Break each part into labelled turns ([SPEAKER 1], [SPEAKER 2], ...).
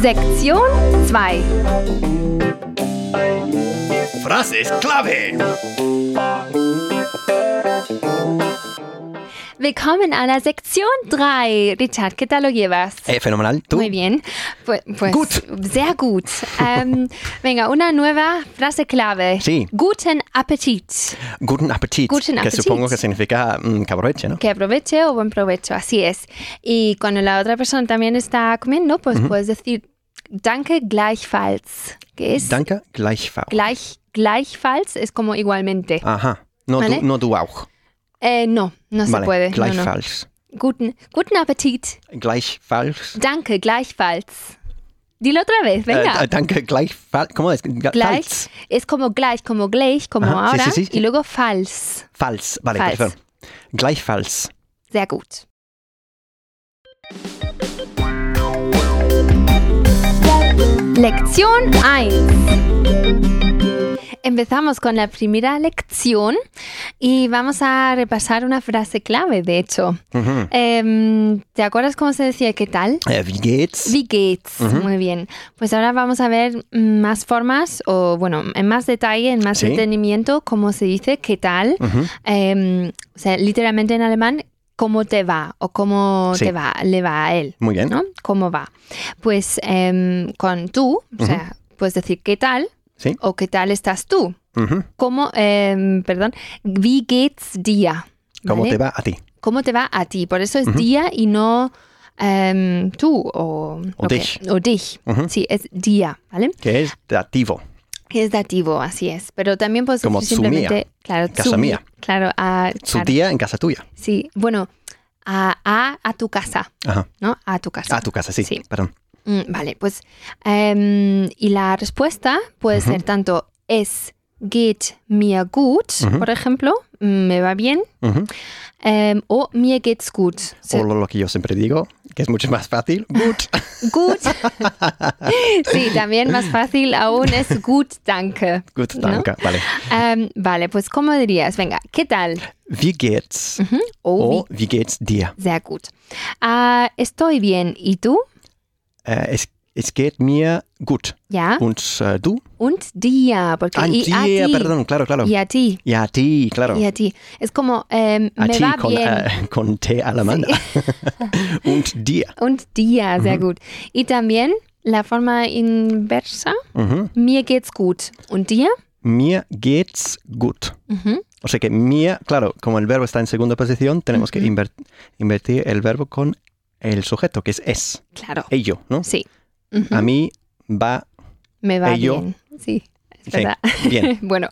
[SPEAKER 1] Sektion 2.
[SPEAKER 2] Frases clave.
[SPEAKER 1] Willkommen a la Sektion 3. Richard, ¿qué tal lo llevas?
[SPEAKER 2] Eh, fenomenal. ¿Tú?
[SPEAKER 1] Muy bien. Pues, pues
[SPEAKER 2] Gut.
[SPEAKER 1] Sehr gut. Ähm, venga, una nueva frase clave.
[SPEAKER 2] Sí.
[SPEAKER 1] Guten Appetit.
[SPEAKER 2] Guten Appetit.
[SPEAKER 1] Guten
[SPEAKER 2] que
[SPEAKER 1] Appetit.
[SPEAKER 2] supongo que significa mm, que aproveche, ¿no?
[SPEAKER 1] Que aproveche o buen provecho, así es. Y cuando la otra persona también está comiendo, pues puedes decir danke gleichfalls. Que es
[SPEAKER 2] Danke, gleichfalls.
[SPEAKER 1] gleich, gleichfalls es como igualmente.
[SPEAKER 2] Ajá. No,
[SPEAKER 1] Vale.
[SPEAKER 2] du, no du auch.
[SPEAKER 1] Eh, no, no se
[SPEAKER 2] vale.
[SPEAKER 1] puede. no, no.
[SPEAKER 2] Gleichfalls.
[SPEAKER 1] Guten, guten Appetit.
[SPEAKER 2] Gleichfalls.
[SPEAKER 1] Danke, gleichfalls. Dilo otra vez, venga.
[SPEAKER 2] Eh, eh, danke, gleichfalls. ¿Cómo es? Ga-
[SPEAKER 1] gleich es como gleich, como gleich, como
[SPEAKER 2] Ajá, sí,
[SPEAKER 1] ahora.
[SPEAKER 2] sí, sí,
[SPEAKER 1] Y
[SPEAKER 2] sí.
[SPEAKER 1] luego falls.
[SPEAKER 2] Falls. Vale,
[SPEAKER 1] Falls.
[SPEAKER 2] perdón. Gleichfalls.
[SPEAKER 1] Sehr gut. Lección 1. Empezamos con la primera lección y vamos a repasar una frase clave, de hecho.
[SPEAKER 2] Ujú.
[SPEAKER 1] Em, ¿Te acuerdas cómo se decía qué tal?
[SPEAKER 2] Eh, wie geht's?
[SPEAKER 1] Wie geht's? Muy bien. Pues ahora vamos a ver mm, más formas o, bueno, en más detalle, en más
[SPEAKER 2] Sí.
[SPEAKER 1] detenimiento, cómo se dice qué tal.
[SPEAKER 2] Ujú.
[SPEAKER 1] Eh, o sea, literalmente en alemán, cómo te va o cómo
[SPEAKER 2] Sí.
[SPEAKER 1] te va, le va a él,
[SPEAKER 2] Muy bien.
[SPEAKER 1] ¿no? ¿Cómo va? Pues em, con tú, o sea, puedes decir qué tal
[SPEAKER 2] Sí.
[SPEAKER 1] o qué tal estás tú.
[SPEAKER 2] Ujú.
[SPEAKER 1] ¿Cómo, em, perdón, wie geht's dir?
[SPEAKER 2] ¿Cómo
[SPEAKER 1] ¿vale?
[SPEAKER 2] te va a ti?
[SPEAKER 1] ¿Cómo te va a ti? Por eso es día y no em, tú o,
[SPEAKER 2] O
[SPEAKER 1] lo que-
[SPEAKER 2] dich.
[SPEAKER 1] o dich.
[SPEAKER 2] Ujú.
[SPEAKER 1] Sí, es día, ¿vale?
[SPEAKER 2] Que es dativo.
[SPEAKER 1] Es dativo, así es. Pero también puedes
[SPEAKER 2] Como
[SPEAKER 1] decir
[SPEAKER 2] zu mir,
[SPEAKER 1] simplemente, claro,
[SPEAKER 2] casa
[SPEAKER 1] zu mir,
[SPEAKER 2] mía.
[SPEAKER 1] Claro, a,
[SPEAKER 2] Su
[SPEAKER 1] claro.
[SPEAKER 2] tía en casa tuya.
[SPEAKER 1] Sí, bueno, a, a, a tu casa,
[SPEAKER 2] Ajá.
[SPEAKER 1] ¿no? A tu casa.
[SPEAKER 2] A Ah, tu casa, sí.
[SPEAKER 1] Sí.
[SPEAKER 2] Perdón.
[SPEAKER 1] Mm, vale, pues. em, y la respuesta puede ser tanto es geht mir gut,
[SPEAKER 2] Ujú.
[SPEAKER 1] por ejemplo, mm, me va bien,
[SPEAKER 2] Ujú.
[SPEAKER 1] em, o mir geht's gut. Sí,
[SPEAKER 2] O lo, lo que yo siempre digo, que es mucho más fácil. Gut.
[SPEAKER 1] Gut. sí, también más fácil aún es gut, danke.
[SPEAKER 2] Gut,
[SPEAKER 1] ¿No?
[SPEAKER 2] danke. Vale.
[SPEAKER 1] Em, vale, pues, ¿cómo dirías? Venga, ¿qué tal?
[SPEAKER 2] Wie geht's?
[SPEAKER 1] Oh,
[SPEAKER 2] O wie geht's dir?
[SPEAKER 1] Sehr gut. Ah, estoy bien. ¿Y tú?
[SPEAKER 2] Äh, es, es geht mir gut.
[SPEAKER 1] Ya.
[SPEAKER 2] Und äh, du?
[SPEAKER 1] Und dir, porque
[SPEAKER 2] Ah,
[SPEAKER 1] y a
[SPEAKER 2] dir,
[SPEAKER 1] ti.
[SPEAKER 2] perdón, claro, claro.
[SPEAKER 1] Y a ti.
[SPEAKER 2] Y a ti, claro.
[SPEAKER 1] Y a ti. Es como, em,
[SPEAKER 2] a
[SPEAKER 1] me
[SPEAKER 2] ti
[SPEAKER 1] va
[SPEAKER 2] con,
[SPEAKER 1] bien.
[SPEAKER 2] äh, con T alemana. Und dir.
[SPEAKER 1] Und dir, sehr gut. Y también la forma inversa,
[SPEAKER 2] Mhm.
[SPEAKER 1] mir geht's gut. Und dir?
[SPEAKER 2] Mir geht's gut.
[SPEAKER 1] Ujú.
[SPEAKER 2] O sea que mir, claro, como el verbo está en segunda posición, tenemos que inver- invertir el verbo con el sujeto, que es es,
[SPEAKER 1] Claro.
[SPEAKER 2] ello, ¿no?
[SPEAKER 1] Sí. Ujú.
[SPEAKER 2] A mí va
[SPEAKER 1] Me va
[SPEAKER 2] ello.
[SPEAKER 1] bien. Sí, es
[SPEAKER 2] Sí.
[SPEAKER 1] verdad.
[SPEAKER 2] bien.
[SPEAKER 1] bueno,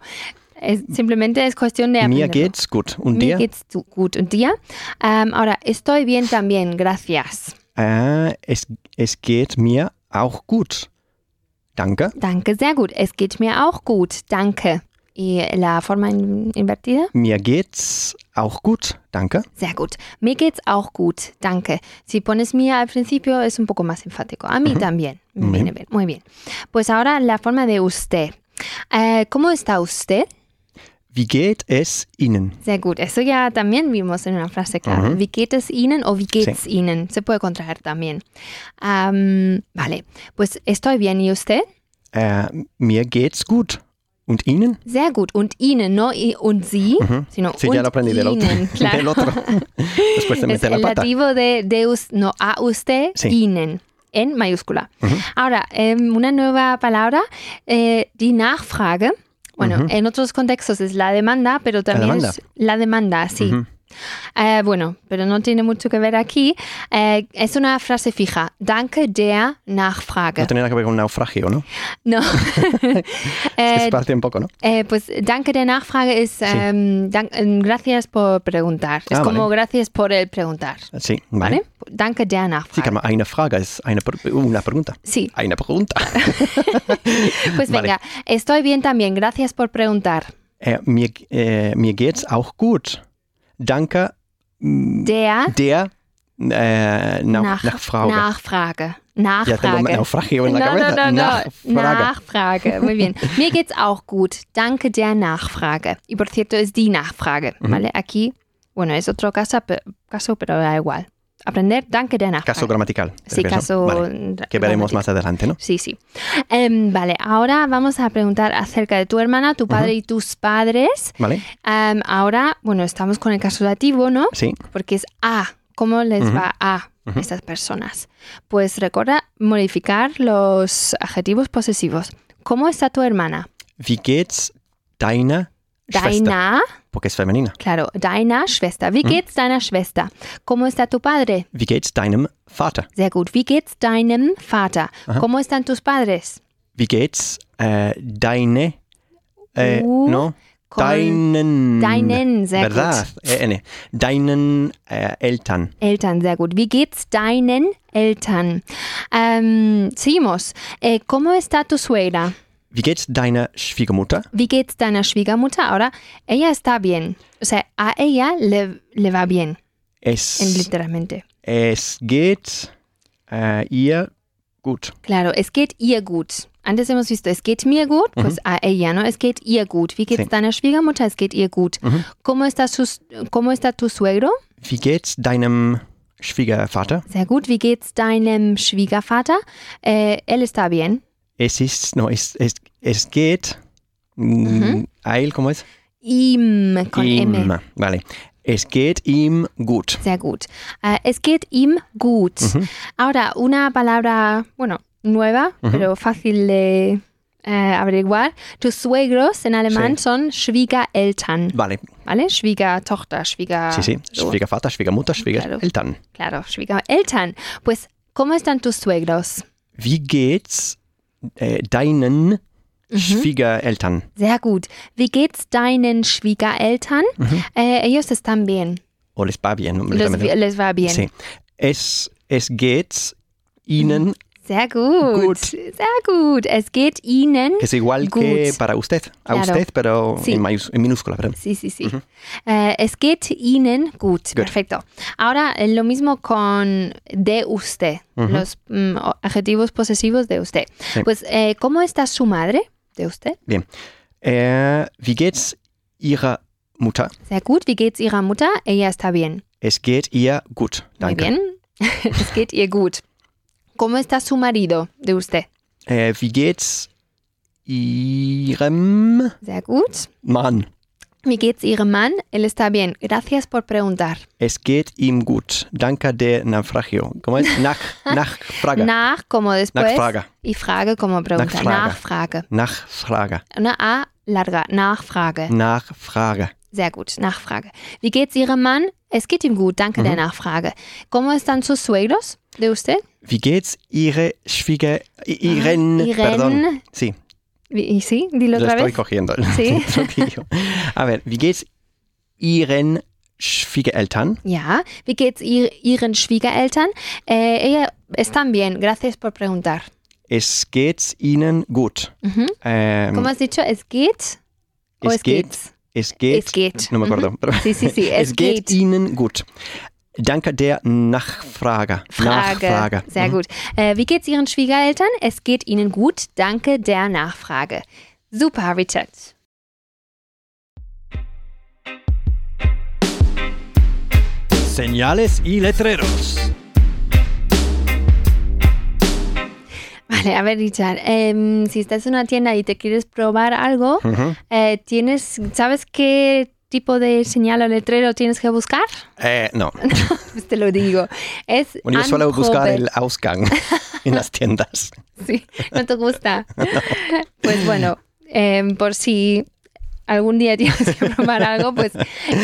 [SPEAKER 1] es, simplemente es cuestión de
[SPEAKER 2] Mir
[SPEAKER 1] aprender.
[SPEAKER 2] geht's gut. Und
[SPEAKER 1] Mir
[SPEAKER 2] dir?
[SPEAKER 1] geht's tu- gut. Und dir? Em, ahora, estoy bien también, gracias.
[SPEAKER 2] Ah, es, es geht mir auch gut. Danke.
[SPEAKER 1] Danke, sehr gut. Es geht mir auch gut. Danke. ¿Y la forma in- invertida?
[SPEAKER 2] Mir geht's auch gut. Danke.
[SPEAKER 1] Sehr gut. Mir geht's auch gut. Danke. Si pones mir al principio es un poco más enfático. A mí también. Me
[SPEAKER 2] Muy bien.
[SPEAKER 1] viene bien. Muy bien. Pues ahora la forma de usted. Eh, ¿Cómo está usted?
[SPEAKER 2] Wie geht es Ihnen?
[SPEAKER 1] Sehr gut. Eso ya también vimos en una frase clave.
[SPEAKER 2] Ujú.
[SPEAKER 1] Wie geht es Ihnen o wie geht's Ihnen? Se puede contraer también. Am, vale. Pues estoy bien. ¿Y usted?
[SPEAKER 2] Äh, mir geht's gut. Und Ihnen?
[SPEAKER 1] Sehr gut. Und Ihnen, no y- und Sie, sino
[SPEAKER 2] Sí,
[SPEAKER 1] und
[SPEAKER 2] ya lo aprendí del otro.
[SPEAKER 1] Ihnen. Claro.
[SPEAKER 2] Del otro. Después
[SPEAKER 1] Es
[SPEAKER 2] de meter la
[SPEAKER 1] el
[SPEAKER 2] pata.
[SPEAKER 1] lativo de, de us- no, a usted,
[SPEAKER 2] Sí.
[SPEAKER 1] Ihnen, en mayúscula. Ahora, em, una nueva palabra, eh, die Nachfrage. Bueno, en otros contextos es la demanda, pero también
[SPEAKER 2] demanda.
[SPEAKER 1] es la demanda, sí. Eh, bueno, pero no tiene mucho que ver aquí. Eh, es una frase fija. Danke der Nachfrage.
[SPEAKER 2] No tiene nada que ver con naufragio, ¿no?
[SPEAKER 1] No.
[SPEAKER 2] Es
[SPEAKER 1] Eh,
[SPEAKER 2] que se parece un poco, ne? ¿no?
[SPEAKER 1] eh, pues danke der Nachfrage es em, dan- em, gracias por preguntar. Es
[SPEAKER 2] Ah,
[SPEAKER 1] como
[SPEAKER 2] vale.
[SPEAKER 1] gracias por el preguntar.
[SPEAKER 2] Sí,
[SPEAKER 1] ¿Vale?
[SPEAKER 2] vale.
[SPEAKER 1] Danke der
[SPEAKER 2] Sí,
[SPEAKER 1] Nachfrage.
[SPEAKER 2] que una frage es una, per- uh, una pregunta.
[SPEAKER 1] Sí,
[SPEAKER 2] Una pregunta.
[SPEAKER 1] pues
[SPEAKER 2] Vale.
[SPEAKER 1] venga, estoy bien también, gracias por preguntar.
[SPEAKER 2] Äh, mir, äh, mir geht's auch gut. Danke mm,
[SPEAKER 1] Der
[SPEAKER 2] der äh, Nau-
[SPEAKER 1] Nach-
[SPEAKER 2] Nachfrage.
[SPEAKER 1] Nachfrage.
[SPEAKER 2] Ya tengo
[SPEAKER 1] Nachfrage.
[SPEAKER 2] naufragio en
[SPEAKER 1] No,
[SPEAKER 2] la cabeza.
[SPEAKER 1] no, no, no.
[SPEAKER 2] Nachfrage.
[SPEAKER 1] Nachfrage. Muy bien. Mir geht's auch gut. Danke der Nachfrage. Y por cierto, es die Nachfrage. ¿Vale? Aquí, bueno, es otro caso, pe- caso pero da igual. aprender, danke der Nachfrage.
[SPEAKER 2] Caso gramatical. te
[SPEAKER 1] Sí,
[SPEAKER 2] refieres,
[SPEAKER 1] caso
[SPEAKER 2] ¿no? Vale, que veremos más adelante, ¿no?
[SPEAKER 1] Sí, sí. Em, vale, ahora vamos a preguntar acerca de tu hermana, tu padre y tus padres.
[SPEAKER 2] ¿Vale?
[SPEAKER 1] Em, ahora, bueno, estamos con el casulativo, ¿no?
[SPEAKER 2] Sí.
[SPEAKER 1] Porque es a. ¿Cómo les
[SPEAKER 2] Ujú.
[SPEAKER 1] va a
[SPEAKER 2] Ujú.
[SPEAKER 1] estas personas? Pues recuerda modificar los adjetivos posesivos. ¿Cómo está tu hermana?
[SPEAKER 2] Wie geht's deiner Schwester?
[SPEAKER 1] Deiner,
[SPEAKER 2] Porque es femenina.
[SPEAKER 1] claro, deiner Schwester. Wie geht's deiner Schwester? ¿Cómo está tu padre?
[SPEAKER 2] Wie geht's deinem Vater?
[SPEAKER 1] Sehr gut. Wie geht's deinem Vater?
[SPEAKER 2] Ajá.
[SPEAKER 1] ¿Cómo están tus padres?
[SPEAKER 2] Wie geht's äh, deine... Äh,
[SPEAKER 1] Uh,
[SPEAKER 2] no?
[SPEAKER 1] Con-
[SPEAKER 2] Deinen...
[SPEAKER 1] Deinen, sehr
[SPEAKER 2] ¿Verdad? Eh, ne. Deinen äh, Eltern.
[SPEAKER 1] Eltern, sehr gut. Wie geht's deinen Eltern? Ähm, seguimos. Eh, ¿Cómo está tu suegra?
[SPEAKER 2] Wie geht's deiner Schwiegermutter?
[SPEAKER 1] Wie geht's deiner Schwiegermutter? Ahora, ella está bien. O sea, a ella le, le va bien, en-
[SPEAKER 2] Es,
[SPEAKER 1] literalmente.
[SPEAKER 2] es geht äh, ihr gut.
[SPEAKER 1] Claro, es geht ihr gut. Antes hemos visto, es geht mir gut, pues a ella, ¿no? Es geht ihr gut. Wie geht's
[SPEAKER 2] Sí.
[SPEAKER 1] deiner Schwiegermutter? Es geht ihr gut.
[SPEAKER 2] Mhm.
[SPEAKER 1] ¿Cómo está, sus, ¿Cómo está tu suegro?
[SPEAKER 2] Wie geht's deinem Schwiegervater?
[SPEAKER 1] Sehr gut. Wie geht's deinem Schwiegervater? Eh, él está bien.
[SPEAKER 2] Es ist, no, es, es, es geht. Mhm. Eil, ¿cómo es?
[SPEAKER 1] Ihm mm, con M.
[SPEAKER 2] Ihm. Vale. Es geht ihm gut.
[SPEAKER 1] Sehr gut. Äh, es geht ihm gut.
[SPEAKER 2] Mhm.
[SPEAKER 1] Ahora, una palabra, bueno, nueva,
[SPEAKER 2] Mhm.
[SPEAKER 1] pero fácil de eh, averiguar. Tus suegros en alemán
[SPEAKER 2] Sí.
[SPEAKER 1] son Schwiegereltern,
[SPEAKER 2] Vale.
[SPEAKER 1] ¿vale? Schwiegertochter, Schwieger...
[SPEAKER 2] sí, sí.
[SPEAKER 1] so,
[SPEAKER 2] Schwiegervater, Schwiegermutter,
[SPEAKER 1] Claro.
[SPEAKER 2] Schwiegereltern.
[SPEAKER 1] Claro, Schwiegereltern. Pues, ¿cómo están tus suegros?
[SPEAKER 2] Wie geht's äh, deinen
[SPEAKER 1] Mhm.
[SPEAKER 2] Schwiegereltern?
[SPEAKER 1] Sehr gut. Wie geht's deinen Schwiegereltern?
[SPEAKER 2] Mhm.
[SPEAKER 1] Eh, ellos están bien.
[SPEAKER 2] O les va bien.
[SPEAKER 1] Les,
[SPEAKER 2] completamente.
[SPEAKER 1] les va bien.
[SPEAKER 2] Sí. Es, es geht ihnen,
[SPEAKER 1] Sehr gut.
[SPEAKER 2] Gut.
[SPEAKER 1] Sehr gut. Es geht ihnen
[SPEAKER 2] que es igual que
[SPEAKER 1] Gut.
[SPEAKER 2] para usted. A
[SPEAKER 1] Claro.
[SPEAKER 2] usted, pero
[SPEAKER 1] Sí.
[SPEAKER 2] en, mayús- en minúscula, perdón.
[SPEAKER 1] Sí, sí, sí. Eh, es geht Ihnen gut. Perfecto. Ahora eh, lo mismo con de usted, los mm, o- adjetivos posesivos de usted.
[SPEAKER 2] Sí.
[SPEAKER 1] Pues, eh, ¿cómo está su madre? De usted.
[SPEAKER 2] Bien. Äh, wie geht's ihrer Mutter?
[SPEAKER 1] Sehr gut. Wie geht's Ihrer Mutter? Ella está bien.
[SPEAKER 2] Es geht ihr gut.
[SPEAKER 1] Muy
[SPEAKER 2] Danke.
[SPEAKER 1] bien. es geht ihr gut. ¿Cómo está su marido? De usted.
[SPEAKER 2] Äh, wie geht's ihrem
[SPEAKER 1] Sehr gut.
[SPEAKER 2] Mann?
[SPEAKER 1] Wie geht's Ihrem Mann? Él está bien. Gracias por preguntar.
[SPEAKER 2] Es geht ihm gut. Danke der Nachfragio. ¿Cómo es? Nach, Nachfrage.
[SPEAKER 1] Nach como después.
[SPEAKER 2] Nachfrage.
[SPEAKER 1] Y frage como pregunta.
[SPEAKER 2] Nachfrage.
[SPEAKER 1] Nachfrage.
[SPEAKER 2] Nachfrage.
[SPEAKER 1] Una A larga. Nachfrage.
[SPEAKER 2] Nachfrage.
[SPEAKER 1] Sehr gut, Nachfrage. Wie geht's Ihrem Mann? Es geht ihm gut, danke
[SPEAKER 2] Mhm.
[SPEAKER 1] der Nachfrage. ¿Cómo están sus suegros de usted?
[SPEAKER 2] Wie geht's ihre Schwieger... i- Ihren...
[SPEAKER 1] ihren-
[SPEAKER 2] Perdón. Sí,
[SPEAKER 1] Wie- Sí, dilo
[SPEAKER 2] lo
[SPEAKER 1] Ah, otra
[SPEAKER 2] estoy
[SPEAKER 1] vez.
[SPEAKER 2] cogiendo.
[SPEAKER 1] Sí.
[SPEAKER 2] Lo digo. A ver, wie geht's ihren Schwiegereltern?
[SPEAKER 1] Ja, wie geht's ihr, Ihren Schwiegereltern? Eh, ella, están bien, gracias por preguntar.
[SPEAKER 2] Es geht's ihnen gut.
[SPEAKER 1] Mhm.
[SPEAKER 2] Ähm,
[SPEAKER 1] ¿Cómo has dicho? ¿Es geht? ¿O
[SPEAKER 2] Es
[SPEAKER 1] es,
[SPEAKER 2] geht.
[SPEAKER 1] geht's?
[SPEAKER 2] Es geht.
[SPEAKER 1] Es geht. Mhm.
[SPEAKER 2] No me acuerdo. pero-
[SPEAKER 1] Sí, sí, sí, es
[SPEAKER 2] es geht,
[SPEAKER 1] geht.
[SPEAKER 2] Ihnen gut. Danke der Nachfrage.
[SPEAKER 1] Frage.
[SPEAKER 2] Nachfrage.
[SPEAKER 1] Sehr
[SPEAKER 2] Mhm.
[SPEAKER 1] gut. Äh, wie geht's Ihren Schwiegereltern? Es geht Ihnen gut, danke der Nachfrage. Super, Richard.
[SPEAKER 2] Señales y letreros.
[SPEAKER 1] Vale, a ver, Richard, em, si estás en una tienda y te quieres probar algo,
[SPEAKER 2] Ujú.
[SPEAKER 1] eh, tienes, ¿sabes qué tipo de señal o letrero tienes que buscar?
[SPEAKER 2] Eh, no.
[SPEAKER 1] Pues te lo digo. Es
[SPEAKER 2] Und yo suelo
[SPEAKER 1] Anprobe.
[SPEAKER 2] buscar el Ausgang en las tiendas.
[SPEAKER 1] Sí, no te gusta. Pues bueno, em, por si algún día tienes que probar algo, pues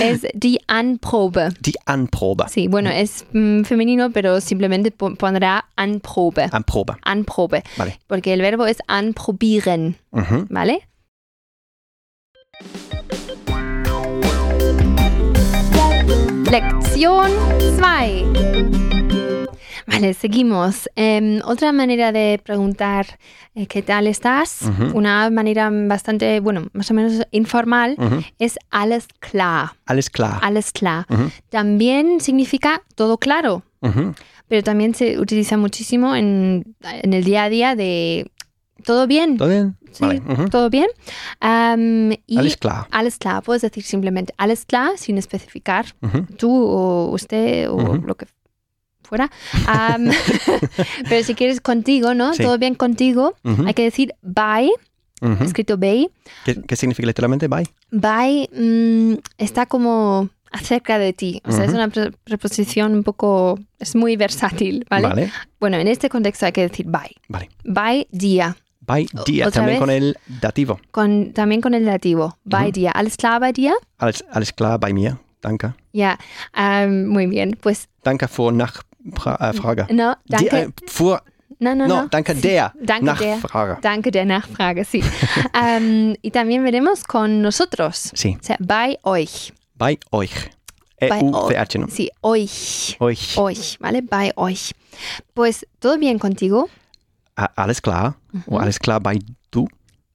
[SPEAKER 1] es die Anprobe.
[SPEAKER 2] Die Anprobe.
[SPEAKER 1] Sí, bueno, es mm, femenino, pero simplemente po- pondrá Anprobe.
[SPEAKER 2] Anprobe.
[SPEAKER 1] Anprobe.
[SPEAKER 2] Vale.
[SPEAKER 1] Porque el verbo es anprobieren,
[SPEAKER 2] Mhm.
[SPEAKER 1] ¿vale? Lección 2. Vale, seguimos. Em, otra manera de preguntar eh, qué tal estás,
[SPEAKER 2] Ujú.
[SPEAKER 1] una manera bastante, bueno, más o menos informal,
[SPEAKER 2] Mhm.
[SPEAKER 1] es alles klar,
[SPEAKER 2] Alles klar.
[SPEAKER 1] alles klar.
[SPEAKER 2] Ujú.
[SPEAKER 1] También significa todo claro,
[SPEAKER 2] Mhm.
[SPEAKER 1] pero también se utiliza muchísimo en, en el día a día de todo bien,
[SPEAKER 2] ¿Todo bien?
[SPEAKER 1] Sí,
[SPEAKER 2] Vale. Mhm.
[SPEAKER 1] todo bien. Am, y
[SPEAKER 2] Alles klar.
[SPEAKER 1] alles klar, puedes decir simplemente alles klar sin especificar
[SPEAKER 2] Mhm.
[SPEAKER 1] tú o usted o
[SPEAKER 2] Ujú.
[SPEAKER 1] lo que fuera. Am, pero si quieres contigo, ¿no?
[SPEAKER 2] Sí.
[SPEAKER 1] Todo bien contigo.
[SPEAKER 2] Ujú,
[SPEAKER 1] Hay que decir bye,
[SPEAKER 2] ujú.
[SPEAKER 1] escrito bye.
[SPEAKER 2] Mhm. ¿Qué, qué significa literalmente bye?
[SPEAKER 1] Bye mm, está como acerca de ti. O sea, es
[SPEAKER 2] Ujú.
[SPEAKER 1] una pre- preposición un poco... Es muy versátil, ¿vale?
[SPEAKER 2] Vale.
[SPEAKER 1] Bueno, en este contexto hay que decir bye.
[SPEAKER 2] Vale.
[SPEAKER 1] Bye día.
[SPEAKER 2] Bye
[SPEAKER 1] O-
[SPEAKER 2] día,
[SPEAKER 1] otra
[SPEAKER 2] también
[SPEAKER 1] vez.
[SPEAKER 2] con el dativo.
[SPEAKER 1] Con, también con el dativo. Bye
[SPEAKER 2] Ujú.
[SPEAKER 1] día. Alles klar bei dir?
[SPEAKER 2] Alles, alles klar bei mir. Danke.
[SPEAKER 1] Ya. am, ähm, muy bien. Pues
[SPEAKER 2] Danke für Nachfrage.
[SPEAKER 1] no, danke.
[SPEAKER 2] Die- äh, für,
[SPEAKER 1] no, no,
[SPEAKER 2] no,
[SPEAKER 1] no.
[SPEAKER 2] danke der
[SPEAKER 1] Danke der.
[SPEAKER 2] Nachfrage.
[SPEAKER 1] Danke der Nachfrage, sí. Am, y también veremos con nosotros.
[SPEAKER 2] Sí,
[SPEAKER 1] O sea, bei euch.
[SPEAKER 2] bei euch. E Äh,
[SPEAKER 1] Bei Oh.
[SPEAKER 2] E-U-C-H, ¿no?
[SPEAKER 1] Sí, euch.
[SPEAKER 2] Euch.
[SPEAKER 1] Euch, ¿vale? Bei euch. Pues, ¿todo bien contigo?
[SPEAKER 2] A- Ah, Alles klar. O alles klar bei du.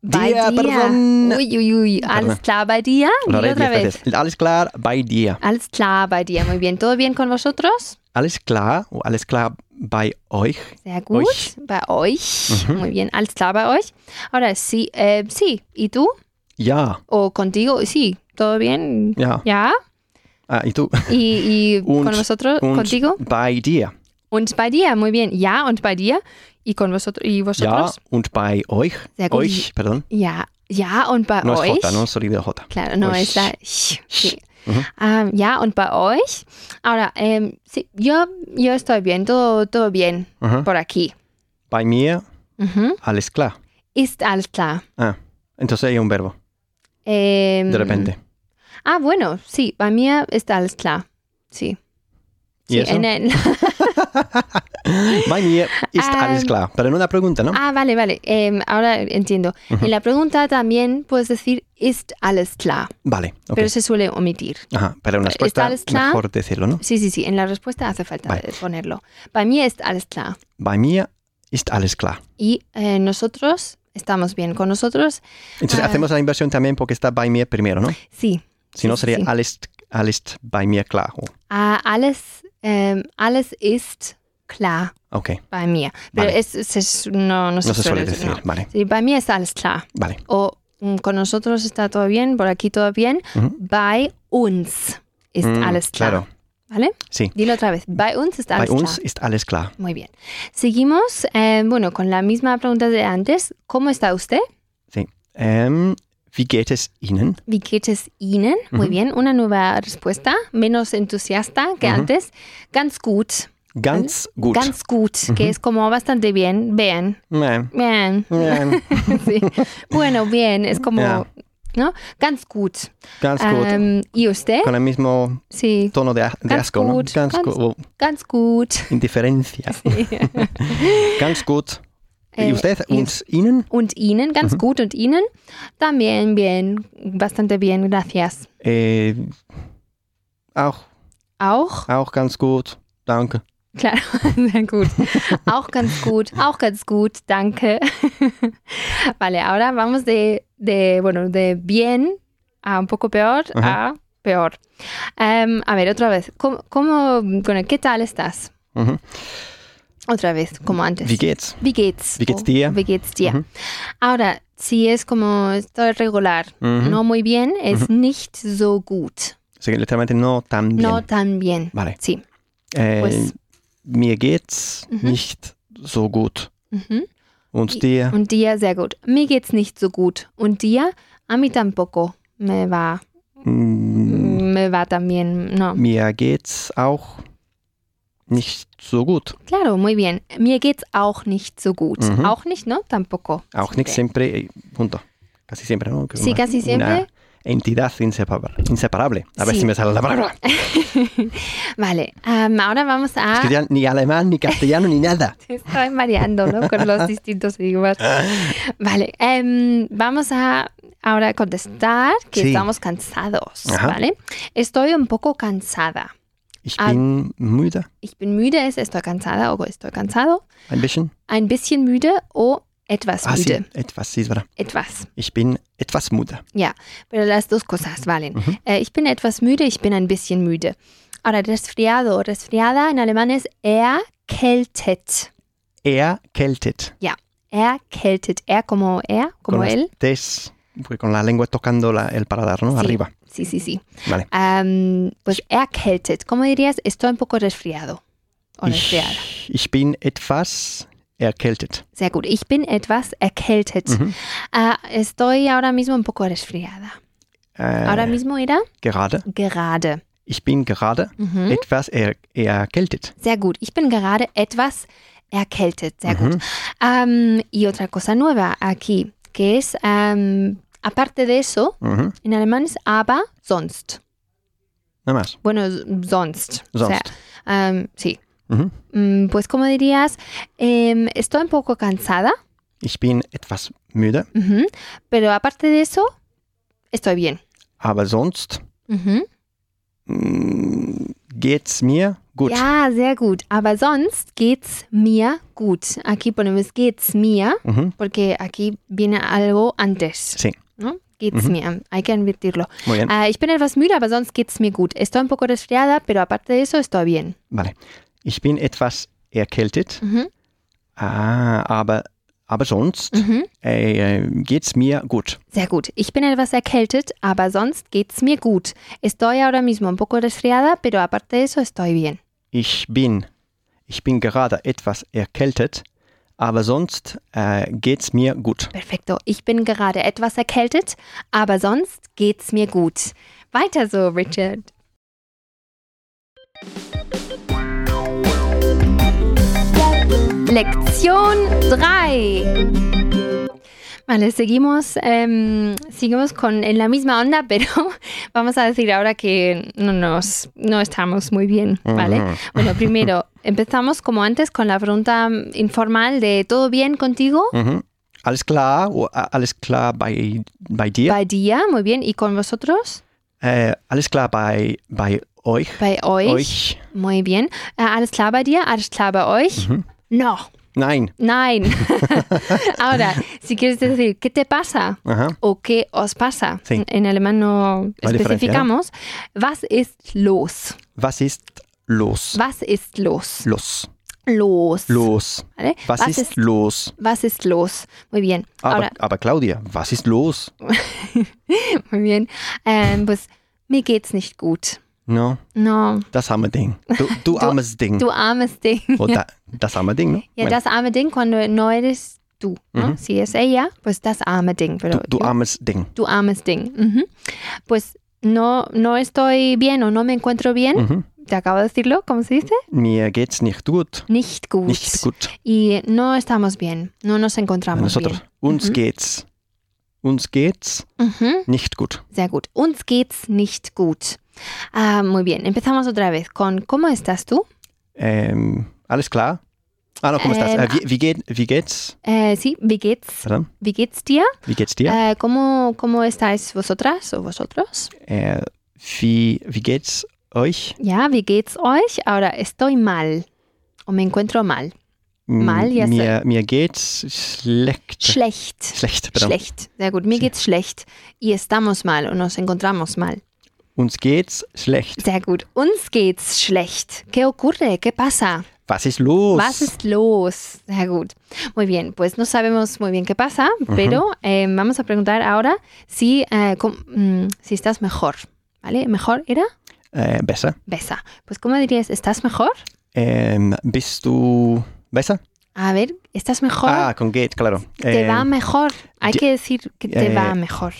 [SPEAKER 1] Mhm. Bei
[SPEAKER 2] Dir, perdón.
[SPEAKER 1] Uy, uy, uy. Alles
[SPEAKER 2] Perdón.
[SPEAKER 1] klar bei dir. Dilo
[SPEAKER 2] Lo haré
[SPEAKER 1] otra
[SPEAKER 2] diez
[SPEAKER 1] vez.
[SPEAKER 2] veces. Alles klar bei dir.
[SPEAKER 1] Alles klar bei dir. Muy bien. ¿Todo bien con vosotros?
[SPEAKER 2] Alles klar o alles klar bei euch.
[SPEAKER 1] Sehr gut.
[SPEAKER 2] Euch.
[SPEAKER 1] Bei euch.
[SPEAKER 2] Ujú.
[SPEAKER 1] Muy bien. Alles klar bei euch. Ahora sí. eh, sí. ¿Y tú?
[SPEAKER 2] Ja,
[SPEAKER 1] ¿O contigo? Sí. ¿Todo bien?
[SPEAKER 2] ja.
[SPEAKER 1] ¿Ya?
[SPEAKER 2] Ah, y tú.
[SPEAKER 1] ¿Y, y con
[SPEAKER 2] Und-
[SPEAKER 1] vosotros?
[SPEAKER 2] Und
[SPEAKER 1] ¿Contigo?
[SPEAKER 2] bei dir.
[SPEAKER 1] Und bei dir. Muy bien. ¿Ya? ¿Und bei dir? ¿Y con vosotros? ¿Y
[SPEAKER 2] Ja,
[SPEAKER 1] vosotros?
[SPEAKER 2] und bei euch.
[SPEAKER 1] Sehr gut.
[SPEAKER 2] Euch, perdón.
[SPEAKER 1] Ja, ja, und bei
[SPEAKER 2] No es
[SPEAKER 1] euch.
[SPEAKER 2] J, no sonido J.
[SPEAKER 1] Claro, no
[SPEAKER 2] Euch.
[SPEAKER 1] es la. sh, sí.
[SPEAKER 2] Ujú.
[SPEAKER 1] Ähm, ja, und bei euch. Ahora, ähm, sí, yo, yo estoy bien, todo, todo bien
[SPEAKER 2] Ujú.
[SPEAKER 1] por aquí.
[SPEAKER 2] Bei mir,
[SPEAKER 1] Ujú.
[SPEAKER 2] alles klar.
[SPEAKER 1] Ist alles klar.
[SPEAKER 2] Ah, entonces hay un verbo,
[SPEAKER 1] Ähm,
[SPEAKER 2] de repente.
[SPEAKER 1] Ah, bueno, sí, bei mir ist alles klar. Sí.
[SPEAKER 2] ¿Y
[SPEAKER 1] Sí,
[SPEAKER 2] eso?
[SPEAKER 1] en el-
[SPEAKER 2] Bei mir ist alles
[SPEAKER 1] Ähm,
[SPEAKER 2] klar. Pero en una pregunta, ¿no?
[SPEAKER 1] ah, vale, vale. ähm, ahora entiendo.
[SPEAKER 2] Ujú.
[SPEAKER 1] En la pregunta también puedes decir ist alles klar,
[SPEAKER 2] Vale, ok.
[SPEAKER 1] pero se suele omitir.
[SPEAKER 2] Ajá, para una
[SPEAKER 1] ¿Está
[SPEAKER 2] respuesta
[SPEAKER 1] alles klar?
[SPEAKER 2] mejor decirlo, ¿no?
[SPEAKER 1] Sí, sí, sí. En la respuesta hace falta
[SPEAKER 2] Vale.
[SPEAKER 1] eh, ponerlo. Bei mir ist alles klar.
[SPEAKER 2] Bei mir ist alles klar.
[SPEAKER 1] Y eh, nosotros estamos bien. Con nosotros,
[SPEAKER 2] Entonces
[SPEAKER 1] Ah.
[SPEAKER 2] hacemos la inversión también porque está bei mir primero, ¿no?
[SPEAKER 1] sí.
[SPEAKER 2] Si no
[SPEAKER 1] Sí,
[SPEAKER 2] sería
[SPEAKER 1] sí.
[SPEAKER 2] alles, alles bei mir klar. Oh,
[SPEAKER 1] Ah, alles, eh, alles ist klar
[SPEAKER 2] ok,
[SPEAKER 1] bei mir. Pero
[SPEAKER 2] Vale.
[SPEAKER 1] es, es- es- no, no,
[SPEAKER 2] no se suele decir.
[SPEAKER 1] no.
[SPEAKER 2] Vale,
[SPEAKER 1] Sí, bei mir ist alles klar.
[SPEAKER 2] vale.
[SPEAKER 1] O mm, con nosotros está todo bien, por aquí todo bien.
[SPEAKER 2] Ujú.
[SPEAKER 1] Bei uns ist
[SPEAKER 2] Mm,
[SPEAKER 1] alles klar.
[SPEAKER 2] Claro,
[SPEAKER 1] ¿Vale?
[SPEAKER 2] Sí.
[SPEAKER 1] Dilo otra vez. Bei uns ist alles
[SPEAKER 2] bei uns
[SPEAKER 1] klar.
[SPEAKER 2] ist alles klar.
[SPEAKER 1] Muy bien. Seguimos, eh, bueno, con la misma pregunta de antes. ¿Cómo está usted?
[SPEAKER 2] Ähm, wie geht es Ihnen?
[SPEAKER 1] Wie geht es Ihnen? Muy
[SPEAKER 2] Ujú.
[SPEAKER 1] bien, una nueva respuesta, menos entusiasta que
[SPEAKER 2] Ujú.
[SPEAKER 1] antes. Ganz gut,
[SPEAKER 2] Ganz gut.
[SPEAKER 1] ganz gut, que
[SPEAKER 2] Ujú.
[SPEAKER 1] es como bastante bien, bien,
[SPEAKER 2] Nein,
[SPEAKER 1] bien.
[SPEAKER 2] nein,
[SPEAKER 1] Sí. Bueno, bien, es como,
[SPEAKER 2] Ja.
[SPEAKER 1] ¿no? Ganz gut.
[SPEAKER 2] ganz gut.
[SPEAKER 1] Ähm, ¿Y usted?
[SPEAKER 2] Con el mismo
[SPEAKER 1] Sí,
[SPEAKER 2] tono de, de
[SPEAKER 1] Ganz
[SPEAKER 2] asco, ¿no?
[SPEAKER 1] gut,
[SPEAKER 2] Ganz
[SPEAKER 1] ganz-
[SPEAKER 2] gut. oh,
[SPEAKER 1] ganz gut.
[SPEAKER 2] indiferencia. Ganz gut.
[SPEAKER 1] Eh,
[SPEAKER 2] ¿Y usted?
[SPEAKER 1] y-
[SPEAKER 2] ¿Und Ihnen?
[SPEAKER 1] Und Ihnen, ganz gut. Und Ihnen? También bien, bastante bien, gracias.
[SPEAKER 2] Eh, auch,
[SPEAKER 1] Auch?
[SPEAKER 2] auch ganz gut. Danke.
[SPEAKER 1] Klar, sehr gut. Auch ganz gut, auch ganz gut, danke. Vale, ahora vamos de, de, bueno, de bien a un poco peor a peor. Em, a ver, otra vez. ¿Cómo, cómo, con el qué tal estás?
[SPEAKER 2] Mhm.
[SPEAKER 1] Otra vez, como antes.
[SPEAKER 2] Wie geht's?
[SPEAKER 1] Wie geht's?
[SPEAKER 2] Wie geht's
[SPEAKER 1] O,
[SPEAKER 2] dir?
[SPEAKER 1] Wie geht's dir?
[SPEAKER 2] Mhm.
[SPEAKER 1] Ahora, si es como estoy regular,
[SPEAKER 2] Mhm.
[SPEAKER 1] no muy bien, es nicht so gut.
[SPEAKER 2] O sea, que literalmente no tan bien.
[SPEAKER 1] No tan bien.
[SPEAKER 2] Vale.
[SPEAKER 1] Sí.
[SPEAKER 2] Eh,
[SPEAKER 1] pues-
[SPEAKER 2] mir geht's
[SPEAKER 1] Mhm.
[SPEAKER 2] nicht so gut.
[SPEAKER 1] Ujú.
[SPEAKER 2] Und dir?
[SPEAKER 1] Und dir sehr gut. Mir geht's nicht so gut. Und dir? A mí tampoco. Me va.
[SPEAKER 2] Mm,
[SPEAKER 1] Me va también. No.
[SPEAKER 2] Mir geht's auch nicht so gut.
[SPEAKER 1] Claro, muy bien. Mir geht's auch nicht so gut.
[SPEAKER 2] Mhm.
[SPEAKER 1] Auch nicht, ¿no? Tampoco.
[SPEAKER 2] Auch nicht siempre, eh, junto. Casi siempre, ¿no? Que
[SPEAKER 1] Sí,
[SPEAKER 2] una-
[SPEAKER 1] casi siempre.
[SPEAKER 2] Una entidad insepar- inseparable. A ver
[SPEAKER 1] Sí.
[SPEAKER 2] si me sale la palabra.
[SPEAKER 1] Vale. am, ahora vamos a.
[SPEAKER 2] Es que ya ni alemán, ni castellano, ni nada.
[SPEAKER 1] Estoy mareando, ¿no? Con los distintos idiomas. Vale, em, vamos a ahora contestar que
[SPEAKER 2] Sí.
[SPEAKER 1] estamos cansados,
[SPEAKER 2] Ajá.
[SPEAKER 1] ¿vale? Estoy un poco cansada.
[SPEAKER 2] Ich
[SPEAKER 1] Ah.
[SPEAKER 2] bin müde.
[SPEAKER 1] Ich bin müde es estoy cansada o estoy cansado.
[SPEAKER 2] Ein bisschen.
[SPEAKER 1] Ein bisschen müde o etwas
[SPEAKER 2] Ah, sí,
[SPEAKER 1] müde.
[SPEAKER 2] etwas, sí, es verdad.
[SPEAKER 1] Etwas.
[SPEAKER 2] Ich bin etwas muda.
[SPEAKER 1] Ja, pero las dos cosas valen.
[SPEAKER 2] Ujú.
[SPEAKER 1] Eh, ich bin etwas müde, ich bin ein bisschen müde. Ahora, resfriado o resfriada en alemán es erkältet.
[SPEAKER 2] Erkältet.
[SPEAKER 1] Erkältet. Er como er, como
[SPEAKER 2] con las
[SPEAKER 1] él.
[SPEAKER 2] tes- porque con la lengua tocando la- el paladar, ¿no?
[SPEAKER 1] Sí.
[SPEAKER 2] Arriba.
[SPEAKER 1] Sí, sí, Ähm, sí.
[SPEAKER 2] Vale.
[SPEAKER 1] Am, pues erkältet. ¿Cómo dirías? Estoy un poco resfriado. honestear.
[SPEAKER 2] Ich, ich bin etwas erkältet.
[SPEAKER 1] Sehr gut. Ich bin etwas erkältet.
[SPEAKER 2] Mhm.
[SPEAKER 1] Ah, estoy ahora mismo un poco resfriada.
[SPEAKER 2] Äh,
[SPEAKER 1] Ahora mismo era
[SPEAKER 2] gerade.
[SPEAKER 1] gerade.
[SPEAKER 2] Ich bin gerade
[SPEAKER 1] Mhm.
[SPEAKER 2] etwas er erkältet.
[SPEAKER 1] Sehr gut. Ich bin gerade etwas erkältet. Sehr
[SPEAKER 2] Mhm.
[SPEAKER 1] gut. Am, y otra cosa nueva aquí, que es, am, aparte de eso,
[SPEAKER 2] Mhm.
[SPEAKER 1] en alemán es aber sonst.
[SPEAKER 2] Nada más.
[SPEAKER 1] Bueno, s- sonst. O sea,
[SPEAKER 2] Sonst.
[SPEAKER 1] am, sí.
[SPEAKER 2] Mhm.
[SPEAKER 1] Mm, Pues como dirías, em, estoy un poco cansada,
[SPEAKER 2] Ich bin etwas müde,
[SPEAKER 1] ujú, pero aparte de eso, estoy bien.
[SPEAKER 2] aber sonst
[SPEAKER 1] Ujú.
[SPEAKER 2] mh, geht's mir gut.
[SPEAKER 1] Ja, sehr gut. Aber sonst geht's mir gut. Aquí ponemos geht's mir,
[SPEAKER 2] Mhm.
[SPEAKER 1] porque aquí viene algo antes.
[SPEAKER 2] Sí.
[SPEAKER 1] ¿no? Geht's
[SPEAKER 2] Ujú.
[SPEAKER 1] mir. Hay que admitirlo.
[SPEAKER 2] Muy bien.
[SPEAKER 1] Ah, ich bin etwas müde, aber sonst geht's mir gut. Estoy un poco resfriada, pero aparte de eso estoy bien.
[SPEAKER 2] Vale. Ich bin etwas erkältet,
[SPEAKER 1] Ujú,
[SPEAKER 2] ah, aber, aber sonst
[SPEAKER 1] ujú.
[SPEAKER 2] äh, geht's mir gut.
[SPEAKER 1] Sehr gut. Ich bin etwas erkältet, aber sonst geht's mir gut. Estoy ahora mismo un poco resfriada, pero aparte de eso estoy bien.
[SPEAKER 2] Ich bin, ich bin gerade etwas erkältet, aber sonst äh, geht's mir gut.
[SPEAKER 1] Perfekto. Ich bin gerade etwas erkältet, aber sonst geht's mir gut. Weiter so, Richard. Lección 3. Vale, seguimos, em, seguimos con, en la misma onda, pero vamos a decir ahora que no, nos, no estamos muy bien, ¿vale?
[SPEAKER 2] Mhm.
[SPEAKER 1] Bueno, primero, empezamos como antes con la pregunta mm, informal de ¿todo bien contigo?
[SPEAKER 2] Mhm. Alles klar, o- a- alles klar bei, bei dir,
[SPEAKER 1] Bei dir, muy bien. ¿Y con vosotros?
[SPEAKER 2] äh, alles klar bei, bei euch,
[SPEAKER 1] Bei euch.
[SPEAKER 2] euch.
[SPEAKER 1] Muy bien. Äh, alles klar bei dir? Alles klar bei euch?
[SPEAKER 2] Mhm.
[SPEAKER 1] No.
[SPEAKER 2] Nein.
[SPEAKER 1] Nein. Ahora, si quieres decir, ¿qué te pasa?
[SPEAKER 2] Aha.
[SPEAKER 1] O ¿qué os pasa?
[SPEAKER 2] Sí.
[SPEAKER 1] En alemán no
[SPEAKER 2] Hay diferencia,
[SPEAKER 1] especificamos. Was ist los?
[SPEAKER 2] Was ist los?
[SPEAKER 1] Was ist los?
[SPEAKER 2] Los.
[SPEAKER 1] Los.
[SPEAKER 2] Los.
[SPEAKER 1] ¿Vale?
[SPEAKER 2] Was, ist, Ah, los?
[SPEAKER 1] was ist los? Muy bien.
[SPEAKER 2] Aber,
[SPEAKER 1] Ahora,
[SPEAKER 2] aber Claudia, was ist los?
[SPEAKER 1] muy bien. Ähm, pues, mir geht's nicht gut.
[SPEAKER 2] No,
[SPEAKER 1] No,
[SPEAKER 2] das arme Ding. Du, du armes Ding.
[SPEAKER 1] du armes Ding.
[SPEAKER 2] Oh, da, das arme Ding, ne?
[SPEAKER 1] Ja, das arme Ding, cuando no eres tú, ¿no? Si es ella, pues das arme Ding.
[SPEAKER 2] du,
[SPEAKER 1] Pero
[SPEAKER 2] du
[SPEAKER 1] yo-
[SPEAKER 2] armes Ding.
[SPEAKER 1] tú ames Ding. Ujú. Pues no, no estoy bien o no me encuentro bien.
[SPEAKER 2] Mhm.
[SPEAKER 1] Te acabo de decirlo, ¿cómo se dice?
[SPEAKER 2] Mir geht's nicht gut.
[SPEAKER 1] Nicht gut.
[SPEAKER 2] Nicht gut.
[SPEAKER 1] Y no estamos bien, no nos encontramos
[SPEAKER 2] Nosotros.
[SPEAKER 1] bien.
[SPEAKER 2] Uns
[SPEAKER 1] Mhm.
[SPEAKER 2] geht's. Uns geht's
[SPEAKER 1] Ujú,
[SPEAKER 2] nicht gut.
[SPEAKER 1] Sehr gut. Uns geht's nicht gut. Ah, muy bien, empezamos otra vez con ¿Cómo estás tú?
[SPEAKER 2] Ähm, alles klar? Ah, no, ¿cómo estás?
[SPEAKER 1] Ähm,
[SPEAKER 2] Äh, wie, wie, geht, wie geht's?
[SPEAKER 1] Eh, sí, wie geht's,
[SPEAKER 2] Pardon?
[SPEAKER 1] wie geht's dir?
[SPEAKER 2] Wie geht's dir?
[SPEAKER 1] Eh, ¿cómo, ¿Cómo estáis vosotras o vosotros?
[SPEAKER 2] Äh, wie, wie geht's euch?
[SPEAKER 1] Ja, wie geht's euch? Ahora estoy mal o me encuentro mal.
[SPEAKER 2] M-
[SPEAKER 1] Mal, ja,
[SPEAKER 2] mir, mir geht's schlecht.
[SPEAKER 1] Schlecht.
[SPEAKER 2] schlecht, pardon.
[SPEAKER 1] Schlecht. Sehr gut. Mir
[SPEAKER 2] Sí.
[SPEAKER 1] geht's schlecht. Y estamos mal o nos encontramos mal.
[SPEAKER 2] Uns geht's schlecht.
[SPEAKER 1] Sehr gut. Uns geht's schlecht. ¿Qué ocurre? ¿Qué pasa?
[SPEAKER 2] Was ist los?
[SPEAKER 1] Was ist los? Sehr gut. Muy bien. Pues no sabemos muy bien qué pasa, pero eh, vamos a preguntar ahora si, eh, com- mm, si estás mejor. ¿Vale? ¿Mejor era?
[SPEAKER 2] Äh, besser.
[SPEAKER 1] Besa. Pues ¿cómo dirías? ¿Estás mejor?
[SPEAKER 2] Ähm, bist du besser?
[SPEAKER 1] A ver, ¿estás mejor?
[SPEAKER 2] Ah, con geht, claro.
[SPEAKER 1] ¿Te va
[SPEAKER 2] Ähm,
[SPEAKER 1] mejor? Hay
[SPEAKER 2] ye-
[SPEAKER 1] que decir que te
[SPEAKER 2] eh,
[SPEAKER 1] va mejor.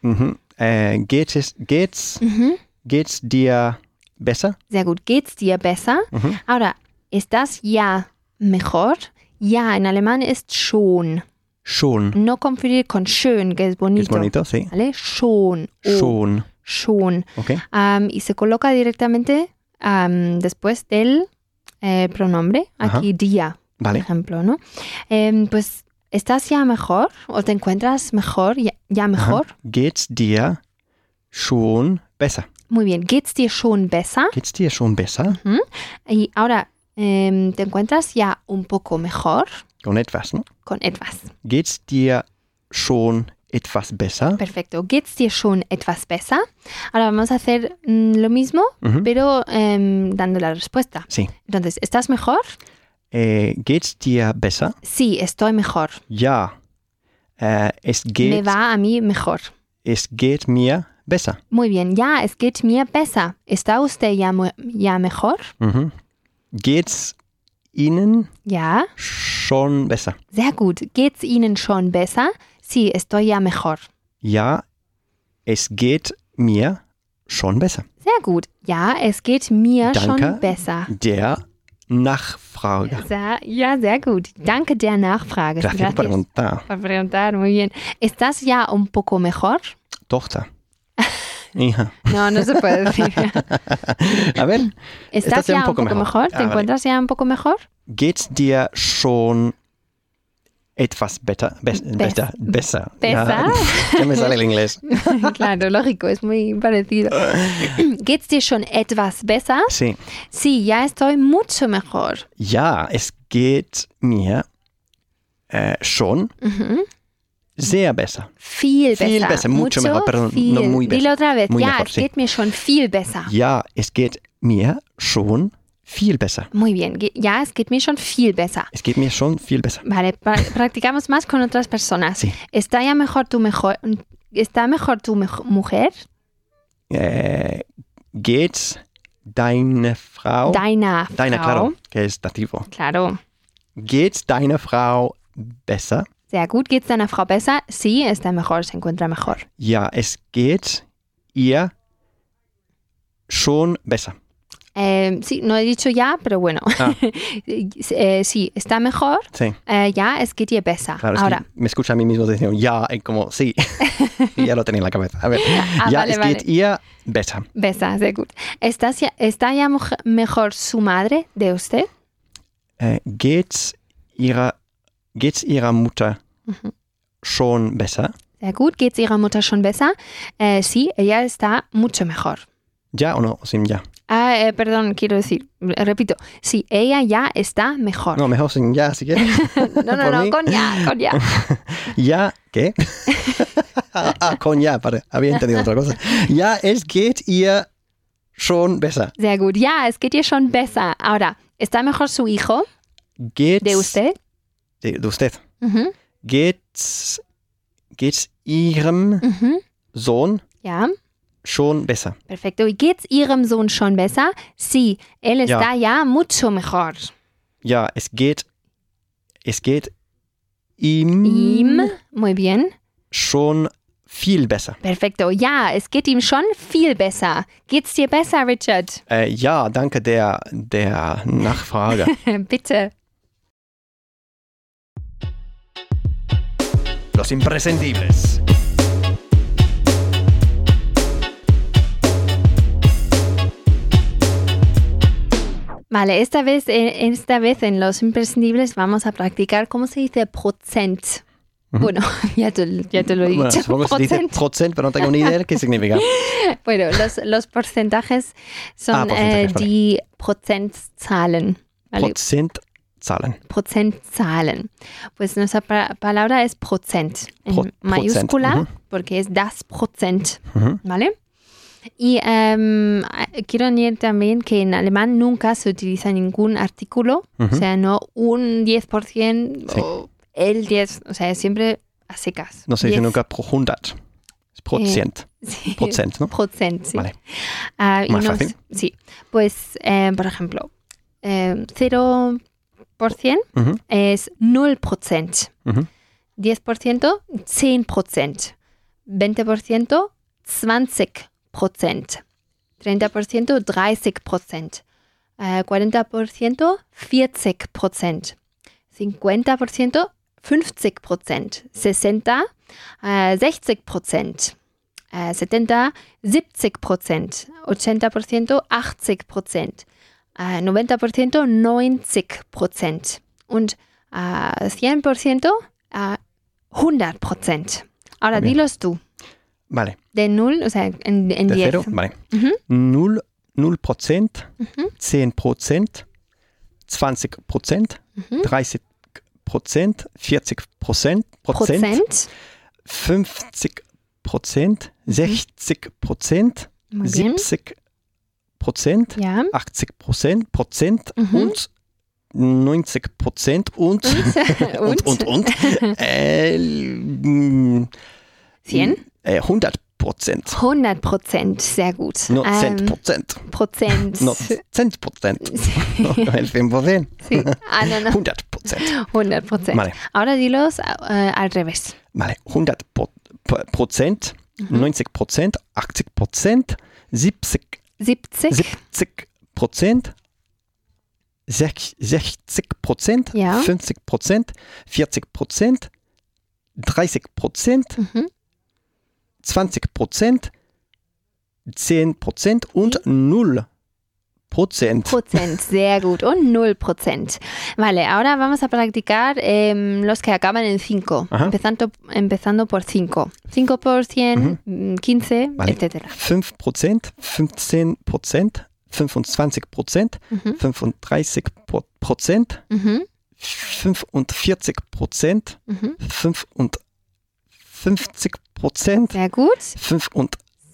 [SPEAKER 2] mhm. äh, geht es, geht's,
[SPEAKER 1] Ujú.
[SPEAKER 2] geht's dir besser?
[SPEAKER 1] Sehr gut. Geht's dir besser?
[SPEAKER 2] Mhm.
[SPEAKER 1] Ahora, ¿estás ya mejor? Ya en alemán es schon.
[SPEAKER 2] Schon.
[SPEAKER 1] No confundir con schön, que es
[SPEAKER 2] Ist
[SPEAKER 1] bonito. Uh.
[SPEAKER 2] bonito, sí.
[SPEAKER 1] ¿Vale? Schon. o
[SPEAKER 2] Schon.
[SPEAKER 1] Schon.
[SPEAKER 2] Okay.
[SPEAKER 1] Am, y se coloca directamente am, después del eh, pronombre.
[SPEAKER 2] Ajá.
[SPEAKER 1] Aquí día, por
[SPEAKER 2] Vale.
[SPEAKER 1] ejemplo, ¿no? Em, pues, ¿estás ya mejor? ¿O te encuentras mejor? ¿Ya, ya mejor?
[SPEAKER 2] Aha. Geht's dir schon besser?
[SPEAKER 1] Muy bien. ¿Geht's dir schon besser?
[SPEAKER 2] Geht's dir schon besser?
[SPEAKER 1] Y ahora, em, ¿te encuentras ya un poco mejor?
[SPEAKER 2] Und etwas, ne?
[SPEAKER 1] Con etwas.
[SPEAKER 2] Geht's dir schon etwas besser?
[SPEAKER 1] Perfecto. Geht's dir schon etwas besser? Ahora vamos a hacer mm, lo mismo,
[SPEAKER 2] Mhm.
[SPEAKER 1] pero em, dando la respuesta.
[SPEAKER 2] Sí.
[SPEAKER 1] Entonces, ¿estás mejor?
[SPEAKER 2] Äh, geht's dir besser?
[SPEAKER 1] Sí, estoy mejor.
[SPEAKER 2] Ja. Äh, es,
[SPEAKER 1] Me
[SPEAKER 2] geht,
[SPEAKER 1] va a mí mejor.
[SPEAKER 2] es geht mir besser.
[SPEAKER 1] Muy bien. Ya, es geht mir besser. ¿Está usted ya, mu- ya mejor?
[SPEAKER 2] Mhm. Geht's Ihnen
[SPEAKER 1] Ja,
[SPEAKER 2] schon besser?
[SPEAKER 1] sehr gut. Geht's Ihnen schon besser? Sí, estoy ya mejor.
[SPEAKER 2] Ja, es geht mir schon besser.
[SPEAKER 1] Sehr gut. Ja, es geht mir
[SPEAKER 2] Danke.
[SPEAKER 1] schon besser.
[SPEAKER 2] Der Nachfrage.
[SPEAKER 1] Sa- Ja, sehr gut. Danke der Nachfrage.
[SPEAKER 2] Gracias por preguntar,
[SPEAKER 1] por preguntar. Muy bien. ¿Estás ya un poco mejor?
[SPEAKER 2] Tochter. Hija.
[SPEAKER 1] No, no se puede decir.
[SPEAKER 2] A ver,
[SPEAKER 1] ¿Estás ya un poco, mejor? ¿Te
[SPEAKER 2] Ah, vale.
[SPEAKER 1] encuentras ya un poco mejor?
[SPEAKER 2] geht's dir schon etwas better, bes-
[SPEAKER 1] Bes-
[SPEAKER 2] better, besser?
[SPEAKER 1] besser?
[SPEAKER 2] Ja, ya me sale el inglés.
[SPEAKER 1] claro, lógico, es muy parecido. ¿Geht's dir schon etwas besser?
[SPEAKER 2] Sí.
[SPEAKER 1] Sí, ya estoy mucho mejor.
[SPEAKER 2] Ja, es geht mir äh, schon
[SPEAKER 1] Ujú.
[SPEAKER 2] sehr besser.
[SPEAKER 1] Viel besser.
[SPEAKER 2] Viel besser, mucho mejor, perdón,
[SPEAKER 1] viel.
[SPEAKER 2] no muy
[SPEAKER 1] Dilo
[SPEAKER 2] besser.
[SPEAKER 1] otra vez.
[SPEAKER 2] Muy
[SPEAKER 1] ya,
[SPEAKER 2] mejor,
[SPEAKER 1] es
[SPEAKER 2] sí.
[SPEAKER 1] geht mir schon viel besser.
[SPEAKER 2] Ja, es geht mir schon viel besser.
[SPEAKER 1] Muy bien. Ge- Ya, es geht mir schon viel besser.
[SPEAKER 2] Es geht mir schon viel besser.
[SPEAKER 1] Vale, pra- practicamos más con otras personas.
[SPEAKER 2] Sí.
[SPEAKER 1] ¿Está ya mejor tu mejor está mejor tu mej- mujer?
[SPEAKER 2] Äh, geht's deine Frau?
[SPEAKER 1] Deiner Frau.
[SPEAKER 2] deine, Oh. claro, que es dativo.
[SPEAKER 1] Claro.
[SPEAKER 2] Geht's deiner Frau besser?
[SPEAKER 1] Sehr gut, geht's deiner Frau besser? Sí, está mejor, se encuentra mejor.
[SPEAKER 2] Ja, es geht ihr schon besser.
[SPEAKER 1] Eh, sí, no he dicho ya, pero bueno.
[SPEAKER 2] Ah.
[SPEAKER 1] Eh, sí, está mejor.
[SPEAKER 2] Sí,
[SPEAKER 1] Eh, ya, es que dir besser.
[SPEAKER 2] claro, es
[SPEAKER 1] Ahora,
[SPEAKER 2] que me escucha a mí mismo diciendo ja, eh, como sí. Y ya lo tenía en la cabeza. A ver,
[SPEAKER 1] Ah,
[SPEAKER 2] ja,
[SPEAKER 1] vale,
[SPEAKER 2] es
[SPEAKER 1] vale.
[SPEAKER 2] geht ihr besser.
[SPEAKER 1] besser, sehr gut. ¿Estás ya- ¿Está ya moj- mejor su madre de usted?
[SPEAKER 2] Äh, geht's ihrer, geht's ihrer Mutter
[SPEAKER 1] Mhm.
[SPEAKER 2] schon besser?
[SPEAKER 1] Sehr gut, geht's ihrer Mutter schon besser? Eh, sí, ella está mucho mejor.
[SPEAKER 2] Ja o no? Sin ja.
[SPEAKER 1] Ah, eh, perdón, quiero decir, repito, sí, ella ya está mejor.
[SPEAKER 2] No, mejor sin ja, si quieres.
[SPEAKER 1] no, no,
[SPEAKER 2] por
[SPEAKER 1] no,
[SPEAKER 2] mí.
[SPEAKER 1] con ya, con ya.
[SPEAKER 2] Ja, ¿qué? ah, con ja, pare, había entendido otra cosa. Ja, es geht ihr schon besser.
[SPEAKER 1] Sehr gut, ya, es geht ihr schon besser. Ahora, ¿está mejor su hijo
[SPEAKER 2] Geht's,
[SPEAKER 1] de usted?
[SPEAKER 2] De, de usted.
[SPEAKER 1] Ujú,
[SPEAKER 2] Geht's, geht's ihrem
[SPEAKER 1] ujú,
[SPEAKER 2] Sohn
[SPEAKER 1] Ya,
[SPEAKER 2] schon besser?
[SPEAKER 1] perfecto. ¿Y geht's ihrem Sohn schon besser? Sí, él
[SPEAKER 2] Ya.
[SPEAKER 1] está ya mucho mejor.
[SPEAKER 2] Ja, es geht, es geht ihm
[SPEAKER 1] Ihm,
[SPEAKER 2] Mm.
[SPEAKER 1] muy bien.
[SPEAKER 2] schon viel besser.
[SPEAKER 1] Perfecto, ya, es geht ihm schon viel besser. Geht's dir besser, Richard?
[SPEAKER 2] Äh, ja, danke der, der Nachfrage.
[SPEAKER 1] Bitte.
[SPEAKER 2] Los imprescindibles.
[SPEAKER 1] Vale, esta vez, eh, esta vez en los imprescindibles vamos a practicar cómo se dice procent.
[SPEAKER 2] Ujú.
[SPEAKER 1] Bueno, ya te, ya te lo he dicho.
[SPEAKER 2] Bueno, supongo que se dice
[SPEAKER 1] Procent.
[SPEAKER 2] Prozent, pero no tengo ni idea de qué significa.
[SPEAKER 1] Bueno, los, los porcentajes
[SPEAKER 2] Ah,
[SPEAKER 1] son
[SPEAKER 2] porcentajes,
[SPEAKER 1] eh,
[SPEAKER 2] vale.
[SPEAKER 1] die Prozentzahlen. ¿vale?
[SPEAKER 2] Prozentzahlen.
[SPEAKER 1] Prozentzahlen. Pues nuestra pa- palabra es Prozent en
[SPEAKER 2] Pro- Prozent,
[SPEAKER 1] mayúscula
[SPEAKER 2] ujú.
[SPEAKER 1] porque es das Prozent,
[SPEAKER 2] Ujú.
[SPEAKER 1] ¿vale? Y em, eh, quiero añadir también que en alemán nunca se utiliza ningún artículo,
[SPEAKER 2] Ujú.
[SPEAKER 1] o sea, no un 10%
[SPEAKER 2] Sí.
[SPEAKER 1] o el 10, o sea, siempre a secas.
[SPEAKER 2] No se dice
[SPEAKER 1] 10,
[SPEAKER 2] nunca pro 100. Es Prozent.
[SPEAKER 1] sí.
[SPEAKER 2] Prozent, ¿no?
[SPEAKER 1] Prozent, sí.
[SPEAKER 2] Vale.
[SPEAKER 1] Ah, y
[SPEAKER 2] Más
[SPEAKER 1] no
[SPEAKER 2] fácil.
[SPEAKER 1] s- Sí. Pues, eh, por ejemplo, eh, 0%
[SPEAKER 2] Ujú,
[SPEAKER 1] es 0%.
[SPEAKER 2] ujú.
[SPEAKER 1] 10%, 10%. 20%, 20%. 30%, 30%. Eh, 40%, 40%. 50%, 50%. 60%, eh, 60%. Eh, 70, 70%. 80%, 80%. Eh, 90%, 90%. Und äh, 100%, äh, 100%. Ahora
[SPEAKER 2] Muy bien.
[SPEAKER 1] dilos tú.
[SPEAKER 2] Vale.
[SPEAKER 1] De 0, o sea, en, en
[SPEAKER 2] De
[SPEAKER 1] 10.
[SPEAKER 2] cero, vale.
[SPEAKER 1] Ujú.
[SPEAKER 2] Null, null Prozent,
[SPEAKER 1] Ujú.
[SPEAKER 2] zehn Prozent, 20 Prozent,
[SPEAKER 1] Mhm.
[SPEAKER 2] 30 Prozent, 40 Prozent, Prozent,
[SPEAKER 1] Prozent.
[SPEAKER 2] 50 Prozent, 60 Prozent,
[SPEAKER 1] Muy bien.
[SPEAKER 2] 70 Prozent,
[SPEAKER 1] Ja.
[SPEAKER 2] 80 Prozent, Prozent
[SPEAKER 1] Mhm.
[SPEAKER 2] und 90 Prozent und und und und, äh, mm,
[SPEAKER 1] Cien.
[SPEAKER 2] äh, 100 Prozent.
[SPEAKER 1] 100 Prozent, sehr gut.
[SPEAKER 2] No,
[SPEAKER 1] Ähm,
[SPEAKER 2] 100 Prozent.
[SPEAKER 1] Prozent.
[SPEAKER 2] No, 100 Prozent. El 100%.
[SPEAKER 1] Sí. Ah, no, no.
[SPEAKER 2] 100 Prozent.
[SPEAKER 1] 100 Prozent.
[SPEAKER 2] Vale.
[SPEAKER 1] Ahora dilos eh, al revés.
[SPEAKER 2] Vale, 100 Pro- Pro- Prozent,
[SPEAKER 1] Mhm.
[SPEAKER 2] 90 Prozent, 80 Prozent, 70,
[SPEAKER 1] 70.
[SPEAKER 2] 70 Prozent, 60 60 Prozent,
[SPEAKER 1] Ja.
[SPEAKER 2] 50 Prozent, 40 Prozent, 30 Prozent,
[SPEAKER 1] Mhm.
[SPEAKER 2] 20 Prozent, 10 Prozent und 0 Prozent.
[SPEAKER 1] Prozent, sehr gut. Und 0 Prozent. Vale, ahora vamos a practicar em, los que acaban en 5.
[SPEAKER 2] Ajá.
[SPEAKER 1] Empezando, empezando por 5. 5 por mm, 100, 15,
[SPEAKER 2] Vale.
[SPEAKER 1] etcétera.
[SPEAKER 2] 5 Prozent, 15 Prozent, 25 Prozent,
[SPEAKER 1] Mhm.
[SPEAKER 2] 35 Pro- Prozent,
[SPEAKER 1] Ujú,
[SPEAKER 2] 45 Prozent,
[SPEAKER 1] ujú.
[SPEAKER 2] 55 Prozent,
[SPEAKER 1] Sehr gut.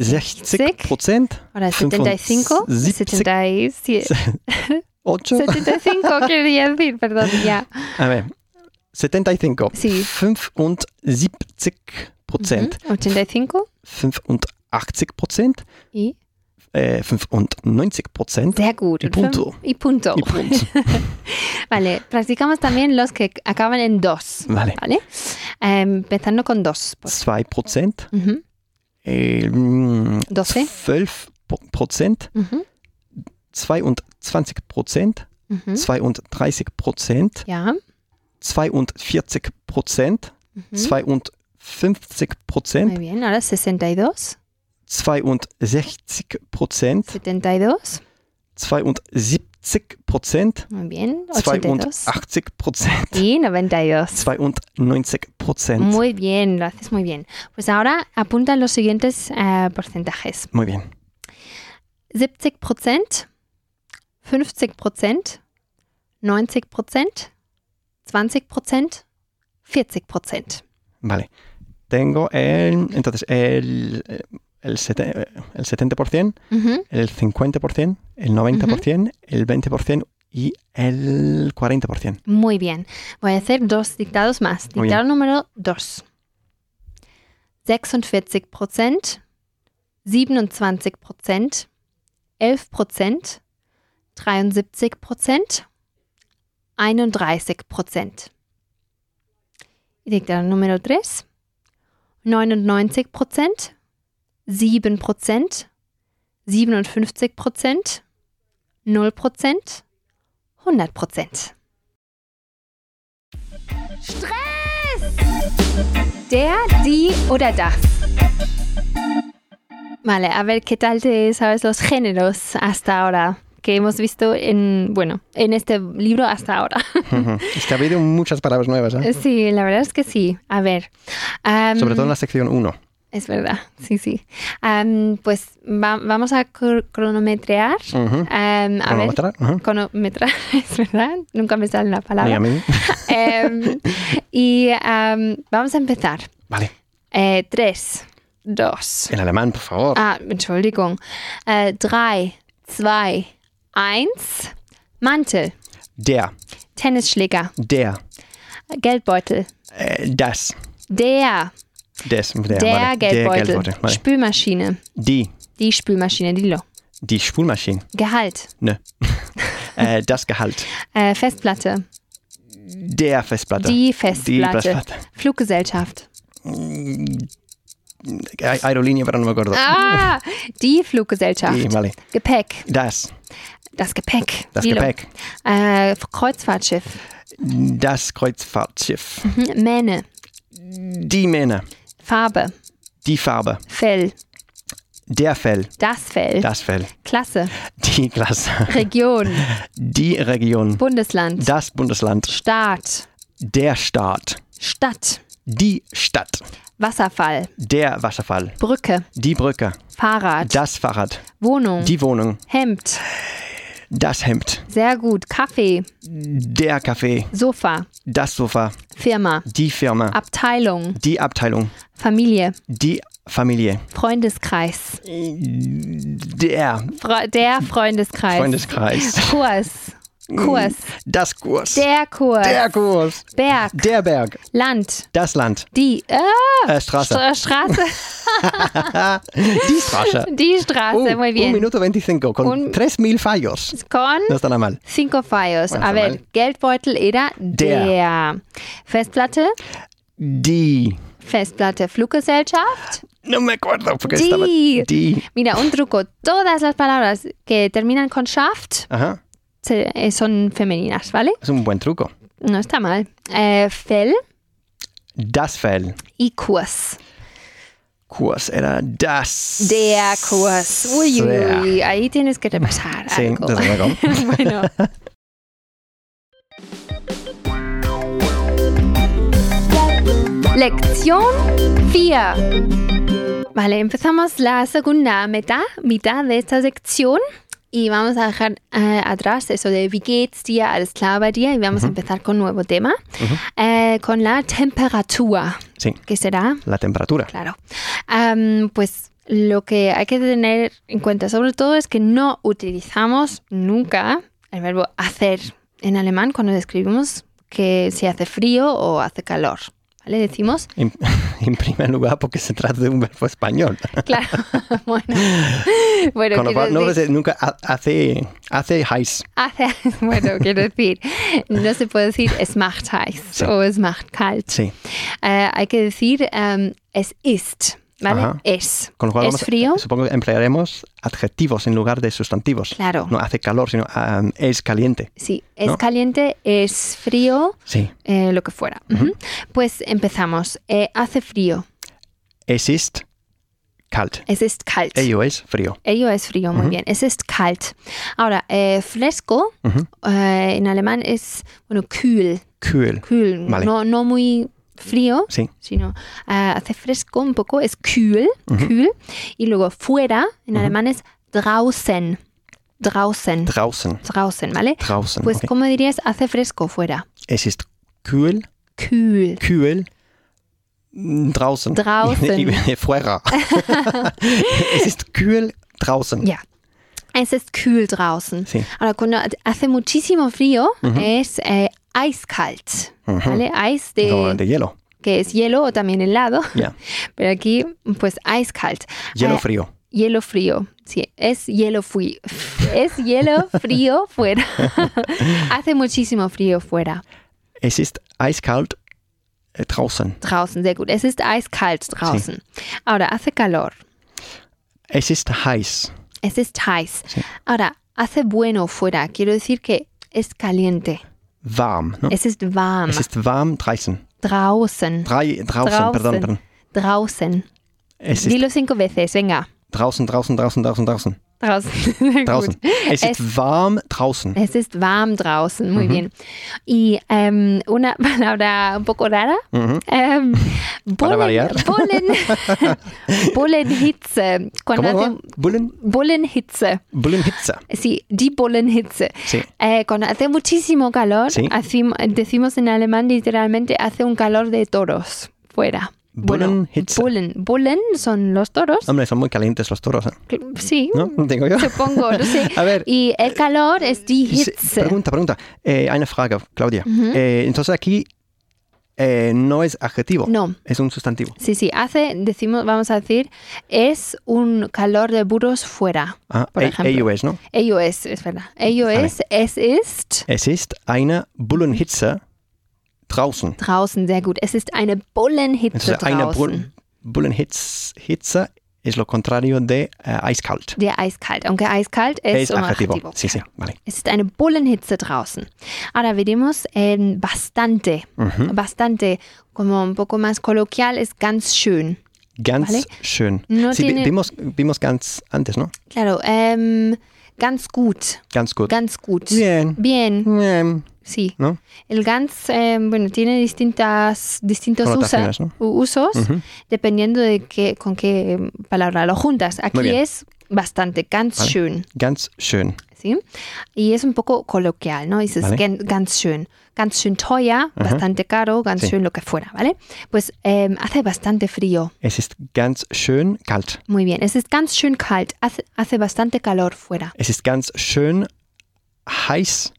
[SPEAKER 2] 65 Prozent,
[SPEAKER 1] Ahora 75.
[SPEAKER 2] 75,
[SPEAKER 1] 77.
[SPEAKER 2] 8,
[SPEAKER 1] 75 quería decir, perdón, ya.
[SPEAKER 2] a ver, 75,
[SPEAKER 1] Sí.
[SPEAKER 2] 75 Prozent.
[SPEAKER 1] Ujú, 85
[SPEAKER 2] 85 Prozent,
[SPEAKER 1] y
[SPEAKER 2] äh, 95 Prozent.
[SPEAKER 1] Sehr gut.
[SPEAKER 2] Y
[SPEAKER 1] Und fünf-
[SPEAKER 2] punto.
[SPEAKER 1] Y punto.
[SPEAKER 2] Y punto.
[SPEAKER 1] Vale, practicamos también los que acaban en dos.
[SPEAKER 2] Vale.
[SPEAKER 1] ¿Vale? Eh, empezando con dos. por-
[SPEAKER 2] 2 Prozent,
[SPEAKER 1] Ujú,
[SPEAKER 2] ähm,
[SPEAKER 1] Doce.
[SPEAKER 2] 12 Pro- Prozent,
[SPEAKER 1] ujú,
[SPEAKER 2] 22 Prozent,
[SPEAKER 1] ujú.
[SPEAKER 2] 32 Prozent,
[SPEAKER 1] Ja.
[SPEAKER 2] 42 Prozent,
[SPEAKER 1] ujú.
[SPEAKER 2] 52
[SPEAKER 1] Muy
[SPEAKER 2] Prozent,
[SPEAKER 1] bien, ahora 62,
[SPEAKER 2] 62 Prozent,
[SPEAKER 1] 72.
[SPEAKER 2] 72 Prozent,
[SPEAKER 1] Muy bien, 82.
[SPEAKER 2] 82 Prozent,
[SPEAKER 1] Y 92.
[SPEAKER 2] 92 Prozent.
[SPEAKER 1] Muy bien, lo haces muy bien. Pues ahora apunta los siguientes eh, porcentajes.
[SPEAKER 2] Muy bien.
[SPEAKER 1] 70%, 50%, 90%, 20%, 40%.
[SPEAKER 2] Vale. Tengo el. Entonces, el, el, sete- el 70%,
[SPEAKER 1] Ujú,
[SPEAKER 2] el 50%, el 90%, el 20% y el 40%.
[SPEAKER 1] Muy bien. Voy a hacer dos dictados más.
[SPEAKER 2] Muy bien.
[SPEAKER 1] Dictado número 2. 46%, 27%, 11%, 73%, 31%. Y dictado número 3. 99 Prozent, 7 Prozent, 57 Prozent, 0 Prozent, 100 Prozent. Stress! Der, die oder das. Vale, a ver qué tal te sabes los géneros hasta ahora que hemos visto en, bueno, en este libro hasta ahora.
[SPEAKER 2] Ujú. es que ha habido muchas palabras nuevas, ¿eh?
[SPEAKER 1] Sí, la verdad es que sí. A ver. am,
[SPEAKER 2] Sobre todo en la sección 1.
[SPEAKER 1] Es verdad, sí, sí. Am, pues va- vamos a cr- cronometrear. Am, a ver,
[SPEAKER 2] otra? Ujú.
[SPEAKER 1] cronometrar, es verdad, nunca me sale la
[SPEAKER 2] Ni
[SPEAKER 1] palabra.
[SPEAKER 2] a mí.
[SPEAKER 1] Em, y am, vamos a empezar.
[SPEAKER 2] Vale.
[SPEAKER 1] Eh, tres, dos.
[SPEAKER 2] En alemán, por favor.
[SPEAKER 1] Ah, Entschuldigung. Eh, drei, zwei, eins. Mantel,
[SPEAKER 2] Der,
[SPEAKER 1] Tennisschläger,
[SPEAKER 2] der,
[SPEAKER 1] Geldbeutel,
[SPEAKER 2] äh, das,
[SPEAKER 1] der,
[SPEAKER 2] des, der,
[SPEAKER 1] der
[SPEAKER 2] vale.
[SPEAKER 1] Geldbeutel,
[SPEAKER 2] der Geldbeutel. Vale.
[SPEAKER 1] Spülmaschine,
[SPEAKER 2] Die,
[SPEAKER 1] die Spülmaschine, die Lo.
[SPEAKER 2] die Spulmaschine.
[SPEAKER 1] Gehalt,
[SPEAKER 2] Ne. äh, das Gehalt.
[SPEAKER 1] äh, Festplatte,
[SPEAKER 2] Der Festplatte.
[SPEAKER 1] Die
[SPEAKER 2] Die
[SPEAKER 1] Festplatte.
[SPEAKER 2] Festplatte.
[SPEAKER 1] Fluggesellschaft.
[SPEAKER 2] Ai- Aerolínea, pero no me acuerdo.
[SPEAKER 1] Ah, die Fluggesellschaft.
[SPEAKER 2] Sí, vale.
[SPEAKER 1] Gepäck.
[SPEAKER 2] Das,
[SPEAKER 1] Das Gepäck.
[SPEAKER 2] das
[SPEAKER 1] Dilo.
[SPEAKER 2] Gepäck.
[SPEAKER 1] Äh, Kreuzfahrtschiff.
[SPEAKER 2] Das Kreuzfahrtschiff.
[SPEAKER 1] Mhm. Mähne.
[SPEAKER 2] Die Männer.
[SPEAKER 1] Farbe.
[SPEAKER 2] Die Farbe.
[SPEAKER 1] Fell.
[SPEAKER 2] Der Fell.
[SPEAKER 1] Das Fell.
[SPEAKER 2] Das Fell.
[SPEAKER 1] Klasse.
[SPEAKER 2] Die Klasse.
[SPEAKER 1] Region.
[SPEAKER 2] Die Region.
[SPEAKER 1] Bundesland.
[SPEAKER 2] Das Bundesland.
[SPEAKER 1] Staat.
[SPEAKER 2] Der Staat.
[SPEAKER 1] Stadt.
[SPEAKER 2] Die Stadt.
[SPEAKER 1] Wasserfall.
[SPEAKER 2] Der Wasserfall.
[SPEAKER 1] Brücke.
[SPEAKER 2] Die Brücke.
[SPEAKER 1] Fahrrad.
[SPEAKER 2] Das Fahrrad.
[SPEAKER 1] Wohnung.
[SPEAKER 2] Die Wohnung.
[SPEAKER 1] Hemd.
[SPEAKER 2] Das Hemd.
[SPEAKER 1] Sehr gut. Kaffee.
[SPEAKER 2] Der Kaffee.
[SPEAKER 1] Sofa.
[SPEAKER 2] Das Sofa.
[SPEAKER 1] Firma.
[SPEAKER 2] Die Firma.
[SPEAKER 1] Abteilung.
[SPEAKER 2] Die Abteilung.
[SPEAKER 1] Familie.
[SPEAKER 2] Die Familie.
[SPEAKER 1] Freundeskreis.
[SPEAKER 2] Der
[SPEAKER 1] Fre der Freundeskreis.
[SPEAKER 2] Freundeskreis.
[SPEAKER 1] Kurs. Kurs.
[SPEAKER 2] Das Kurs.
[SPEAKER 1] Der Kurs.
[SPEAKER 2] Mm. Der Kurs.
[SPEAKER 1] Berg.
[SPEAKER 2] Der Berg.
[SPEAKER 1] Land.
[SPEAKER 2] Das Land.
[SPEAKER 1] Die äh,
[SPEAKER 2] Äh, Straße.
[SPEAKER 1] Stra- Straße.
[SPEAKER 2] Die Straße.
[SPEAKER 1] Die Straße.
[SPEAKER 2] Uh,
[SPEAKER 1] Muy
[SPEAKER 2] Un
[SPEAKER 1] bien.
[SPEAKER 2] minuto 25 con
[SPEAKER 1] Un-
[SPEAKER 2] 3.000 fallos.
[SPEAKER 1] Con
[SPEAKER 2] No está nada mal.
[SPEAKER 1] cinco fallos.
[SPEAKER 2] Bueno,
[SPEAKER 1] A
[SPEAKER 2] está
[SPEAKER 1] ver,
[SPEAKER 2] mal.
[SPEAKER 1] Geldbeutel era
[SPEAKER 2] Der.
[SPEAKER 1] der. Festplatte.
[SPEAKER 2] Die.
[SPEAKER 1] Festplatte. Fluggesellschaft.
[SPEAKER 2] No me acuerdo porque
[SPEAKER 1] Die.
[SPEAKER 2] estaba. Die.
[SPEAKER 1] Mira, un truco. Todas las palabras que terminan con shaft
[SPEAKER 2] Ajá.
[SPEAKER 1] se- eh, son femeninas, ¿vale?
[SPEAKER 2] Es un buen truco.
[SPEAKER 1] No está mal. Eh, Fell
[SPEAKER 2] Das Fell.
[SPEAKER 1] y Kurs.
[SPEAKER 2] Kurs era das.
[SPEAKER 1] Der Kurs. Uy, uy,
[SPEAKER 2] Sehr.
[SPEAKER 1] uy. Ahí tienes que repasar
[SPEAKER 2] Sí,
[SPEAKER 1] algo.
[SPEAKER 2] desde luego.
[SPEAKER 1] bueno. Lección 4. Vale, empezamos la segunda mitad, mitad de esta sección y vamos a dejar eh, atrás eso de wie geht's dir, alles klar bei dir y vamos a empezar con nuevo tema, eh, con la temperatura,
[SPEAKER 2] Sí,
[SPEAKER 1] que será
[SPEAKER 2] la temperatura.
[SPEAKER 1] Claro. Am, pues lo que hay que tener en cuenta sobre todo es que no utilizamos nunca el verbo hacer en alemán cuando describimos que si hace frío o hace calor. ¿Vale? Decimos,
[SPEAKER 2] En, en primer lugar, porque se trata de un verbo español.
[SPEAKER 1] claro, bueno. bueno
[SPEAKER 2] Con
[SPEAKER 1] quiero
[SPEAKER 2] lo cual, no
[SPEAKER 1] decir-
[SPEAKER 2] se- nunca ha- hace, hace heiß.
[SPEAKER 1] hace- bueno, quiero decir, no se puede decir es macht heiß
[SPEAKER 2] Sí.
[SPEAKER 1] o es macht kalt.
[SPEAKER 2] Sí.
[SPEAKER 1] Eh, hay que decir em, es ist, ¿vale?
[SPEAKER 2] Ajá.
[SPEAKER 1] Es.
[SPEAKER 2] Con lo cual,
[SPEAKER 1] ¿Es
[SPEAKER 2] vamos a-
[SPEAKER 1] frío?
[SPEAKER 2] supongo que emplearemos adjetivos en lugar de sustantivos.
[SPEAKER 1] Claro.
[SPEAKER 2] No hace calor, sino um, es caliente.
[SPEAKER 1] Sí, es
[SPEAKER 2] ¿No?
[SPEAKER 1] caliente, es frío,
[SPEAKER 2] Sí.
[SPEAKER 1] eh, lo que fuera. Ujú. Pues empezamos. Eh, hace frío.
[SPEAKER 2] Es ist kalt.
[SPEAKER 1] Es ist kalt.
[SPEAKER 2] Ello es frío.
[SPEAKER 1] Ello es frío, muy
[SPEAKER 2] Ujú.
[SPEAKER 1] bien. Es ist kalt. Ahora, eh, fresco
[SPEAKER 2] Ujú.
[SPEAKER 1] eh, en alemán es, bueno, kühl.
[SPEAKER 2] Kühl.
[SPEAKER 1] Kühl.
[SPEAKER 2] Vale.
[SPEAKER 1] No, no muy frío,
[SPEAKER 2] Sí.
[SPEAKER 1] sino eh, hace fresco un poco, es kühl. kühl. Y luego fuera en alemán es draußen. Draußen.
[SPEAKER 2] Draußen.
[SPEAKER 1] draußen, ¿vale?
[SPEAKER 2] Draußen.
[SPEAKER 1] Pues,
[SPEAKER 2] ok.
[SPEAKER 1] ¿cómo dirías hace fresco fuera?
[SPEAKER 2] Es ist kühl.
[SPEAKER 1] Kühl.
[SPEAKER 2] Kühl. mm, Draußen.
[SPEAKER 1] Draußen.
[SPEAKER 2] Fuera. es ist kühl draußen.
[SPEAKER 1] Ya. Es ist kühl draußen.
[SPEAKER 2] Sí.
[SPEAKER 1] Ahora, cuando hace muchísimo frío, es eh, eiskalt. ¿Vale? Eis de,
[SPEAKER 2] Como de hielo.
[SPEAKER 1] que es hielo o también helado.
[SPEAKER 2] Ya.
[SPEAKER 1] Pero aquí, pues, eiskalt.
[SPEAKER 2] Hielo
[SPEAKER 1] Eh,
[SPEAKER 2] frío.
[SPEAKER 1] hielo frío. Sí, es hielo frío. Es hielo frío fuera. hace muchísimo frío fuera.
[SPEAKER 2] Es ist eiskalt eh, draußen.
[SPEAKER 1] Draußen, sehr gut. Es ist eiskalt draußen. Ahora, hace calor.
[SPEAKER 2] Es ist heiß.
[SPEAKER 1] Es ist heiß. Ahora, hace bueno fuera. Quiero decir que es caliente.
[SPEAKER 2] Warm. Ne?
[SPEAKER 1] Es ist warm.
[SPEAKER 2] Es ist warm draußen.
[SPEAKER 1] Draußen.
[SPEAKER 2] Drei, draußen, Perdón, perdón.
[SPEAKER 1] Draußen.
[SPEAKER 2] Es ist
[SPEAKER 1] Dilo cinco veces, venga.
[SPEAKER 2] draußen, draußen, draußen, draußen, draußen.
[SPEAKER 1] Draußen. Gut.
[SPEAKER 2] Draußen. Es ist warm draußen.
[SPEAKER 1] Es ist warm draußen, muy bien. Y em, una palabra un poco rara. Em,
[SPEAKER 2] Para variar.
[SPEAKER 1] Bullen, Bullenhitze. Cuando
[SPEAKER 2] ¿Cómo
[SPEAKER 1] hace
[SPEAKER 2] va? Bullen,
[SPEAKER 1] Bullenhitze.
[SPEAKER 2] Bullenhitze.
[SPEAKER 1] Sí, die Bullenhitze.
[SPEAKER 2] Sí.
[SPEAKER 1] Eh, cuando hace muchísimo calor,
[SPEAKER 2] Sí.
[SPEAKER 1] hacim- decimos en alemán literalmente hace un calor de toros fuera.
[SPEAKER 2] Bullenhitze.
[SPEAKER 1] Bullen, bullen son los toros.
[SPEAKER 2] Hombre, son muy calientes los toros, ¿eh?
[SPEAKER 1] Cl- Sí,
[SPEAKER 2] ¿no? Digo yo.
[SPEAKER 1] supongo, no sé.
[SPEAKER 2] A ver.
[SPEAKER 1] Y el calor es die
[SPEAKER 2] Sí,
[SPEAKER 1] Hitze.
[SPEAKER 2] Pregunta, pregunta. Eh, una Frage, Claudia. Eh, entonces aquí eh, no es adjetivo.
[SPEAKER 1] No.
[SPEAKER 2] Es un sustantivo.
[SPEAKER 1] Sí, sí, hace, decimos, vamos a decir, es un calor de buros fuera,
[SPEAKER 2] Ah,
[SPEAKER 1] por
[SPEAKER 2] e-
[SPEAKER 1] ejemplo.
[SPEAKER 2] ello es, ¿no?
[SPEAKER 1] Ello es, es verdad. Ello
[SPEAKER 2] Vale.
[SPEAKER 1] es, es ist
[SPEAKER 2] Es ist eine Bullenhitze draußen.
[SPEAKER 1] draußen, sehr gut. Es ist eine Bullenhitze
[SPEAKER 2] Entonces, eine
[SPEAKER 1] draußen.
[SPEAKER 2] Bull- Bullenhitz- Hitze es lo contrario de eh, eiskalt.
[SPEAKER 1] Der eiskalt, aunque eiskalt es,
[SPEAKER 2] Es
[SPEAKER 1] un
[SPEAKER 2] adjetivo.
[SPEAKER 1] adjetivo.
[SPEAKER 2] Sí, sí, vale.
[SPEAKER 1] Es ist eine Bullenhitze draußen. Ahora veremos en bastante. Bastante, como un poco más coloquial, es ganz schön.
[SPEAKER 2] Ganz
[SPEAKER 1] Vale.
[SPEAKER 2] schön.
[SPEAKER 1] No
[SPEAKER 2] sí, vi-
[SPEAKER 1] tiene-
[SPEAKER 2] vimos, vimos ganz antes, ¿no?
[SPEAKER 1] Claro, ähm, ganz gut.
[SPEAKER 2] Ganz gut.
[SPEAKER 1] Ganz gut.
[SPEAKER 2] Bien.
[SPEAKER 1] Bien,
[SPEAKER 2] Bien.
[SPEAKER 1] sí.
[SPEAKER 2] ¿No?
[SPEAKER 1] El ganz, eh, bueno, tiene distintas, distintos usa-
[SPEAKER 2] Connotaciones, ¿no?
[SPEAKER 1] u- usos dependiendo de qué, con qué eh, palabra lo juntas. Aquí
[SPEAKER 2] bien.
[SPEAKER 1] es bastante, ganz
[SPEAKER 2] Vale.
[SPEAKER 1] schön,
[SPEAKER 2] Ganz schön.
[SPEAKER 1] ¿sí? Y es un poco coloquial, ¿no? Dices
[SPEAKER 2] Vale.
[SPEAKER 1] "Gan- ganz schön, ganz schön teuer, bastante caro, ganz
[SPEAKER 2] Sí.
[SPEAKER 1] schön lo que fuera, ¿vale? Pues eh, hace bastante frío,
[SPEAKER 2] Es ist ganz schön kalt.
[SPEAKER 1] muy bien. Es ist ganz schön kalt, hace, hace bastante calor fuera.
[SPEAKER 2] Es ist ganz schön heiß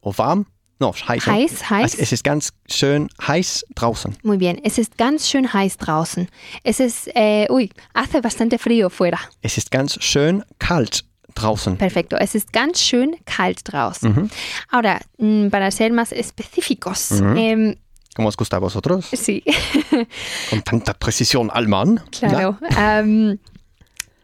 [SPEAKER 2] o warm. No, heiß. ne?
[SPEAKER 1] Heiß, heiß.
[SPEAKER 2] Es, es ist ganz schön heiß draußen.
[SPEAKER 1] Muy bien, es ist ganz schön heiß draußen. Es ist, eh, uy, hace bastante frío fuera.
[SPEAKER 2] Es ist ganz schön kalt draußen.
[SPEAKER 1] Perfecto, es ist ganz schön kalt draußen.
[SPEAKER 2] Mhm.
[SPEAKER 1] Ahora, mm, para ser más específicos,
[SPEAKER 2] Mhm.
[SPEAKER 1] em,
[SPEAKER 2] ¿Cómo os gusta a vosotros?
[SPEAKER 1] sí,
[SPEAKER 2] Con tanta precisión alemán. ¿ya?
[SPEAKER 1] claro. am,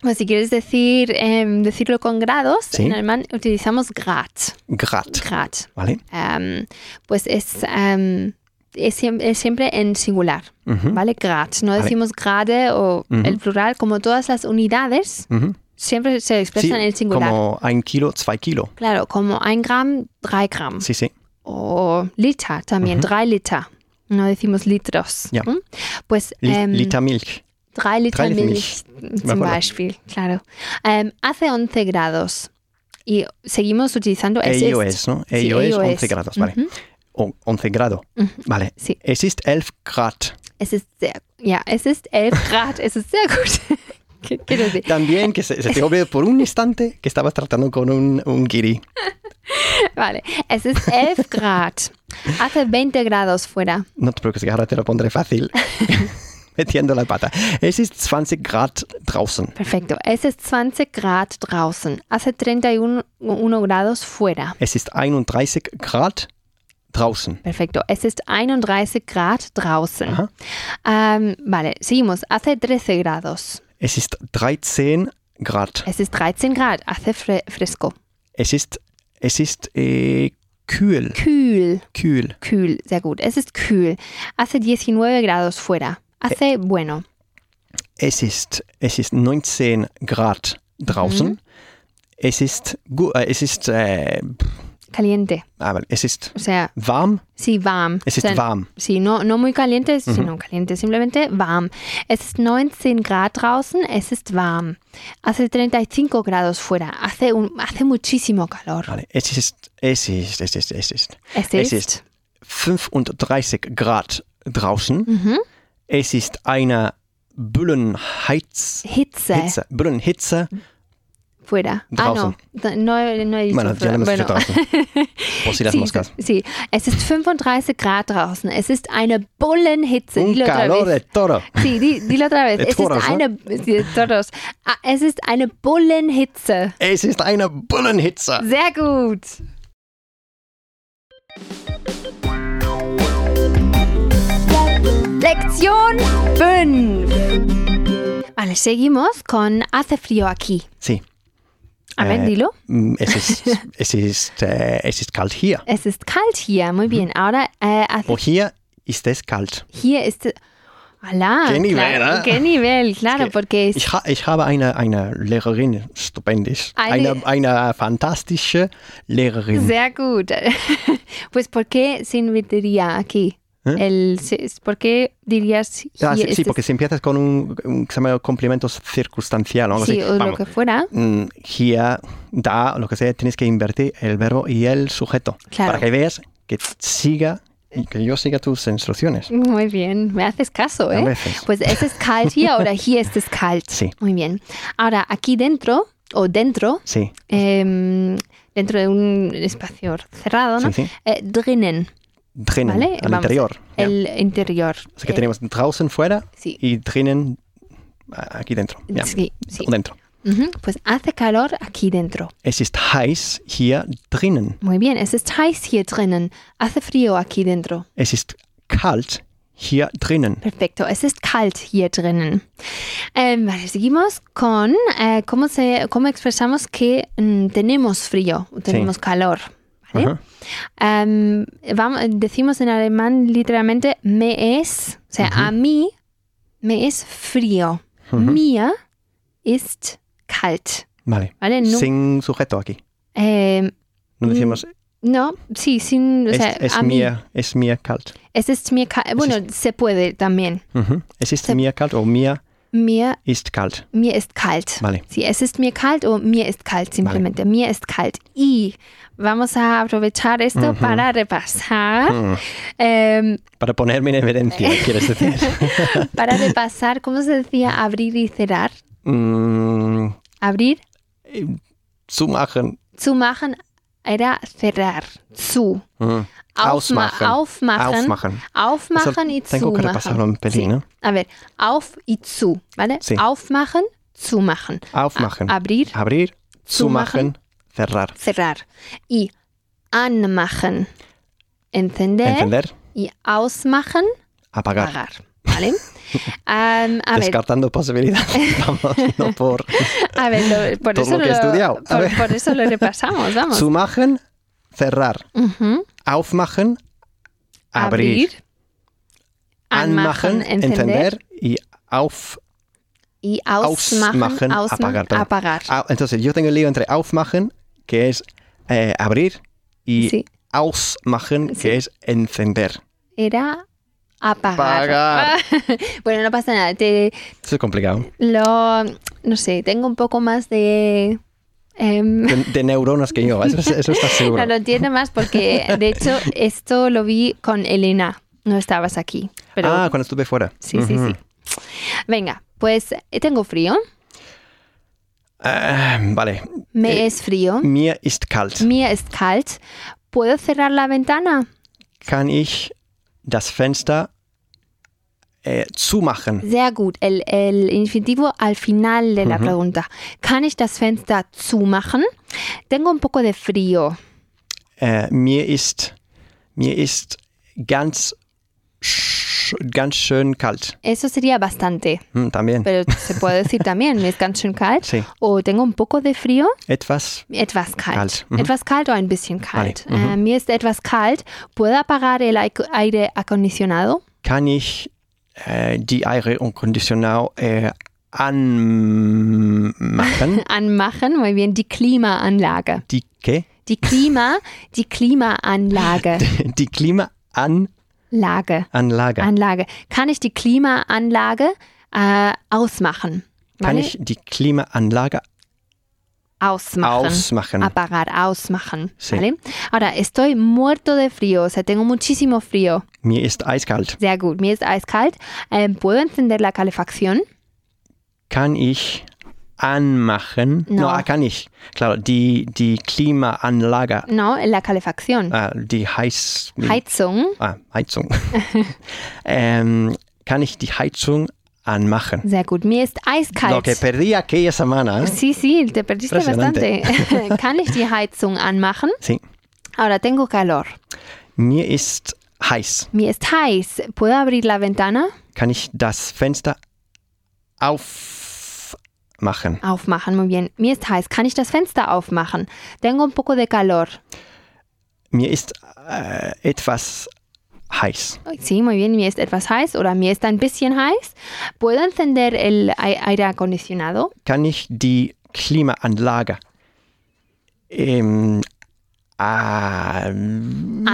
[SPEAKER 1] pues si quieres decir, em, decirlo con grados,
[SPEAKER 2] Sí.
[SPEAKER 1] en alemán utilizamos Grad.
[SPEAKER 2] Grad.
[SPEAKER 1] Grad.
[SPEAKER 2] ¿Vale?
[SPEAKER 1] am, pues es, am, es, siem- es siempre en singular,
[SPEAKER 2] Ujú,
[SPEAKER 1] ¿vale? Grad. No
[SPEAKER 2] Vale.
[SPEAKER 1] decimos grade o
[SPEAKER 2] Ujú.
[SPEAKER 1] el plural, como todas las unidades,
[SPEAKER 2] ujú.
[SPEAKER 1] siempre se
[SPEAKER 2] Sí,
[SPEAKER 1] expresan en singular.
[SPEAKER 2] como un kilo, zwei Kilo.
[SPEAKER 1] Claro, como 1 Gramm, 3 Gramm.
[SPEAKER 2] Sí, sí.
[SPEAKER 1] O Liter también, 3 Liter. No decimos litros.
[SPEAKER 2] Ja.
[SPEAKER 1] ¿m? Pues
[SPEAKER 2] Li-
[SPEAKER 1] em,
[SPEAKER 2] Liter Milch.
[SPEAKER 1] drei Liter
[SPEAKER 2] drei Liter
[SPEAKER 1] Milch, zum
[SPEAKER 2] acuerdo.
[SPEAKER 1] Beispiel, claro. Em, hace 11 grados y seguimos utilizando es ist.
[SPEAKER 2] EOS, ¿no? E
[SPEAKER 1] Sí, E
[SPEAKER 2] EOS,
[SPEAKER 1] ello
[SPEAKER 2] 11
[SPEAKER 1] es.
[SPEAKER 2] grados, vale.
[SPEAKER 1] Ujú.
[SPEAKER 2] O- 11 grado.
[SPEAKER 1] Ujú.
[SPEAKER 2] Vale.
[SPEAKER 1] Sí.
[SPEAKER 2] Es ist 11 Grad.
[SPEAKER 1] Es ist sehr, ja, es ist 11 Grad, es ist sehr gut. ¿Qué quiero decir?
[SPEAKER 2] También que se, se te olvidó por un instante que estabas tratando con un, un guiri.
[SPEAKER 1] Vale, es ist 11 Grad. Hace 20 grados fuera.
[SPEAKER 2] No te preocupes, que ahora te lo pondré fácil. Metiendo la pata. Es ist 20 Grad draußen.
[SPEAKER 1] Perfecto. Es ist 20 Grad draußen. Hace 31 uno grados fuera.
[SPEAKER 2] Es ist 31 Grad draußen.
[SPEAKER 1] Perfecto. Es ist 31 Grad draußen.
[SPEAKER 2] Ajá.
[SPEAKER 1] Ähm, vale, seguimos. Hace 13 grados.
[SPEAKER 2] Es ist 13 Grad.
[SPEAKER 1] Es ist 13 Grad. Hace fre fresco.
[SPEAKER 2] Es ist, es ist eh, kühl.
[SPEAKER 1] Kühl.
[SPEAKER 2] Kühl.
[SPEAKER 1] Kühl. Sehr gut. Es ist kühl. Hace 19 grados fuera. Hace bueno.
[SPEAKER 2] Es ist, es ist 19 Grad draußen. Es ist, gu- äh, es ist, äh,
[SPEAKER 1] Caliente.
[SPEAKER 2] aber es ist
[SPEAKER 1] O sea,
[SPEAKER 2] warm.
[SPEAKER 1] sí, warm.
[SPEAKER 2] Es
[SPEAKER 1] o
[SPEAKER 2] ist
[SPEAKER 1] sea,
[SPEAKER 2] warm.
[SPEAKER 1] Sí, no, no muy caliente, sino caliente, simplemente warm. Es ist 19 Grad draußen, es ist warm. Hace 35 grados fuera, hace, un, hace muchísimo calor.
[SPEAKER 2] Vale. Es ist, es ist, es ist, es ist
[SPEAKER 1] Es
[SPEAKER 2] Ah,
[SPEAKER 1] ist,
[SPEAKER 2] Es ist- 35 Grad draußen.
[SPEAKER 1] Mhm.
[SPEAKER 2] Es ist eine Bullenheiz.
[SPEAKER 1] Hitze,
[SPEAKER 2] Hitze, Bullenhitze.
[SPEAKER 1] fuera.
[SPEAKER 2] Draußen.
[SPEAKER 1] Ah, no, da- no, he- no he dicho
[SPEAKER 2] Bueno, ya
[SPEAKER 1] fuera.
[SPEAKER 2] lo hemos
[SPEAKER 1] Bueno,
[SPEAKER 2] dicho draußen. Por si las
[SPEAKER 1] sí,
[SPEAKER 2] moscas.
[SPEAKER 1] sí, es ist 35 Grad draußen, es ist eine Bullenhitze.
[SPEAKER 2] Un
[SPEAKER 1] Dilo otra
[SPEAKER 2] calor
[SPEAKER 1] vez.
[SPEAKER 2] de toro.
[SPEAKER 1] Sí, di- dilo otra vez.
[SPEAKER 2] De
[SPEAKER 1] Es ist
[SPEAKER 2] toros, ¿no?
[SPEAKER 1] eine, sí, de toros. Ah, es ist eine Bullenhitze.
[SPEAKER 2] Es ist eine Bullenhitze.
[SPEAKER 1] Sehr gut. Lección 5. Vale, seguimos con hace frío aquí.
[SPEAKER 2] Sí.
[SPEAKER 1] A ver,
[SPEAKER 2] Eh,
[SPEAKER 1] dilo.
[SPEAKER 2] mm, Es ist, es ist, äh, es ist kalt hier.
[SPEAKER 1] Es ist kalt hier. Muy bien. Ahora eh, hace
[SPEAKER 2] Wo hier ist es kalt.
[SPEAKER 1] hier ist. ¡Hala!
[SPEAKER 2] Qué nivel,
[SPEAKER 1] claro,
[SPEAKER 2] ¿eh?
[SPEAKER 1] ¡Qué nivel! Claro,
[SPEAKER 2] que
[SPEAKER 1] porque es-
[SPEAKER 2] Ich, ha, ich habe eine, eine Lehrerin, stupendisch.
[SPEAKER 1] Eine-
[SPEAKER 2] Eine, eine fantastische Lehrerin.
[SPEAKER 1] Sehr gut. Pues, ¿por qué se invitaría aquí?
[SPEAKER 2] ¿Eh?
[SPEAKER 1] El, ¿Por qué dirías hier
[SPEAKER 2] Ah, sí, sí,
[SPEAKER 1] ist este es-
[SPEAKER 2] porque si empiezas con un, un que se llama complemento circunstancial o algo
[SPEAKER 1] sí,
[SPEAKER 2] así.
[SPEAKER 1] o lo
[SPEAKER 2] Vamos,
[SPEAKER 1] que fuera?
[SPEAKER 2] mm, Hier, da, lo que sea, tienes que invertir el verbo y el sujeto.
[SPEAKER 1] Claro.
[SPEAKER 2] Para que veas que siga, y que yo siga tus instrucciones.
[SPEAKER 1] Muy bien, me haces caso,
[SPEAKER 2] A
[SPEAKER 1] ¿eh?
[SPEAKER 2] veces.
[SPEAKER 1] Pues es es kalt hier oder hier este es es kalt.
[SPEAKER 2] Sí.
[SPEAKER 1] Muy bien. Ahora, aquí dentro, o dentro,
[SPEAKER 2] Sí,
[SPEAKER 1] em, dentro de un espacio cerrado, ¿no?
[SPEAKER 2] Sí, sí.
[SPEAKER 1] Eh, drinnen,
[SPEAKER 2] drinnen,
[SPEAKER 1] ¿vale?
[SPEAKER 2] al
[SPEAKER 1] Vamos,
[SPEAKER 2] interior. Ya.
[SPEAKER 1] el interior.
[SPEAKER 2] Así que
[SPEAKER 1] Eh,
[SPEAKER 2] tenemos draußen fuera
[SPEAKER 1] sí.
[SPEAKER 2] y drinnen ah, aquí dentro. Ya.
[SPEAKER 1] Sí, sí.
[SPEAKER 2] O Dentro.
[SPEAKER 1] Ujú, Pues hace calor aquí dentro.
[SPEAKER 2] Es ist heiß hier drinnen.
[SPEAKER 1] Muy bien, es ist heiß hier drinnen. Hace frío aquí dentro.
[SPEAKER 2] Es ist kalt hier drinnen.
[SPEAKER 1] Perfecto, es ist kalt hier drinnen. Em, vale, seguimos con eh, cómo, se, cómo expresamos que mm, tenemos frío, o tenemos calor. ¿vale?
[SPEAKER 2] Ajá.
[SPEAKER 1] Em, vamos, decimos en alemán literalmente me es, o sea, a mí me es frío. Mir ist kalt.
[SPEAKER 2] Vale.
[SPEAKER 1] ¿Vale? No,
[SPEAKER 2] Sin sujeto aquí.
[SPEAKER 1] em,
[SPEAKER 2] No decimos
[SPEAKER 1] no, sí, sin. O
[SPEAKER 2] es,
[SPEAKER 1] sea,
[SPEAKER 2] es
[SPEAKER 1] a mí.
[SPEAKER 2] mir, es mir kalt.
[SPEAKER 1] Es ist mir kalt. Bueno, se puede también.
[SPEAKER 2] Ujú. Es ist
[SPEAKER 1] Se-
[SPEAKER 2] mir kalt o mir
[SPEAKER 1] Mir,
[SPEAKER 2] ist kalt.
[SPEAKER 1] mir ist kalt.
[SPEAKER 2] Vale.
[SPEAKER 1] Sí, es ist mir kalt o mir ist kalt, simplemente. Mir ist kalt. Y vamos a aprovechar esto para repasar. em,
[SPEAKER 2] Para ponerme en evidencia, quieres decir.
[SPEAKER 1] para repasar, ¿cómo se decía abrir y cerrar?
[SPEAKER 2] Mm,
[SPEAKER 1] Abrir,
[SPEAKER 2] zu machen.
[SPEAKER 1] zu machen, era cerrar, zu.
[SPEAKER 2] Mm.
[SPEAKER 1] Aufma- Aufmachen.
[SPEAKER 2] Aufmachen.
[SPEAKER 1] Aufmachen y
[SPEAKER 2] Eso tengo que repasarlo
[SPEAKER 1] zumachen.
[SPEAKER 2] un pelín, ¿no?
[SPEAKER 1] A ver, auf y zu, ¿vale?
[SPEAKER 2] Sí.
[SPEAKER 1] Aufmachen, zumachen.
[SPEAKER 2] Aufmachen.
[SPEAKER 1] A- abrir,
[SPEAKER 2] Abrir,
[SPEAKER 1] zumachen,
[SPEAKER 2] zumachen, cerrar.
[SPEAKER 1] cerrar. Y anmachen, encender,
[SPEAKER 2] Encender,
[SPEAKER 1] y ausmachen,
[SPEAKER 2] apagar.
[SPEAKER 1] apagar. ¿Vale? Am, a ver,
[SPEAKER 2] Descartando posibilidades. Vamos, no por.
[SPEAKER 1] a ver, lo- por,
[SPEAKER 2] todo
[SPEAKER 1] eso
[SPEAKER 2] lo que he estudiado. A
[SPEAKER 1] por-
[SPEAKER 2] ver.
[SPEAKER 1] por eso lo repasamos, vamos.
[SPEAKER 2] Zumachen, cerrar.
[SPEAKER 1] Ujú.
[SPEAKER 2] Aufmachen, abrir.
[SPEAKER 1] Anmachen, encender.
[SPEAKER 2] y auf.
[SPEAKER 1] Y ausmachen,
[SPEAKER 2] Ausmachen,
[SPEAKER 1] ausmachen,
[SPEAKER 2] apagar, perdón. Ah,
[SPEAKER 1] apagar.
[SPEAKER 2] au- entonces, yo tengo el lío entre aufmachen, que es eh, abrir, y
[SPEAKER 1] Sí,
[SPEAKER 2] ausmachen,
[SPEAKER 1] Sí.
[SPEAKER 2] que es encender.
[SPEAKER 1] era apagar.
[SPEAKER 2] Apagar.
[SPEAKER 1] bueno, no pasa nada. Te,
[SPEAKER 2] Eso es complicado.
[SPEAKER 1] lo, no sé, tengo un poco más de... em,
[SPEAKER 2] De, de neuronas que yo, eso, eso está seguro.
[SPEAKER 1] Claro, tiene más porque, de hecho, esto lo vi con Elena. No estabas aquí. Pero
[SPEAKER 2] ah, cuando estuve fuera.
[SPEAKER 1] sí, sí,
[SPEAKER 2] Ujú.
[SPEAKER 1] sí. Venga, pues eh, tengo frío.
[SPEAKER 2] Ah, vale.
[SPEAKER 1] Me
[SPEAKER 2] Eh,
[SPEAKER 1] es frío.
[SPEAKER 2] Mir ist kalt.
[SPEAKER 1] Mir es kalt. ¿Puedo cerrar la ventana?
[SPEAKER 2] Kann ich das Fenster eh, zumachen?
[SPEAKER 1] Sehr gut. El, el infinitivo al final de la
[SPEAKER 2] Ujú.
[SPEAKER 1] pregunta. ¿Kann ich das Fenster zumachen? Tengo un poco de frío.
[SPEAKER 2] Eh, mir ist mir ist ganz sch- ganz schön kalt.
[SPEAKER 1] Eso sería bastante,
[SPEAKER 2] Hm, también.
[SPEAKER 1] pero se puede decir también, mir es ganz schön kalt.
[SPEAKER 2] Sí.
[SPEAKER 1] O tengo un poco de frío.
[SPEAKER 2] Etwas.
[SPEAKER 1] Etwas kalt.
[SPEAKER 2] Kalt, mhm.
[SPEAKER 1] Etwas kalt oder ein bisschen kalt.
[SPEAKER 2] Vale, mhm.
[SPEAKER 1] Äh, mir ist etwas kalt. ¿Puedo apagar el aic- aire acondicionado?
[SPEAKER 2] Kann ich eh, die Aire und Conditional eh, anmachen?
[SPEAKER 1] Anmachen, muy bien. Die Klimaanlage.
[SPEAKER 2] die, ¿qué?
[SPEAKER 1] Die Klima, die Klimaanlage.
[SPEAKER 2] die Klimaanlage.
[SPEAKER 1] Lage. Anlage. Kann ich die Klimaanlage äh, ausmachen?
[SPEAKER 2] Kann
[SPEAKER 1] Vale?
[SPEAKER 2] ich die Klimaanlage
[SPEAKER 1] ausmachen.
[SPEAKER 2] ausmachen?
[SPEAKER 1] Apagar, ausmachen.
[SPEAKER 2] Sí.
[SPEAKER 1] ¿Vale? Ahora, estoy muerto de frío. O sea, tengo muchísimo frío.
[SPEAKER 2] Mir ist eiskalt.
[SPEAKER 1] Sehr gut. Mir ist eiskalt. Ähm, ¿Puedo encender la calefacción?
[SPEAKER 2] Kann ich anmachen?
[SPEAKER 1] No.
[SPEAKER 2] ah, kann ich. Klar, die, die Klimaanlage,
[SPEAKER 1] No, la calefacción.
[SPEAKER 2] ah, die Heiß,
[SPEAKER 1] Heizung.
[SPEAKER 2] ah, Heizung. ähm, kann ich die Heizung anmachen?
[SPEAKER 1] Sehr gut. Mir ist
[SPEAKER 2] Lo
[SPEAKER 1] eiskalt.
[SPEAKER 2] que perdí aquella semana. ¿eh?
[SPEAKER 1] Sí, sí, te perdiste bastante.
[SPEAKER 2] Impresionante.
[SPEAKER 1] Kann ich die Heizung anmachen?
[SPEAKER 2] Sí.
[SPEAKER 1] Ahora tengo calor.
[SPEAKER 2] Mir ist heiß.
[SPEAKER 1] Mir ist heiß. ¿Puedo abrir la ventana?
[SPEAKER 2] Kann ich das Fenster aufmachen?
[SPEAKER 1] Aufmachen, muy bien. Mir ist heiß. Kann ich das Fenster aufmachen? Tengo un poco de calor.
[SPEAKER 2] Mir ist äh, etwas heiß.
[SPEAKER 1] Sí, muy bien. Mir ist etwas heiß oder mir ist ein bisschen heiß. ¿Puedo encender el ai- aire acondicionado?
[SPEAKER 2] kann ich die Klimaanlage ähm, ah,
[SPEAKER 1] Anmachen.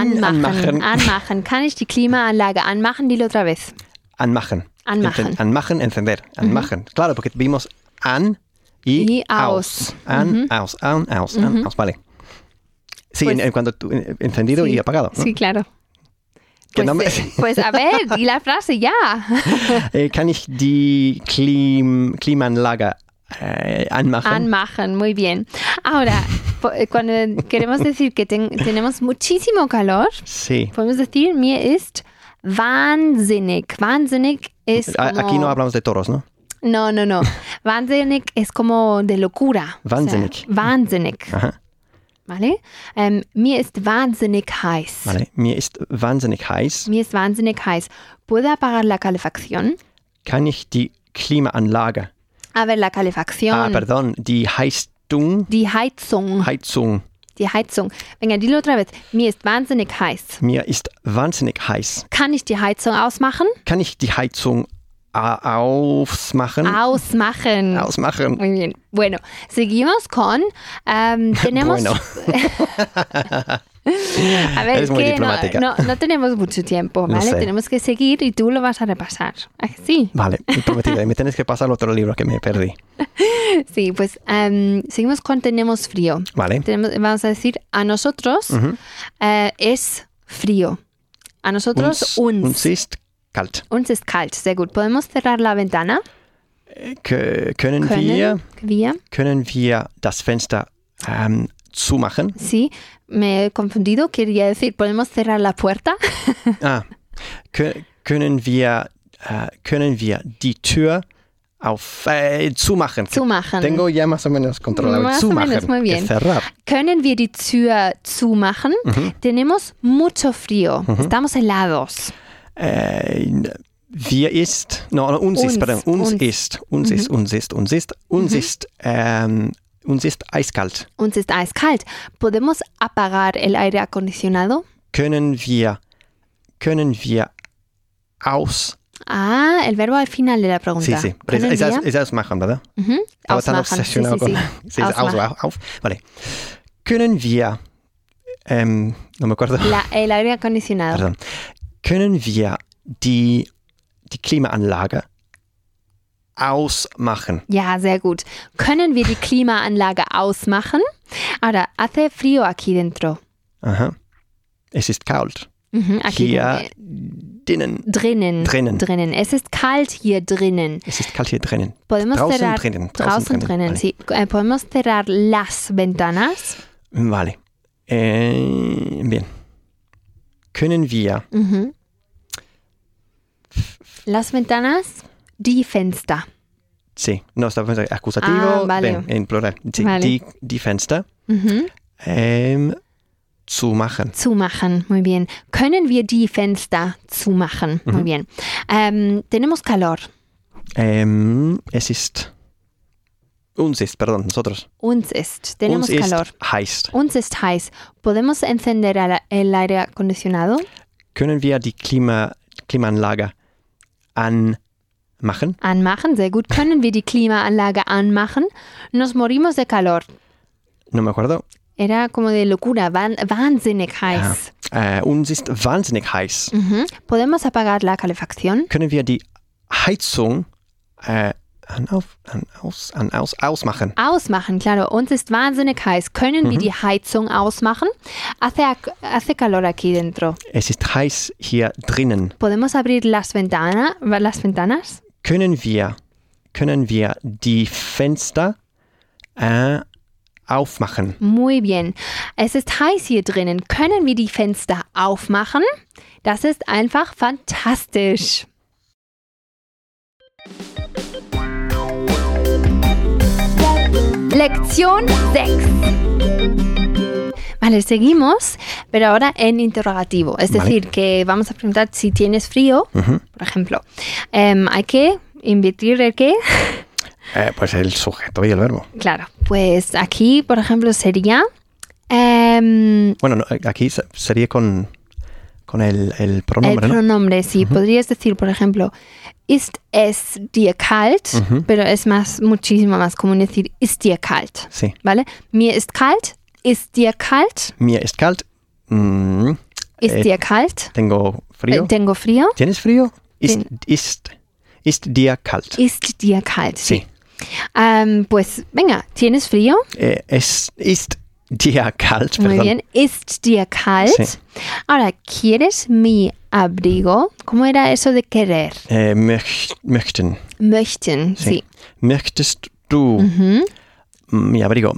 [SPEAKER 2] Anmachen.
[SPEAKER 1] Anmachen. Kann ich die Klimaanlage anmachen? Dilo otra vez.
[SPEAKER 2] anmachen.
[SPEAKER 1] Anmachen. Mhm.
[SPEAKER 2] Enten- anmachen, encender. Anmachen. Claro, porque vimos an y,
[SPEAKER 1] Y aus. Mhm.
[SPEAKER 2] aus. An, aus, an, aus, an, aus. Vale. Sí,
[SPEAKER 1] Pues-
[SPEAKER 2] en, en cuanto tú- en- encendido
[SPEAKER 1] Sí,
[SPEAKER 2] y apagado. ¿no?
[SPEAKER 1] Sí, claro.
[SPEAKER 2] Que
[SPEAKER 1] Pues,
[SPEAKER 2] no me-
[SPEAKER 1] eh, pues a ver, di la frase ya.
[SPEAKER 2] Eh, kann ich die Klim, Klimaanlage äh, anmachen?
[SPEAKER 1] Anmachen, muy bien. Ahora, po- eh, cuando queremos decir que ten- tenemos muchísimo calor,
[SPEAKER 2] sí.
[SPEAKER 1] podemos decir, mir ist wahnsinnig. Wahnsinnig es
[SPEAKER 2] A-
[SPEAKER 1] como...
[SPEAKER 2] Ah, Aquí no hablamos de toros, ¿no?
[SPEAKER 1] No, no, no. Wahnsinnig es como de locura. O sea,
[SPEAKER 2] Wahnsinnig.
[SPEAKER 1] wahnsinnig,
[SPEAKER 2] Ajá.
[SPEAKER 1] ¿vale? Em, mir ist wahnsinnig heiß.
[SPEAKER 2] Vale. Mir ist wahnsinnig heiß.
[SPEAKER 1] Mir ist wahnsinnig heiß. ¿Puedo apagar la calefacción?
[SPEAKER 2] Kann ich die Klimaanlage
[SPEAKER 1] A ver, la calefacción.
[SPEAKER 2] Ah, perdón, die Heizung.
[SPEAKER 1] Die Heizung.
[SPEAKER 2] Heizung.
[SPEAKER 1] Die Heizung. Venga, dilo otra vez. Mir ist wahnsinnig heiß.
[SPEAKER 2] Mir ist wahnsinnig heiß.
[SPEAKER 1] Kann ich die Heizung ausmachen?
[SPEAKER 2] Kann ich die Heizung a- ausmachen?
[SPEAKER 1] Ausmachen.
[SPEAKER 2] Ausmachen.
[SPEAKER 1] Muy bien. Bueno, seguimos con. em, tenemos.
[SPEAKER 2] Bueno.
[SPEAKER 1] A ver,
[SPEAKER 2] Eres muy
[SPEAKER 1] que
[SPEAKER 2] diplomática.
[SPEAKER 1] no, no, no tenemos mucho tiempo,
[SPEAKER 2] Lo
[SPEAKER 1] ¿vale?
[SPEAKER 2] sé.
[SPEAKER 1] Tenemos que seguir y tú lo vas a repasar. ¿A que Sí,
[SPEAKER 2] Vale, prometida. Me tienes que pasar otro libro que me perdí.
[SPEAKER 1] sí, pues em, seguimos con tenemos frío.
[SPEAKER 2] Vale.
[SPEAKER 1] Tenemos- vamos a decir a nosotros eh, es frío. A nosotros, uns.
[SPEAKER 2] uns ist kalt.
[SPEAKER 1] Uns ist kalt. Sehr gut. ¿Podemos cerrar la ventana?
[SPEAKER 2] Äh, Kö- Können,
[SPEAKER 1] Können
[SPEAKER 2] wir,
[SPEAKER 1] wir?
[SPEAKER 2] können wir das Fenster ähm, zumachen.
[SPEAKER 1] Sí, me he confundido. Quería decir, ¿podemos cerrar la puerta?
[SPEAKER 2] Ah, kö- können wir, äh, können wir die Tür auf äh, zumachen?
[SPEAKER 1] Zumachen.
[SPEAKER 2] Tengo ya más o menos controlado.
[SPEAKER 1] Más o
[SPEAKER 2] zumachen.
[SPEAKER 1] menos, muy bien.
[SPEAKER 2] que Cerrar.
[SPEAKER 1] Können wir die Tür zumachen?
[SPEAKER 2] Mhm.
[SPEAKER 1] Tenemos mucho frío. Estamos helados.
[SPEAKER 2] Äh, wir ist, no, no, uns,
[SPEAKER 1] Uns,
[SPEAKER 2] ist, pardon, uns,
[SPEAKER 1] uns. Mhm.
[SPEAKER 2] ist, uns ist, uns ist, uns ist, uns ist, ähm, uns ist eiskalt.
[SPEAKER 1] Uns ist eiskalt. ¿Podemos apagar el aire acondicionado?
[SPEAKER 2] Können wir, können wir aus,
[SPEAKER 1] Ah, el verbo al final de la
[SPEAKER 2] sí,
[SPEAKER 1] pregunta.
[SPEAKER 2] sí, es,
[SPEAKER 1] ¿Können
[SPEAKER 2] es,
[SPEAKER 1] wir?
[SPEAKER 2] aus- es ausmachen, ¿verdad?
[SPEAKER 1] Ujú,
[SPEAKER 2] Aber dann
[SPEAKER 1] ausmachen. Sí,
[SPEAKER 2] obsessionado
[SPEAKER 1] sí, sí.
[SPEAKER 2] con- sí, es aus,
[SPEAKER 1] Ausmachen.
[SPEAKER 2] auf, vale. Können wir, ähm, no me acuerdo,
[SPEAKER 1] La- el aire acondicionado.
[SPEAKER 2] pardon. Können wir die, die Klimaanlage ausmachen?
[SPEAKER 1] Ja, sehr gut. Können wir die Klimaanlage ausmachen? Ahora, hace frío aquí dentro.
[SPEAKER 2] Aha. Es ist kalt.
[SPEAKER 1] Ujú, aquí
[SPEAKER 2] hier
[SPEAKER 1] eh,
[SPEAKER 2] drinnen.
[SPEAKER 1] drinnen.
[SPEAKER 2] drinnen.
[SPEAKER 1] Drinnen. Es ist kalt hier drinnen.
[SPEAKER 2] Es ist kalt hier drinnen.
[SPEAKER 1] Podemos
[SPEAKER 2] Draußen
[SPEAKER 1] cerrar
[SPEAKER 2] drinnen, draußen
[SPEAKER 1] draußen
[SPEAKER 2] drinnen,
[SPEAKER 1] drinnen, sí. Eh, Podemos cerrar las ventanas.
[SPEAKER 2] Vale. Eh, bien. Können wir
[SPEAKER 1] Ujú. Las ventanas, die Fenster.
[SPEAKER 2] sí, no estamos en acusativo,
[SPEAKER 1] Ah, vale.
[SPEAKER 2] bien, en plural. Sí,
[SPEAKER 1] Vale. Mhm.
[SPEAKER 2] die, die Fenster
[SPEAKER 1] Ujú.
[SPEAKER 2] ähm, zumachen.
[SPEAKER 1] Zumachen, muy bien. Können wir die Fenster zumachen? Muy bien. Ähm, tenemos calor.
[SPEAKER 2] Ähm, es ist uns ist, perdón, nosotros.
[SPEAKER 1] Uns ist. Tenemos
[SPEAKER 2] uns ist
[SPEAKER 1] calor.
[SPEAKER 2] heiß.
[SPEAKER 1] Uns ist heiß. ¿Podemos encender ala- el aire acondicionado?
[SPEAKER 2] Können wir die Klima, Klimaanlage anmachen?
[SPEAKER 1] Anmachen, sehr gut. Können wir die Klimaanlage anmachen? Nos morimos de calor.
[SPEAKER 2] No me acuerdo.
[SPEAKER 1] Era como de locura, wahn- wahnsinnig heiß.
[SPEAKER 2] Äh, uns ist wahnsinnig heiß.
[SPEAKER 1] Ujú. ¿Podemos apagar la calefacción?
[SPEAKER 2] können wir die Heizung äh, an, auf, an, aus, an aus, ausmachen.
[SPEAKER 1] Ausmachen, claro. Uns ist wahnsinnig heiß. Können wir die Heizung ausmachen? Hace, ac- hace calor aquí dentro.
[SPEAKER 2] Es ist heiß hier drinnen.
[SPEAKER 1] ¿Podemos abrir las, ventana, las ventanas?
[SPEAKER 2] Können wir, können wir die Fenster äh, aufmachen?
[SPEAKER 1] Muy bien. Es ist heiß hier drinnen. Können wir die Fenster aufmachen? Das ist einfach fantastisch. Lección 6. Vale, seguimos, pero ahora en interrogativo. Es
[SPEAKER 2] Vale.
[SPEAKER 1] decir, que vamos a preguntar si tienes frío,
[SPEAKER 2] Mhm.
[SPEAKER 1] por ejemplo. Em, ¿Hay que invertir el qué?
[SPEAKER 2] Äh, pues el sujeto y el verbo.
[SPEAKER 1] Claro, pues aquí, por ejemplo, sería... em,
[SPEAKER 2] Bueno, no, eh, aquí se- sería con, con el, el pronombre,
[SPEAKER 1] el
[SPEAKER 2] ¿no?
[SPEAKER 1] pronombre, sí. Podrías decir, por ejemplo, ist es dir kalt, pero es más, muchísimo más común decir ist dir kalt,
[SPEAKER 2] Sí.
[SPEAKER 1] ¿vale? Mir ist kalt, ist dir kalt,
[SPEAKER 2] Mir ist kalt. Mm,
[SPEAKER 1] ist
[SPEAKER 2] Eh,
[SPEAKER 1] dir kalt,
[SPEAKER 2] tengo
[SPEAKER 1] eh,
[SPEAKER 2] frío.
[SPEAKER 1] tengo frío,
[SPEAKER 2] ¿Tienes frío? Ist,
[SPEAKER 1] Ten-
[SPEAKER 2] ist, ist dir kalt.
[SPEAKER 1] ist dir kalt.
[SPEAKER 2] sí.
[SPEAKER 1] Am, pues venga, ¿tienes frío?
[SPEAKER 2] Eh, es ist dir kalt.
[SPEAKER 1] Muy
[SPEAKER 2] perdón.
[SPEAKER 1] bien, ist dir kalt.
[SPEAKER 2] Sí.
[SPEAKER 1] Ahora, ¿quieres mi abrigo? ¿Cómo era eso de querer?
[SPEAKER 2] Äh, möch, möchten.
[SPEAKER 1] Möchten, sí.
[SPEAKER 2] Sí. Möchtest du, m- ja, Brigo,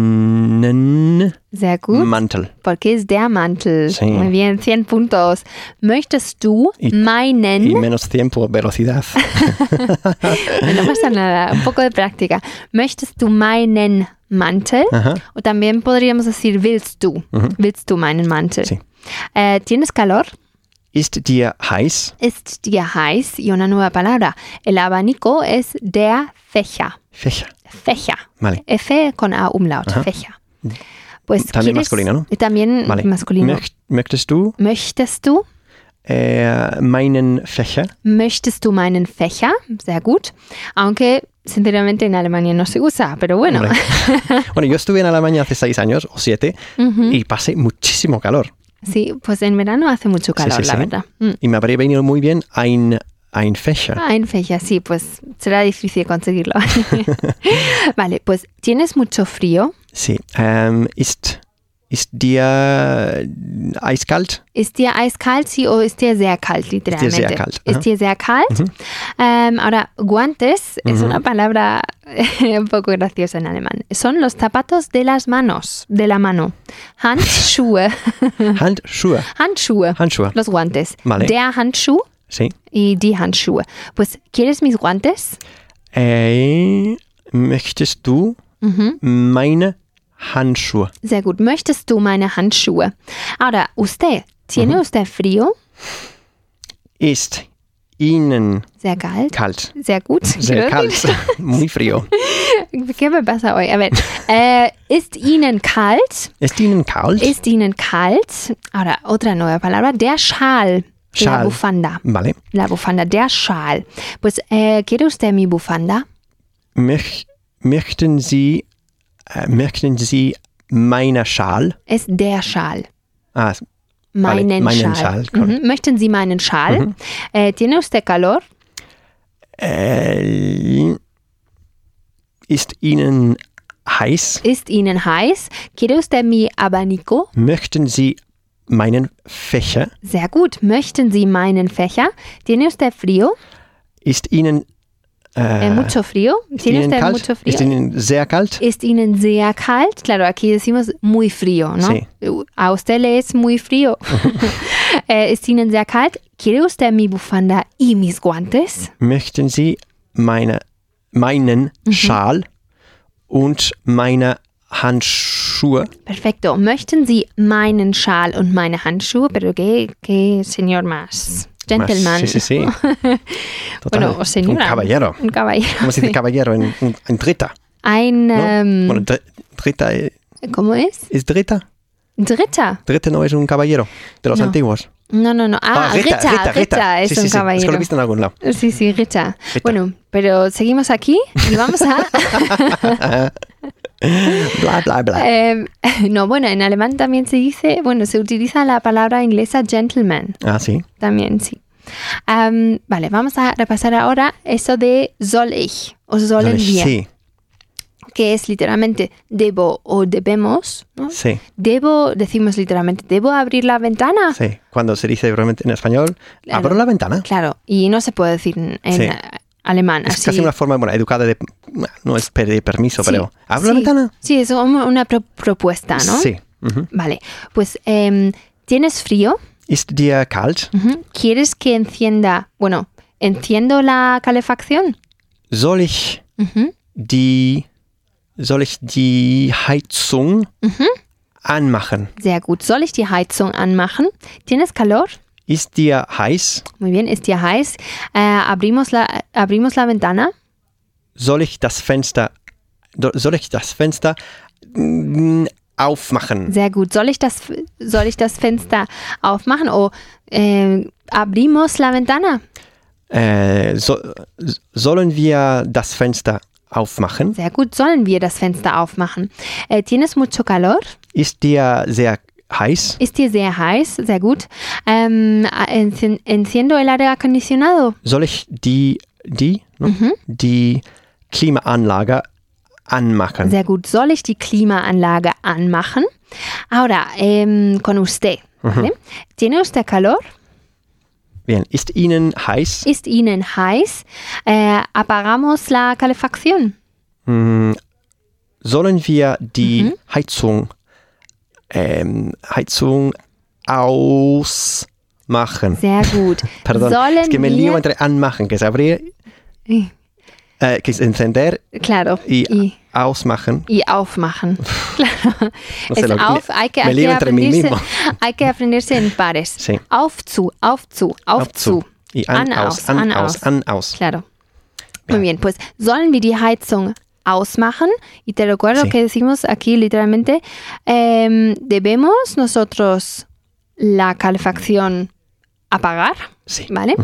[SPEAKER 2] meinen
[SPEAKER 1] Sehr gut.
[SPEAKER 2] Mantel?
[SPEAKER 1] Porque es der Mantel.
[SPEAKER 2] Sí.
[SPEAKER 1] Muy bien, 100 puntos. ¿Möchtest du
[SPEAKER 2] Y- Y
[SPEAKER 1] meinen?
[SPEAKER 2] menos tiempo, velocidad.
[SPEAKER 1] No pasa nada, un poco de práctica. ¿Möchtest du meinen Mantel?
[SPEAKER 2] Ajá.
[SPEAKER 1] O también podríamos decir, ¿willst du? ¿Willst du meinen Mantel?
[SPEAKER 2] Sí.
[SPEAKER 1] Eh, ¿Tienes calor?
[SPEAKER 2] Ist dir heiß?
[SPEAKER 1] Ist dir heiß? Y una nueva palabra. El abanico es der Fächer.
[SPEAKER 2] Fächer.
[SPEAKER 1] Fächer.
[SPEAKER 2] Vale.
[SPEAKER 1] F con A umlaut. Fächer. Pues,
[SPEAKER 2] También
[SPEAKER 1] ¿quieres-
[SPEAKER 2] masculino, ¿no?
[SPEAKER 1] También
[SPEAKER 2] Vale.
[SPEAKER 1] masculino.
[SPEAKER 2] Möcht, möchtest du
[SPEAKER 1] ¿Möchtest du?
[SPEAKER 2] äh, meinen Fächer?
[SPEAKER 1] Möchtest du meinen Fächer? Sehr gut. Aunque, sinceramente, en Alemania no se usa, pero bueno.
[SPEAKER 2] Hombre. bueno, yo estuve en Alemania hace seis años o siete y pasé muchísimo calor.
[SPEAKER 1] Sí, pues en verano hace mucho calor,
[SPEAKER 2] sí,
[SPEAKER 1] la
[SPEAKER 2] sí.
[SPEAKER 1] verdad. Mm.
[SPEAKER 2] Y me habría venido muy bien ein, ein Fächer.
[SPEAKER 1] Ah, en Fächer, sí, pues será difícil conseguirlo. vale, pues, ¿tienes mucho frío?
[SPEAKER 2] Sí. Ähm, Em, ist Ist dir eh, eiskalt?
[SPEAKER 1] Ist dir eiskalt, sí, o ist dir sehr kalt, literalmente?
[SPEAKER 2] Ist dir sehr kalt,
[SPEAKER 1] Es
[SPEAKER 2] ajá.
[SPEAKER 1] dir sehr kalt.
[SPEAKER 2] Ujú.
[SPEAKER 1] Em, ahora, guantes es
[SPEAKER 2] Ujú.
[SPEAKER 1] una palabra un poco graciosa en alemán. Son los zapatos de las manos, de la mano. Handschuhe.
[SPEAKER 2] Handschuhe.
[SPEAKER 1] Handschuhe.
[SPEAKER 2] Handschuhe.
[SPEAKER 1] Los guantes.
[SPEAKER 2] Vale.
[SPEAKER 1] Der Handschuh
[SPEAKER 2] Sí.
[SPEAKER 1] y die Handschuhe. Pues, ¿quieres mis guantes?
[SPEAKER 2] Äh, möchtest du
[SPEAKER 1] Ujú.
[SPEAKER 2] meine Handschuhe?
[SPEAKER 1] Sehr gut. Möchtest du meine Handschuhe? Ahora, usted, ¿tiene usted frío?
[SPEAKER 2] Ist ihnen
[SPEAKER 1] Sehr kalt.
[SPEAKER 2] kalt?
[SPEAKER 1] Sehr gut.
[SPEAKER 2] Sehr
[SPEAKER 1] Creo que-
[SPEAKER 2] kalt. Muy frío.
[SPEAKER 1] ¿Qué me pasa hoy? A ver. Oh, Äh, ist Ihnen kalt?
[SPEAKER 2] Ist ihnen kalt?
[SPEAKER 1] Ist Ihnen kalt? Ahora, otra nueva palabra. Der Schal. La
[SPEAKER 2] Schal.
[SPEAKER 1] bufanda.
[SPEAKER 2] vale.
[SPEAKER 1] La bufanda. Der Schal. Pues, eh, ¿quiere usted mi bufanda?
[SPEAKER 2] Möch, möchten Sie, äh, möchten Sie meine Schal?
[SPEAKER 1] Es der Schal.
[SPEAKER 2] Ah, Vale,
[SPEAKER 1] Meinen
[SPEAKER 2] meinen
[SPEAKER 1] Schal.
[SPEAKER 2] Schal, correct.
[SPEAKER 1] Mhm. Möchten Sie meinen Schal? Eh, ¿Tiene usted calor?
[SPEAKER 2] äh, ist ihnen heiß?
[SPEAKER 1] Ist Ihnen heiß? ¿Quiere usted mi abanico?
[SPEAKER 2] Möchten Sie meinen Fächer?
[SPEAKER 1] Sehr gut. Möchten Sie meinen Fächer? ¿Tiene usted frío?
[SPEAKER 2] Ist ihnen,
[SPEAKER 1] Eh,
[SPEAKER 2] äh,
[SPEAKER 1] mucho frío.
[SPEAKER 2] ist
[SPEAKER 1] ¿Tiene
[SPEAKER 2] ihnen
[SPEAKER 1] usted
[SPEAKER 2] kalt?
[SPEAKER 1] mucho frío?
[SPEAKER 2] Ist ihnen sehr kalt?
[SPEAKER 1] ¿Es Ihnen sehr kalt? Claro, aquí decimos muy frío, ¿no?
[SPEAKER 2] Sí.
[SPEAKER 1] A usted le es muy frío. eh, ¿Es Ihnen sehr kalt? ¿Quiere usted mi bufanda y mis guantes?
[SPEAKER 2] Möchten Sie meine, meinen
[SPEAKER 1] Mhm.
[SPEAKER 2] Schal und meine Handschuhe?
[SPEAKER 1] Perfecto. ¿Möchten Sie meinen Schal und meine Handschuhe? Pero qué, qué señor más. Gentleman.
[SPEAKER 2] Sí, sí, sí. Total.
[SPEAKER 1] Bueno, o
[SPEAKER 2] Un
[SPEAKER 1] señora.
[SPEAKER 2] caballero.
[SPEAKER 1] Un caballero.
[SPEAKER 2] ¿Cómo se dice
[SPEAKER 1] sí.
[SPEAKER 2] caballero? Un, un- un drita.
[SPEAKER 1] Ein,
[SPEAKER 2] ¿no?
[SPEAKER 1] ähm,
[SPEAKER 2] Bueno, dre- drita eh,
[SPEAKER 1] ¿cómo es?
[SPEAKER 2] es drita.
[SPEAKER 1] Dritter.
[SPEAKER 2] Drita no es un caballero de los
[SPEAKER 1] No.
[SPEAKER 2] antiguos.
[SPEAKER 1] No, no, no. Ah, Rita, Rita, es
[SPEAKER 2] Sí, sí,
[SPEAKER 1] un
[SPEAKER 2] sí. Es que lo he
[SPEAKER 1] caballero.
[SPEAKER 2] visto en algún lado.
[SPEAKER 1] Sí, sí, Rita.
[SPEAKER 2] Rita.
[SPEAKER 1] Bueno, pero seguimos aquí y vamos a...
[SPEAKER 2] Bla, bla, bla.
[SPEAKER 1] Eh, no, bueno, en alemán también se dice, bueno, se utiliza la palabra inglesa gentleman
[SPEAKER 2] Ah, sí.
[SPEAKER 1] también, sí. Am, vale, vamos a repasar ahora eso de soll ich o sollen wir,
[SPEAKER 2] Sí,
[SPEAKER 1] que es literalmente debo o debemos. ¿no?
[SPEAKER 2] sí,
[SPEAKER 1] Debo, decimos literalmente, ¿debo abrir la ventana?
[SPEAKER 2] sí. Cuando se dice realmente en español,
[SPEAKER 1] Claro.
[SPEAKER 2] abro la ventana.
[SPEAKER 1] Claro, y no se puede decir en, en
[SPEAKER 2] Sí.
[SPEAKER 1] alemán.
[SPEAKER 2] Es
[SPEAKER 1] así.
[SPEAKER 2] casi una forma bueno, educada de. No es pedir permiso,
[SPEAKER 1] Sí,
[SPEAKER 2] pero. ¿Abro la
[SPEAKER 1] sí.
[SPEAKER 2] ventana?
[SPEAKER 1] Sí, es como una pro- propuesta, Ah, ¿no?
[SPEAKER 2] Sí. Ujú.
[SPEAKER 1] Vale, pues, em, ¿tienes frío?
[SPEAKER 2] Ist dir kalt?
[SPEAKER 1] Ujú. ¿Quieres que encienda? Bueno, enciendo la calefacción.
[SPEAKER 2] Soll ich
[SPEAKER 1] Ujú.
[SPEAKER 2] die. Soll ich die Heizung anmachen?
[SPEAKER 1] Sehr gut. Soll ich die Heizung anmachen? ¿Tienes calor?
[SPEAKER 2] Ist dir heiß?
[SPEAKER 1] Muy bien, ist dir heiß. Eh, abrimos, la, abrimos la ventana.
[SPEAKER 2] Soll ich das Fenster. do- Soll ich das Fenster mm, aufmachen?
[SPEAKER 1] Sehr gut. Soll ich das, soll ich das Fenster aufmachen? Oh, eh, abrimos la ventana.
[SPEAKER 2] Äh, so, sollen wir das Fenster aufmachen?
[SPEAKER 1] Sehr gut. Sollen wir das Fenster aufmachen? Eh, ¿Tienes mucho calor?
[SPEAKER 2] Ist dir sehr heiß?
[SPEAKER 1] Ist dir sehr heiß? Sehr gut. Ähm, encien- enciendo el aire acondicionado.
[SPEAKER 2] soll ich die, die, ne?
[SPEAKER 1] Mhm.
[SPEAKER 2] die Klimaanlage anmachen?
[SPEAKER 1] Sehr gut. Soll ich die Klimaanlage anmachen? Ahora, em, con usted. ¿vale? ¿Tiene usted calor?
[SPEAKER 2] Bien. Ist Ihnen heiß?
[SPEAKER 1] Ist Ihnen heiß? Eh, apagamos la calefacción.
[SPEAKER 2] Sollen wir die
[SPEAKER 1] Mhm.
[SPEAKER 2] Heizung, ähm, Heizung ausmachen?
[SPEAKER 1] Sehr gut.
[SPEAKER 2] Perdón, es
[SPEAKER 1] Sollen
[SPEAKER 2] que me lío
[SPEAKER 1] wir...
[SPEAKER 2] entre anmachen, que es abrir,
[SPEAKER 1] Eh,
[SPEAKER 2] äh, que es encender
[SPEAKER 1] Claro.
[SPEAKER 2] y,
[SPEAKER 1] Y,
[SPEAKER 2] ausmachen.
[SPEAKER 1] y aufmachen. Claro.
[SPEAKER 2] No sé
[SPEAKER 1] Es
[SPEAKER 2] lo que-
[SPEAKER 1] auf, hay que,
[SPEAKER 2] me
[SPEAKER 1] hay que
[SPEAKER 2] lío entre mí
[SPEAKER 1] aprenderse,
[SPEAKER 2] mismo.
[SPEAKER 1] hay que aprenderse en pares.
[SPEAKER 2] Sí.
[SPEAKER 1] Auf zu, auf zu, auf, zu.
[SPEAKER 2] Y
[SPEAKER 1] An,
[SPEAKER 2] an, aus,
[SPEAKER 1] aus,
[SPEAKER 2] an,
[SPEAKER 1] an,
[SPEAKER 2] aus,
[SPEAKER 1] aus.
[SPEAKER 2] an, aus.
[SPEAKER 1] Claro. Muy bien, pues sollen wir die Heizung ausmachen? Y te recuerdo
[SPEAKER 2] Sí.
[SPEAKER 1] que decimos aquí literalmente, em, ¿debemos nosotros la calefacción apagar?
[SPEAKER 2] Sí.
[SPEAKER 1] ¿Vale?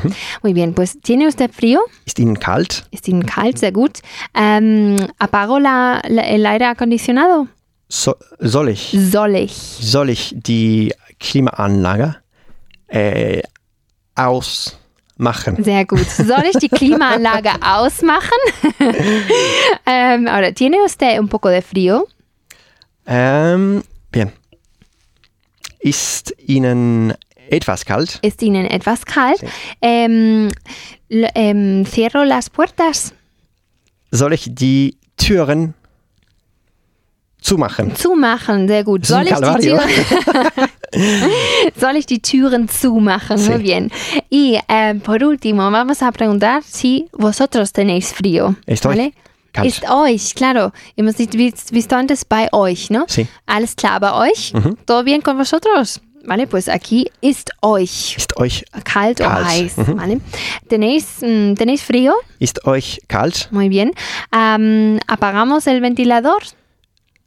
[SPEAKER 1] Muy bien, pues ¿tiene usted frío?
[SPEAKER 2] Ist Ihnen kalt?
[SPEAKER 1] Ist Ihnen kalt, sehr gut. Em, ¿Apago la, la- el aire acondicionado?
[SPEAKER 2] So, soll ich?
[SPEAKER 1] Soll ich?
[SPEAKER 2] soll ich die Klimaanlage äh, ausmachen?
[SPEAKER 1] Sehr gut. Soll ich die Klimaanlage ausmachen? Em, ahora, ¿tiene usted un poco de frío?
[SPEAKER 2] Ähm, bien. Ist Ihnen etwas kalt?
[SPEAKER 1] Ist Ihnen etwas kalt?
[SPEAKER 2] Sí.
[SPEAKER 1] Em, lo- em, cierro las puertas.
[SPEAKER 2] Soll ich die Türen zumachen?
[SPEAKER 1] Zumachen, sehr gut.
[SPEAKER 2] Das ist
[SPEAKER 1] Soll
[SPEAKER 2] ein
[SPEAKER 1] ich, die
[SPEAKER 2] Calvario.
[SPEAKER 1] Türen, soll ich die Türen zumachen?
[SPEAKER 2] Sí.
[SPEAKER 1] Muy bien. Y eh, por último, vamos a preguntar si vosotros tenéis frío.
[SPEAKER 2] Estoy kalt.
[SPEAKER 1] Ist euch, claro. Hemos dicho, vi- visto antes bei euch, ¿no?
[SPEAKER 2] Sí.
[SPEAKER 1] Alles klar bei euch? ¿Todo bien con vosotros? Vale, pues aquí ist euch.
[SPEAKER 2] Ist euch,
[SPEAKER 1] Kalt o
[SPEAKER 2] Kalt.
[SPEAKER 1] heiß, ¿vale? ¿Tenéis, mm, ¿Tenéis frío?
[SPEAKER 2] ist euch kalt?
[SPEAKER 1] Muy bien. Am, ¿Apagamos el ventilador?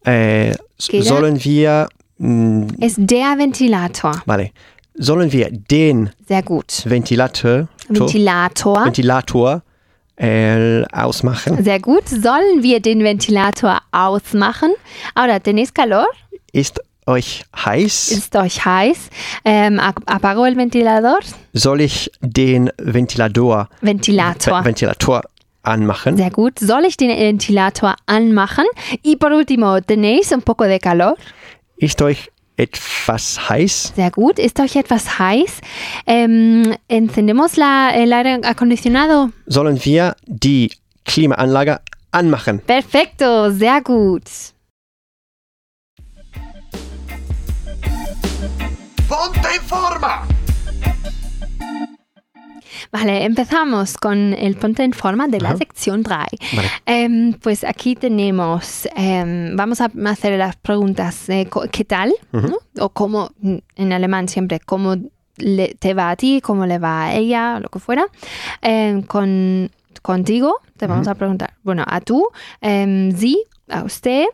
[SPEAKER 2] Äh, s-
[SPEAKER 1] Geht er?
[SPEAKER 2] sollen wir, mh,
[SPEAKER 1] Es der Ventilator.
[SPEAKER 2] vale, sollen wir den
[SPEAKER 1] Sehr gut.
[SPEAKER 2] Ventilator,
[SPEAKER 1] Ventilator.
[SPEAKER 2] Ventilator äh, ausmachen?
[SPEAKER 1] Sehr gut. Sollen wir den Ventilator ausmachen? Ahora, ¿tenéis calor?
[SPEAKER 2] Ist euch heiß?
[SPEAKER 1] Ist euch heiß? Ähm, ap- apago el ventilador.
[SPEAKER 2] Soll ich den Ventilator,
[SPEAKER 1] Ventilator.
[SPEAKER 2] Ve- Ventilator anmachen?
[SPEAKER 1] Sehr gut. Soll ich den Ventilator anmachen? Y por último, ¿tenéis un poco de calor?
[SPEAKER 2] Ist euch etwas heiß?
[SPEAKER 1] Sehr gut. Ist euch etwas heiß? Ähm, ¿Encendemos la, el aire acondicionado?
[SPEAKER 2] Sollen wir die Klimaanlage anmachen?
[SPEAKER 1] Perfecto. Sehr gut.
[SPEAKER 3] Ponte en forma.
[SPEAKER 1] Vale, empezamos con el ponte en forma de la
[SPEAKER 2] Ajá.
[SPEAKER 1] sección 3.
[SPEAKER 2] Vale.
[SPEAKER 1] Em, pues aquí tenemos, em, vamos a hacer las preguntas, eh, co- ¿qué tal?
[SPEAKER 2] Ujú.
[SPEAKER 1] ¿no? O cómo, mm, en alemán siempre, cómo le- te va a ti, cómo le va a ella, lo que fuera. Em, con, contigo te vamos a preguntar, bueno, a tú, em, sí, a usted,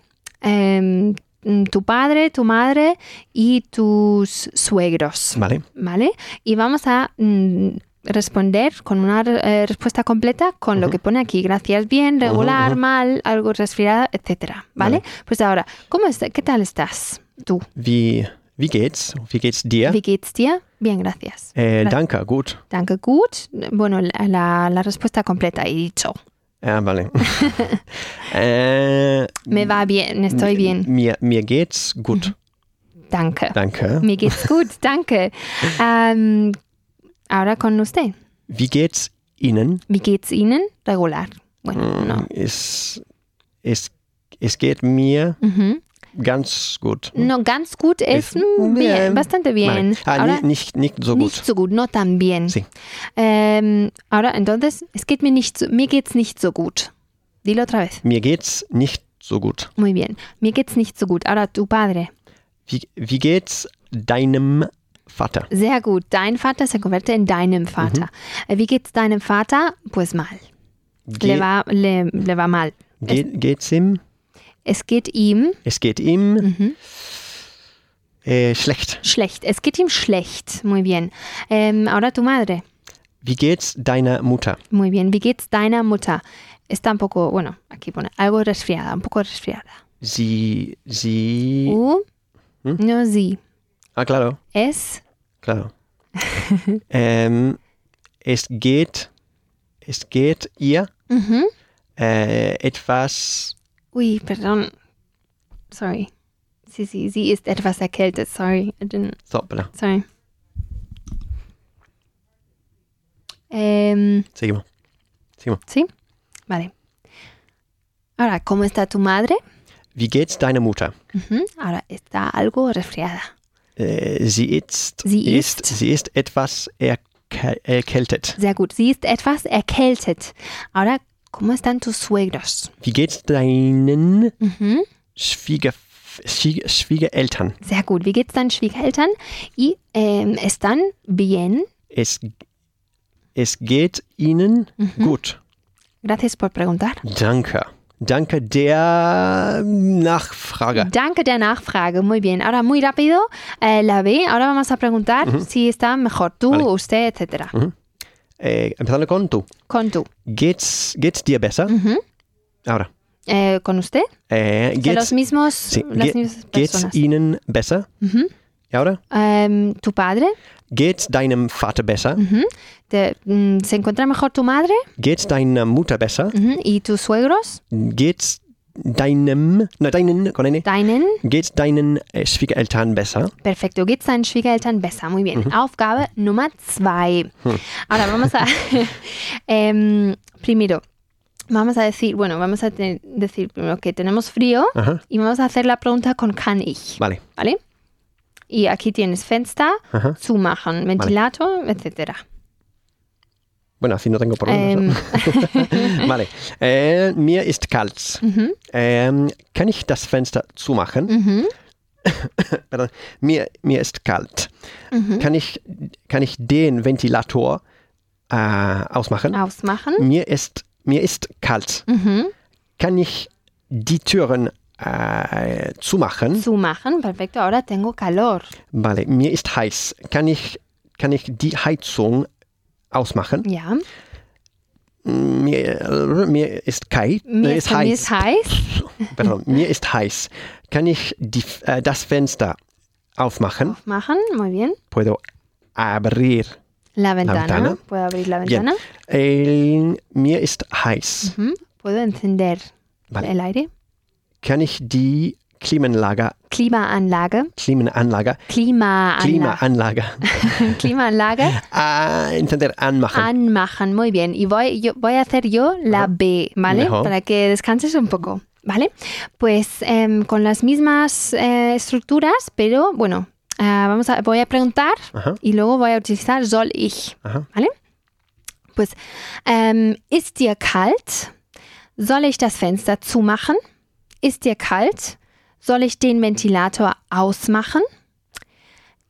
[SPEAKER 1] em, mm, tu padre, tu madre y tus suegros.
[SPEAKER 2] Vale.
[SPEAKER 1] ¿vale? Y vamos a mm, responder con una eh, respuesta completa con lo que pone aquí. Gracias, bien, regular,
[SPEAKER 2] ujú.
[SPEAKER 1] mal, algo resfriada, etcétera, ¿vale? Pues ahora, ¿cómo está, ¿qué tal estás tú?
[SPEAKER 2] Wie, wie geht's? Wie geht's dir?
[SPEAKER 1] Wie geht's dir? Bien, gracias.
[SPEAKER 2] Äh,
[SPEAKER 1] Gracias.
[SPEAKER 2] danke, gut.
[SPEAKER 1] Danke, gut. Bueno, la, la- la respuesta completa he dicho.
[SPEAKER 2] Ja, vale. äh,
[SPEAKER 1] Me va bien, estoy bien.
[SPEAKER 2] Mir, mir geht's gut.
[SPEAKER 1] Mhm. Danke.
[SPEAKER 2] Danke.
[SPEAKER 1] Me geht's gut, danke. Ähm, ahora con usted.
[SPEAKER 2] Wie geht's Ihnen?
[SPEAKER 1] Wie geht's Ihnen? Regular. Bueno,
[SPEAKER 2] Mm.
[SPEAKER 1] no.
[SPEAKER 2] Es, es, es geht mir
[SPEAKER 1] Mhm.
[SPEAKER 2] ganz gut.
[SPEAKER 1] No, ganz gut
[SPEAKER 2] Es-
[SPEAKER 1] essen, bien,
[SPEAKER 2] bien.
[SPEAKER 1] bastante bien.
[SPEAKER 2] Vale. Ah,
[SPEAKER 1] ahora,
[SPEAKER 2] ni- nicht, nicht so
[SPEAKER 1] nicht
[SPEAKER 2] gut.
[SPEAKER 1] so gut, no tan bien.
[SPEAKER 2] Sí.
[SPEAKER 1] Ähm, ahora, entonces, es geht mir nicht so, mir geht's nicht so gut. Dilo otra vez.
[SPEAKER 2] Mir geht's nicht so gut.
[SPEAKER 1] Muy bien. Mir geht's nicht so gut. Ahora, tu padre.
[SPEAKER 2] Wie, wie geht's deinem Vater?
[SPEAKER 1] Sehr gut. Dein Vater se convierte en deinem Vater. Äh, Wie geht's deinem Vater? Pues mal. Le
[SPEAKER 2] Mhm. Ge,
[SPEAKER 1] va, le, le va mal.
[SPEAKER 2] ge, geht's ihm?
[SPEAKER 1] Es geht ihm
[SPEAKER 2] Es geht ihm
[SPEAKER 1] Mhm.
[SPEAKER 2] äh, schlecht.
[SPEAKER 1] schlecht. Es geht ihm schlecht. Muy bien. Ähm, ahora, tu madre.
[SPEAKER 2] Wie geht's deiner Mutter?
[SPEAKER 1] Muy bien. Wie geht's deiner Mutter? Está un poco, bueno, aquí pone algo resfriada, un poco resfriada.
[SPEAKER 2] Sie, sie.
[SPEAKER 1] U, no, sie.
[SPEAKER 2] Ah, claro,
[SPEAKER 1] Es,
[SPEAKER 2] claro. ähm, es geht, es geht ihr
[SPEAKER 1] mhm.
[SPEAKER 2] äh, etwas.
[SPEAKER 1] Ui, perdón. Sorry. Sie, sie, sie ist etwas erkältet. Sorry. I didn't,
[SPEAKER 2] So, bla,
[SPEAKER 1] sorry. Ähm,
[SPEAKER 2] sieh mal.
[SPEAKER 1] sí. Vale. Ahora, ¿cómo está tu madre?
[SPEAKER 2] Wie geht's deiner Mutter?
[SPEAKER 1] Ujú, Ahora está algo resfriada.
[SPEAKER 2] Äh, sie ist,
[SPEAKER 1] Sie ist-
[SPEAKER 2] sie ist etwas erkä- erkältet.
[SPEAKER 1] Sehr gut. Sie ist etwas erkältet. Ahora, ¿cómo están tus suegros?
[SPEAKER 2] Wie geht's deinen
[SPEAKER 1] Mhm.
[SPEAKER 2] Schwieger, Schwie- Schwiegereltern?
[SPEAKER 1] Sehr gut. Wie geht's deinen Schwiegereltern? Y ähm, están bien.
[SPEAKER 2] Es, es geht ihnen
[SPEAKER 1] Mhm.
[SPEAKER 2] gut.
[SPEAKER 1] Gracias por preguntar.
[SPEAKER 2] Danke. Danke der Nachfrage.
[SPEAKER 1] Danke der Nachfrage. Muy bien. Ahora muy rápido. eh, la B. Ahora vamos a preguntar si está mejor tú,
[SPEAKER 2] Vale.
[SPEAKER 1] usted, etcétera.
[SPEAKER 2] Eh, empezando con tú.
[SPEAKER 1] Con tú.
[SPEAKER 2] Geht's, geht's dir besser?
[SPEAKER 1] Mhm.
[SPEAKER 2] Ahora.
[SPEAKER 1] Eh, con usted.
[SPEAKER 2] Eh,
[SPEAKER 1] De los
[SPEAKER 2] geht's,
[SPEAKER 1] mismos,
[SPEAKER 2] sí,
[SPEAKER 1] las
[SPEAKER 2] ge-
[SPEAKER 1] mismas
[SPEAKER 2] geht's
[SPEAKER 1] personas.
[SPEAKER 2] ihnen besser?
[SPEAKER 1] Mhm.
[SPEAKER 2] Ja, oder?
[SPEAKER 1] Em, tu padre.
[SPEAKER 2] Geht's deinem Vater besser?
[SPEAKER 1] Mhm. Te- mm, ¿Se encuentra mejor tu madre
[SPEAKER 2] Geht's deiner Mutter besser?
[SPEAKER 1] Ujú. y tus suegros?
[SPEAKER 2] Geht's deinem, no, deinen, con N,
[SPEAKER 1] Deinen?
[SPEAKER 2] geht deinen äh, Schwiegereltern besser.
[SPEAKER 1] Perfecto, geht's deinen Schwiegereltern besser. Muy bien. Aufgabe Nummer zwei.
[SPEAKER 2] Hm.
[SPEAKER 1] Ahora vamos a. em, primero, vamos a decir, bueno, vamos a te- decir primero que tenemos frío
[SPEAKER 2] Ajá.
[SPEAKER 1] y vamos a hacer la pregunta con kann ich,
[SPEAKER 2] Vale.
[SPEAKER 1] ¿vale? Y aquí tienes Fenster,
[SPEAKER 2] Ajá.
[SPEAKER 1] zumachen, Ventilator, etcétera.
[SPEAKER 2] Bueno, así no tengo problemas.
[SPEAKER 1] Ähm,
[SPEAKER 2] ¿no? vale. Äh, mir ist kalt.
[SPEAKER 1] mhm,
[SPEAKER 2] Ähm, kann ich das Fenster zumachen?
[SPEAKER 1] mhm,
[SPEAKER 2] Pardon. Mir, mir ist kalt.
[SPEAKER 1] mhm.
[SPEAKER 2] Kann, ich, kann ich den Ventilator äh, ausmachen?
[SPEAKER 1] Ausmachen.
[SPEAKER 2] Mir, ist, mir ist kalt.
[SPEAKER 1] Ah. Mhm.
[SPEAKER 2] Kann ich die Türen äh, zumachen?
[SPEAKER 1] Zumachen, perfecto. Ahora tengo calor.
[SPEAKER 2] Vale, mir ist heiß. Kann ich, kann ich die Heizung ausmachen?
[SPEAKER 1] Ja.
[SPEAKER 2] Mir, äh, mir ist kalt.
[SPEAKER 1] Mhm. Mir
[SPEAKER 2] äh,
[SPEAKER 1] ist, mir ist heiß.
[SPEAKER 2] Pardon, mir ist heiß. Kann ich die, äh, das Fenster aufmachen?
[SPEAKER 1] Aufmachen, muy bien.
[SPEAKER 2] Puedo abrir.
[SPEAKER 1] La ventana.
[SPEAKER 2] ventana.
[SPEAKER 1] Puedo abrir la
[SPEAKER 2] Bien.
[SPEAKER 1] ventana.
[SPEAKER 2] El, mir ist heiß.
[SPEAKER 1] Ujú. Puedo encender
[SPEAKER 2] Vale.
[SPEAKER 1] el aire.
[SPEAKER 2] Kann ich die Klimaanlage,
[SPEAKER 1] Klimaanlage.
[SPEAKER 2] Klimaanlage,
[SPEAKER 1] Klimaanlage.
[SPEAKER 2] Klimaanlage,
[SPEAKER 1] Klimaanlage.
[SPEAKER 2] äh, entender, anmachen?
[SPEAKER 1] Anmachen. Muy bien. Y voy, yo, voy a hacer yo la B, ¿vale?
[SPEAKER 2] Mejor.
[SPEAKER 1] Para que descanses un poco, ¿vale? Pues em, con las mismas eh, estructuras, pero bueno, ah, vamos a, voy a preguntar
[SPEAKER 2] Ajá,
[SPEAKER 1] y luego voy a utilizar soll ich.
[SPEAKER 2] ajá.
[SPEAKER 1] Pues, ähm, ist dir kalt? Soll ich das Fenster zumachen? Ist dir kalt? Soll ich den Ventilator ausmachen?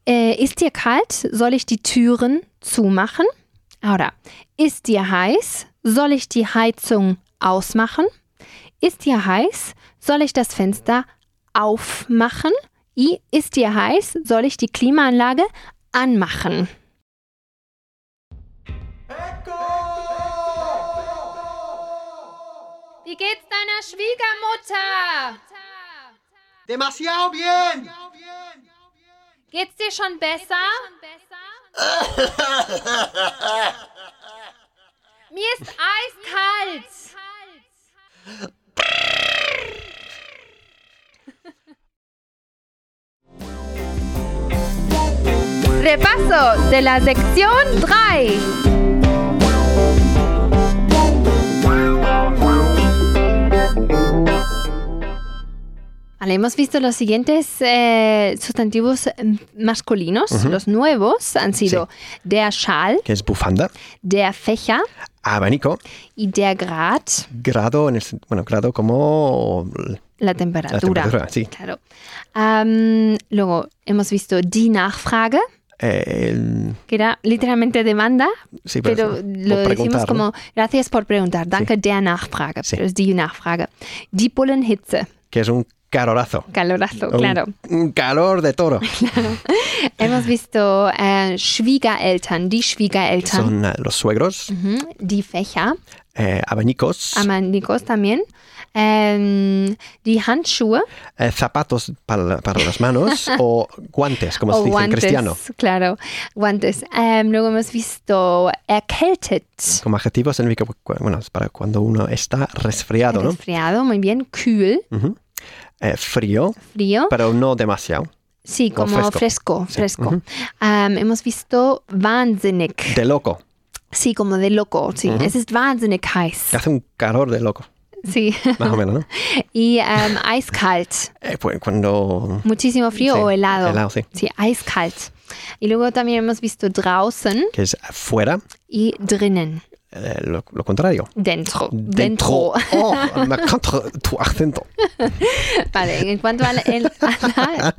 [SPEAKER 1] Äh, ist dir kalt? Soll ich die Türen zumachen? Oder ist dir heiß? Soll ich die Heizung ausmachen? Ist dir heiß? Soll ich das Fenster aufmachen? I, ist dir heiß? Soll ich die Klimaanlage anmachen? Wie geht's deiner Schwiegermutter?
[SPEAKER 3] ¡Demasiado bien!
[SPEAKER 1] Geht's dir schon besser? Mir ist eiskalt. Repaso de la sección 3. Vale, hemos visto los siguientes eh, sustantivos eh, masculinos. Los nuevos han sido der Schal,
[SPEAKER 2] Que es bufanda,
[SPEAKER 1] der Fächer
[SPEAKER 2] abanico,
[SPEAKER 1] y der Grad,
[SPEAKER 2] grado, en el, sen- bueno, grado como
[SPEAKER 1] la
[SPEAKER 2] la
[SPEAKER 1] temperatura.
[SPEAKER 2] temperatura, sí.
[SPEAKER 1] Claro. Am, luego hemos visto die Nachfrage,
[SPEAKER 2] Eh, el-
[SPEAKER 1] que era literalmente demanda,
[SPEAKER 2] sí,
[SPEAKER 1] pero
[SPEAKER 2] por
[SPEAKER 1] lo decimos
[SPEAKER 2] preguntar, ¿no?
[SPEAKER 1] como gracias por preguntar, danke der Nachfrage,
[SPEAKER 2] Sí.
[SPEAKER 1] pero es die Nachfrage. Die Bullenhitze,
[SPEAKER 2] que es un calorazo.
[SPEAKER 1] calorazo,
[SPEAKER 2] Un-
[SPEAKER 1] claro.
[SPEAKER 2] Un calor de toro.
[SPEAKER 1] Hemos visto eh, Schwiegereltern, die Schwiegereltern,
[SPEAKER 2] Son eh, los suegros,
[SPEAKER 1] mhm, die Fächer,
[SPEAKER 2] eh, abanicos,
[SPEAKER 1] Amanicos también, ähm, die Handschuhe
[SPEAKER 2] eh, zapatos para, para las manos o guantes, como
[SPEAKER 1] o
[SPEAKER 2] se dice en
[SPEAKER 1] guantes,
[SPEAKER 2] cristiano.
[SPEAKER 1] claro, guantes. Ähm, luego hemos visto eh, erkältet.
[SPEAKER 2] Como adjetivos significa, cu- bueno, es para cuando uno está resfriado, ¿no? Mm.
[SPEAKER 1] Resfriado, muy bien. Kühl,
[SPEAKER 2] Ujú. Eh, frío,
[SPEAKER 1] frío.
[SPEAKER 2] pero no demasiado.
[SPEAKER 1] Sí,
[SPEAKER 2] o
[SPEAKER 1] como
[SPEAKER 2] fresco.
[SPEAKER 1] fresco,
[SPEAKER 2] Sí,
[SPEAKER 1] fresco.
[SPEAKER 2] ujú.
[SPEAKER 1] Ähm, hemos visto wahnsinnig.
[SPEAKER 2] De loco.
[SPEAKER 1] Sí, como de loco. Sí, es ist wahnsinnig
[SPEAKER 2] que
[SPEAKER 1] heiß.
[SPEAKER 2] hace un calor de loco,
[SPEAKER 1] Sí.
[SPEAKER 2] más o menos, ¿no?
[SPEAKER 1] y ähm, eiskalt.
[SPEAKER 2] Eh, pues cuando...
[SPEAKER 1] Muchísimo frío
[SPEAKER 2] Sí,
[SPEAKER 1] o helado.
[SPEAKER 2] helado, sí.
[SPEAKER 1] Sí, eiskalt. Y luego también hemos visto draußen
[SPEAKER 2] que es fuera,
[SPEAKER 1] y drinnen.
[SPEAKER 2] eh, lo, lo contrario.
[SPEAKER 1] Dentro.
[SPEAKER 2] Oh, me encanta tu acento.
[SPEAKER 1] Vale, en cuanto a la, el- a la-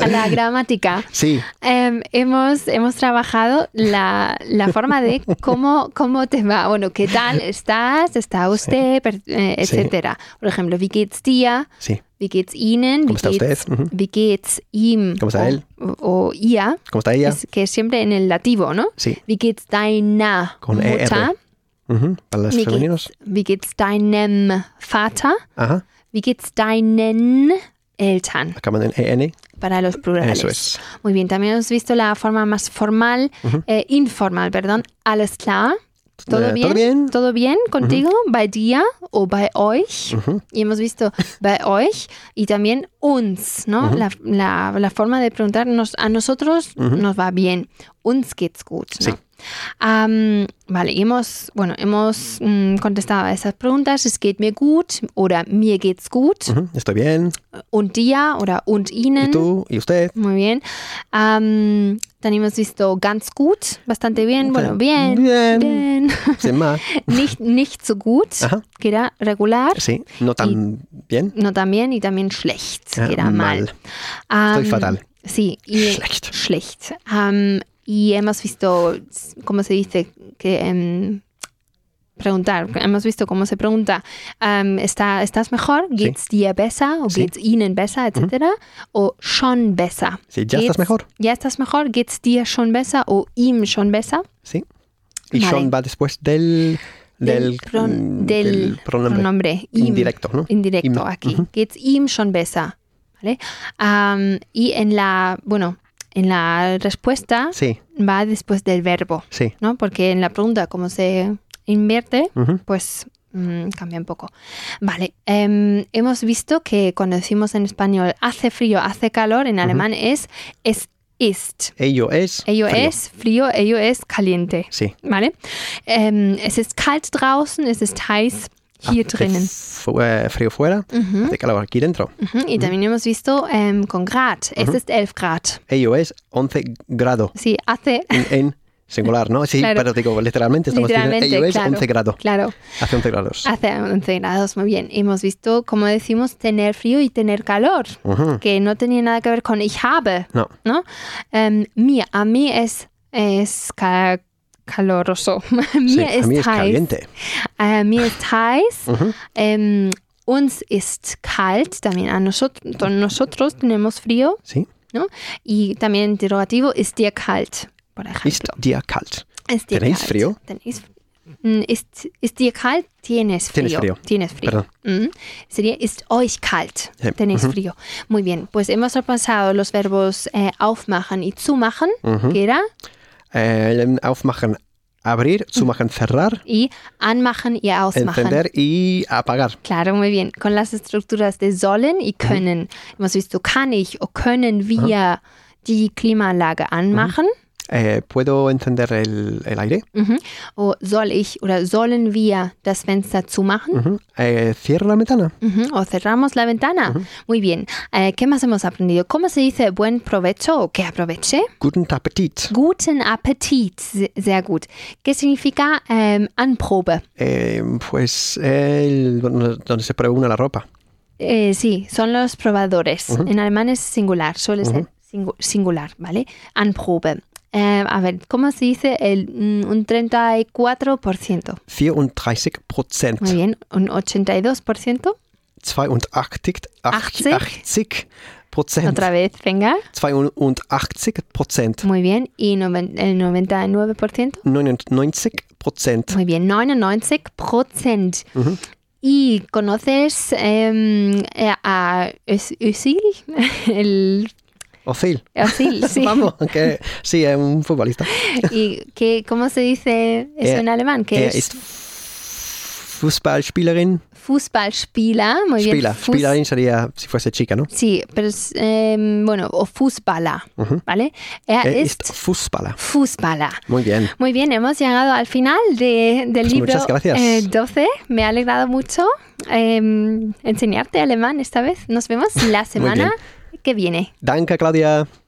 [SPEAKER 1] a la gramática,
[SPEAKER 2] Sí,
[SPEAKER 1] Em, hemos, hemos trabajado la, la forma de cómo, cómo te va, bueno, qué tal estás, está usted, per- eh,
[SPEAKER 2] Sí.
[SPEAKER 1] etcétera. Por ejemplo, wie geht's dir,
[SPEAKER 2] sí.
[SPEAKER 1] wie geht's Ihnen, wie
[SPEAKER 2] ¿Cómo está
[SPEAKER 1] geht's,
[SPEAKER 2] usted? Ujú.
[SPEAKER 1] wie geht's ihm
[SPEAKER 2] ¿Cómo está
[SPEAKER 1] o,
[SPEAKER 2] él?
[SPEAKER 1] o- o ia,
[SPEAKER 2] ¿Cómo está ella?
[SPEAKER 1] es- que es siempre en el lativo, ¿no?
[SPEAKER 2] Sí.
[SPEAKER 1] Wie geht's deiner
[SPEAKER 2] Con ER.
[SPEAKER 1] Mutter,
[SPEAKER 2] Ujú, Para los
[SPEAKER 1] Wie geht's-
[SPEAKER 2] femeninos.
[SPEAKER 1] wie geht's deinem Vater,
[SPEAKER 2] Ajá.
[SPEAKER 1] wie geht's deinen Eltern,
[SPEAKER 2] Acaban en EN.
[SPEAKER 1] para los plurales.
[SPEAKER 2] Eso es.
[SPEAKER 1] Muy bien, también hemos visto la forma más formal, eh, informal, perdón, alles klar, ¿Todo
[SPEAKER 2] Eh,
[SPEAKER 1] bien?
[SPEAKER 2] ¿Todo bien?
[SPEAKER 1] ¿Todo bien contigo? ¿Bei dir o bei euch?
[SPEAKER 2] Ujú.
[SPEAKER 1] Y hemos visto bei euch y también uns, ¿no?
[SPEAKER 2] Ujú.
[SPEAKER 1] La, la- la forma de preguntarnos a nosotros
[SPEAKER 2] Ujú.
[SPEAKER 1] nos va bien. Uns geht's gut, ¿no?
[SPEAKER 2] Sí.
[SPEAKER 1] Am, vale, y hemos, bueno, hemos mm, contestado a esas preguntas. Es geht mir gut oder mir geht's gut.
[SPEAKER 2] Ujú, Estoy bien.
[SPEAKER 1] Und dir oder und ihnen.
[SPEAKER 2] ¿Y tú? ¿Y usted?
[SPEAKER 1] Muy bien. Am, dann hemos visto ganz gut, bastante bien, bueno, bien.
[SPEAKER 2] Bien.
[SPEAKER 1] bien.
[SPEAKER 2] Sin más.
[SPEAKER 1] nicht, nicht so gut,
[SPEAKER 2] Ajá.
[SPEAKER 1] que era regular,
[SPEAKER 2] Sí, no tan bien.
[SPEAKER 1] no tan bien y también schlecht,
[SPEAKER 2] Ah,
[SPEAKER 1] que era mal.
[SPEAKER 2] Estoy
[SPEAKER 1] Am,
[SPEAKER 2] fatal.
[SPEAKER 1] Sí, y
[SPEAKER 2] Schlecht.
[SPEAKER 1] schlecht. Am, y hemos visto, ¿cómo se dice? Que, em, preguntar, hemos visto cómo se pregunta, am, ¿está, ¿estás mejor?
[SPEAKER 2] Sí.
[SPEAKER 1] ¿Geht's dir besser? ¿O
[SPEAKER 2] Sí.
[SPEAKER 1] geht's ihnen besser? Etcétera. O schon besser.
[SPEAKER 2] Sí, ya estás
[SPEAKER 1] Geht's-
[SPEAKER 2] mejor.
[SPEAKER 1] ¿Ya estás mejor? ¿Geht's dir schon besser? ¿O ihm schon besser?
[SPEAKER 2] Sí. Y
[SPEAKER 1] Vale.
[SPEAKER 2] Sean va después del. Del,
[SPEAKER 1] pron-
[SPEAKER 2] mm,
[SPEAKER 1] del
[SPEAKER 2] del pronombre.
[SPEAKER 1] pronombre im.
[SPEAKER 2] Indirecto, ¿no?
[SPEAKER 1] indirecto
[SPEAKER 2] Im.
[SPEAKER 1] aquí.
[SPEAKER 2] Ujú.
[SPEAKER 1] Geht's ihm schon besser. ¿Vale? Am, y en la, bueno, en la respuesta
[SPEAKER 2] Sí,
[SPEAKER 1] va después del verbo,
[SPEAKER 2] sí.
[SPEAKER 1] ¿no? Porque en la pregunta, como se invierte,
[SPEAKER 2] Ujú.
[SPEAKER 1] pues mm, cambia un poco. Vale, em, hemos visto que cuando decimos en español hace frío, hace calor, en alemán es es ist.
[SPEAKER 2] Ello es.
[SPEAKER 1] Ello
[SPEAKER 2] frío.
[SPEAKER 1] es frío, ello es caliente.
[SPEAKER 2] Sí.
[SPEAKER 1] ¿Vale? Ähm, es ist kalt draußen, es ist heiß hier
[SPEAKER 2] Hace
[SPEAKER 1] drinnen.
[SPEAKER 2] Ah, fu- eh, frío fuera.
[SPEAKER 1] Mhm,
[SPEAKER 2] Hace calor aquí dentro.
[SPEAKER 1] mhm. Y también hemos visto ähm, con grad. Es ist 11 Grad.
[SPEAKER 2] Ello es 11 grado.
[SPEAKER 1] Sí, hace,
[SPEAKER 2] En, en singular, ¿no? Sí,
[SPEAKER 1] Claro.
[SPEAKER 2] pero digo, literalmente estamos
[SPEAKER 1] Literalmente,
[SPEAKER 2] diciendo ello es
[SPEAKER 1] claro. Ah.
[SPEAKER 2] 11 grados.
[SPEAKER 1] claro,
[SPEAKER 2] Hace 11 grados.
[SPEAKER 1] hace 11 grados. Muy bien. Hemos visto, como decimos, tener frío y tener calor.
[SPEAKER 2] Ujú.
[SPEAKER 1] Que no tenía nada que ver con ich habe,
[SPEAKER 2] No.
[SPEAKER 1] ¿no? Ähm, mir, a mí es, es ca- caloroso.
[SPEAKER 2] Sí,
[SPEAKER 1] mir
[SPEAKER 2] a mí
[SPEAKER 1] heiß.
[SPEAKER 2] es caliente.
[SPEAKER 1] A mí es heiß.
[SPEAKER 2] Ujú.
[SPEAKER 1] Ähm, uns ist kalt, también a nosotros, nosotros tenemos frío.
[SPEAKER 2] Sí.
[SPEAKER 1] ¿no? Y también interrogativo, ist dir kalt, por
[SPEAKER 2] Ist
[SPEAKER 1] ejemplo.
[SPEAKER 2] dir kalt.
[SPEAKER 1] Ist dir
[SPEAKER 2] ¿Tenéis
[SPEAKER 1] kalt?
[SPEAKER 2] frío?
[SPEAKER 1] Tenéis- Mm, Ist, ist dir kalt? Tienes frío.
[SPEAKER 2] Tienes frío.
[SPEAKER 1] Tienes frío. Mm. Sería, ist euch kalt?
[SPEAKER 2] Sí.
[SPEAKER 1] Tenéis frío. Muy bien, pues hemos repasado los verbos eh, aufmachen y zumachen, que era,
[SPEAKER 2] Eh, aufmachen, abrir,
[SPEAKER 1] Mm.
[SPEAKER 2] zumachen, cerrar,
[SPEAKER 1] y anmachen y ausmachen.
[SPEAKER 2] encender y apagar.
[SPEAKER 1] Claro, muy bien. Con las estructuras de sollen y können. Hemos visto kann ich o können wir die Klimaanlage anmachen.
[SPEAKER 2] Eh, ¿Puedo encender el, el aire?
[SPEAKER 1] Mhm. O soll ich oder sollen wir das Fenster zumachen?
[SPEAKER 2] Ujú. Eh, ¿Cierro la ventana?
[SPEAKER 1] Mhm. O cerramos la ventana. Muy bien. Eh, ¿Qué más hemos aprendido? ¿Cómo se dice buen provecho o que aproveche?
[SPEAKER 2] Guten Appetit.
[SPEAKER 1] Guten Appetit. Se- Sehr gut. ¿Qué significa ähm, Anprobe?
[SPEAKER 2] Eh, pues el, donde donde se prueba una la ropa.
[SPEAKER 1] Eh, sí, son los probadores. En alemán es singular, suele ser singu- singular, ¿vale? Anprobe. Eh, a ver, ¿cómo se dice el, mm, un 34%?
[SPEAKER 2] 34 Prozent.
[SPEAKER 1] Muy bien, un 82%.
[SPEAKER 2] 82, ach-
[SPEAKER 1] 80?
[SPEAKER 2] 80 Prozent.
[SPEAKER 1] Otra vez, Mm. venga.
[SPEAKER 2] 82 Prozent.
[SPEAKER 1] Muy bien, y noven- el 99%.
[SPEAKER 2] 99 Prozent.
[SPEAKER 1] Muy bien, 99%. ¿Y conoces em, eh, a Ös- Özil? El
[SPEAKER 2] Ozil.
[SPEAKER 1] Özil, sí.
[SPEAKER 2] Vamos, que sí, es un futbolista.
[SPEAKER 1] ¿Y qué, cómo se dice eso
[SPEAKER 2] Er-
[SPEAKER 1] en alemán? Que
[SPEAKER 2] Er
[SPEAKER 1] es-
[SPEAKER 2] ist Fußballspielerin.
[SPEAKER 1] Fußballspieler, muy bien.
[SPEAKER 2] Spieler.
[SPEAKER 1] Oh, Fuß-
[SPEAKER 2] Spielerin sería si fuese äh, chica, ne? ¿no?
[SPEAKER 1] Sí, pero es, em, bueno, o Fußballer, ¿vale? Er,
[SPEAKER 2] Er
[SPEAKER 1] ist,
[SPEAKER 2] ist Fußballer.
[SPEAKER 1] Fußballer.
[SPEAKER 2] Muy bien.
[SPEAKER 1] Muy bien, hemos llegado al final de, del
[SPEAKER 2] Pues
[SPEAKER 1] libro
[SPEAKER 2] muchas gracias.
[SPEAKER 1] eh, 12. Me ha alegrado mucho em, enseñarte alemán esta vez. Nos vemos la semana que viene.
[SPEAKER 2] Danke, Claudia.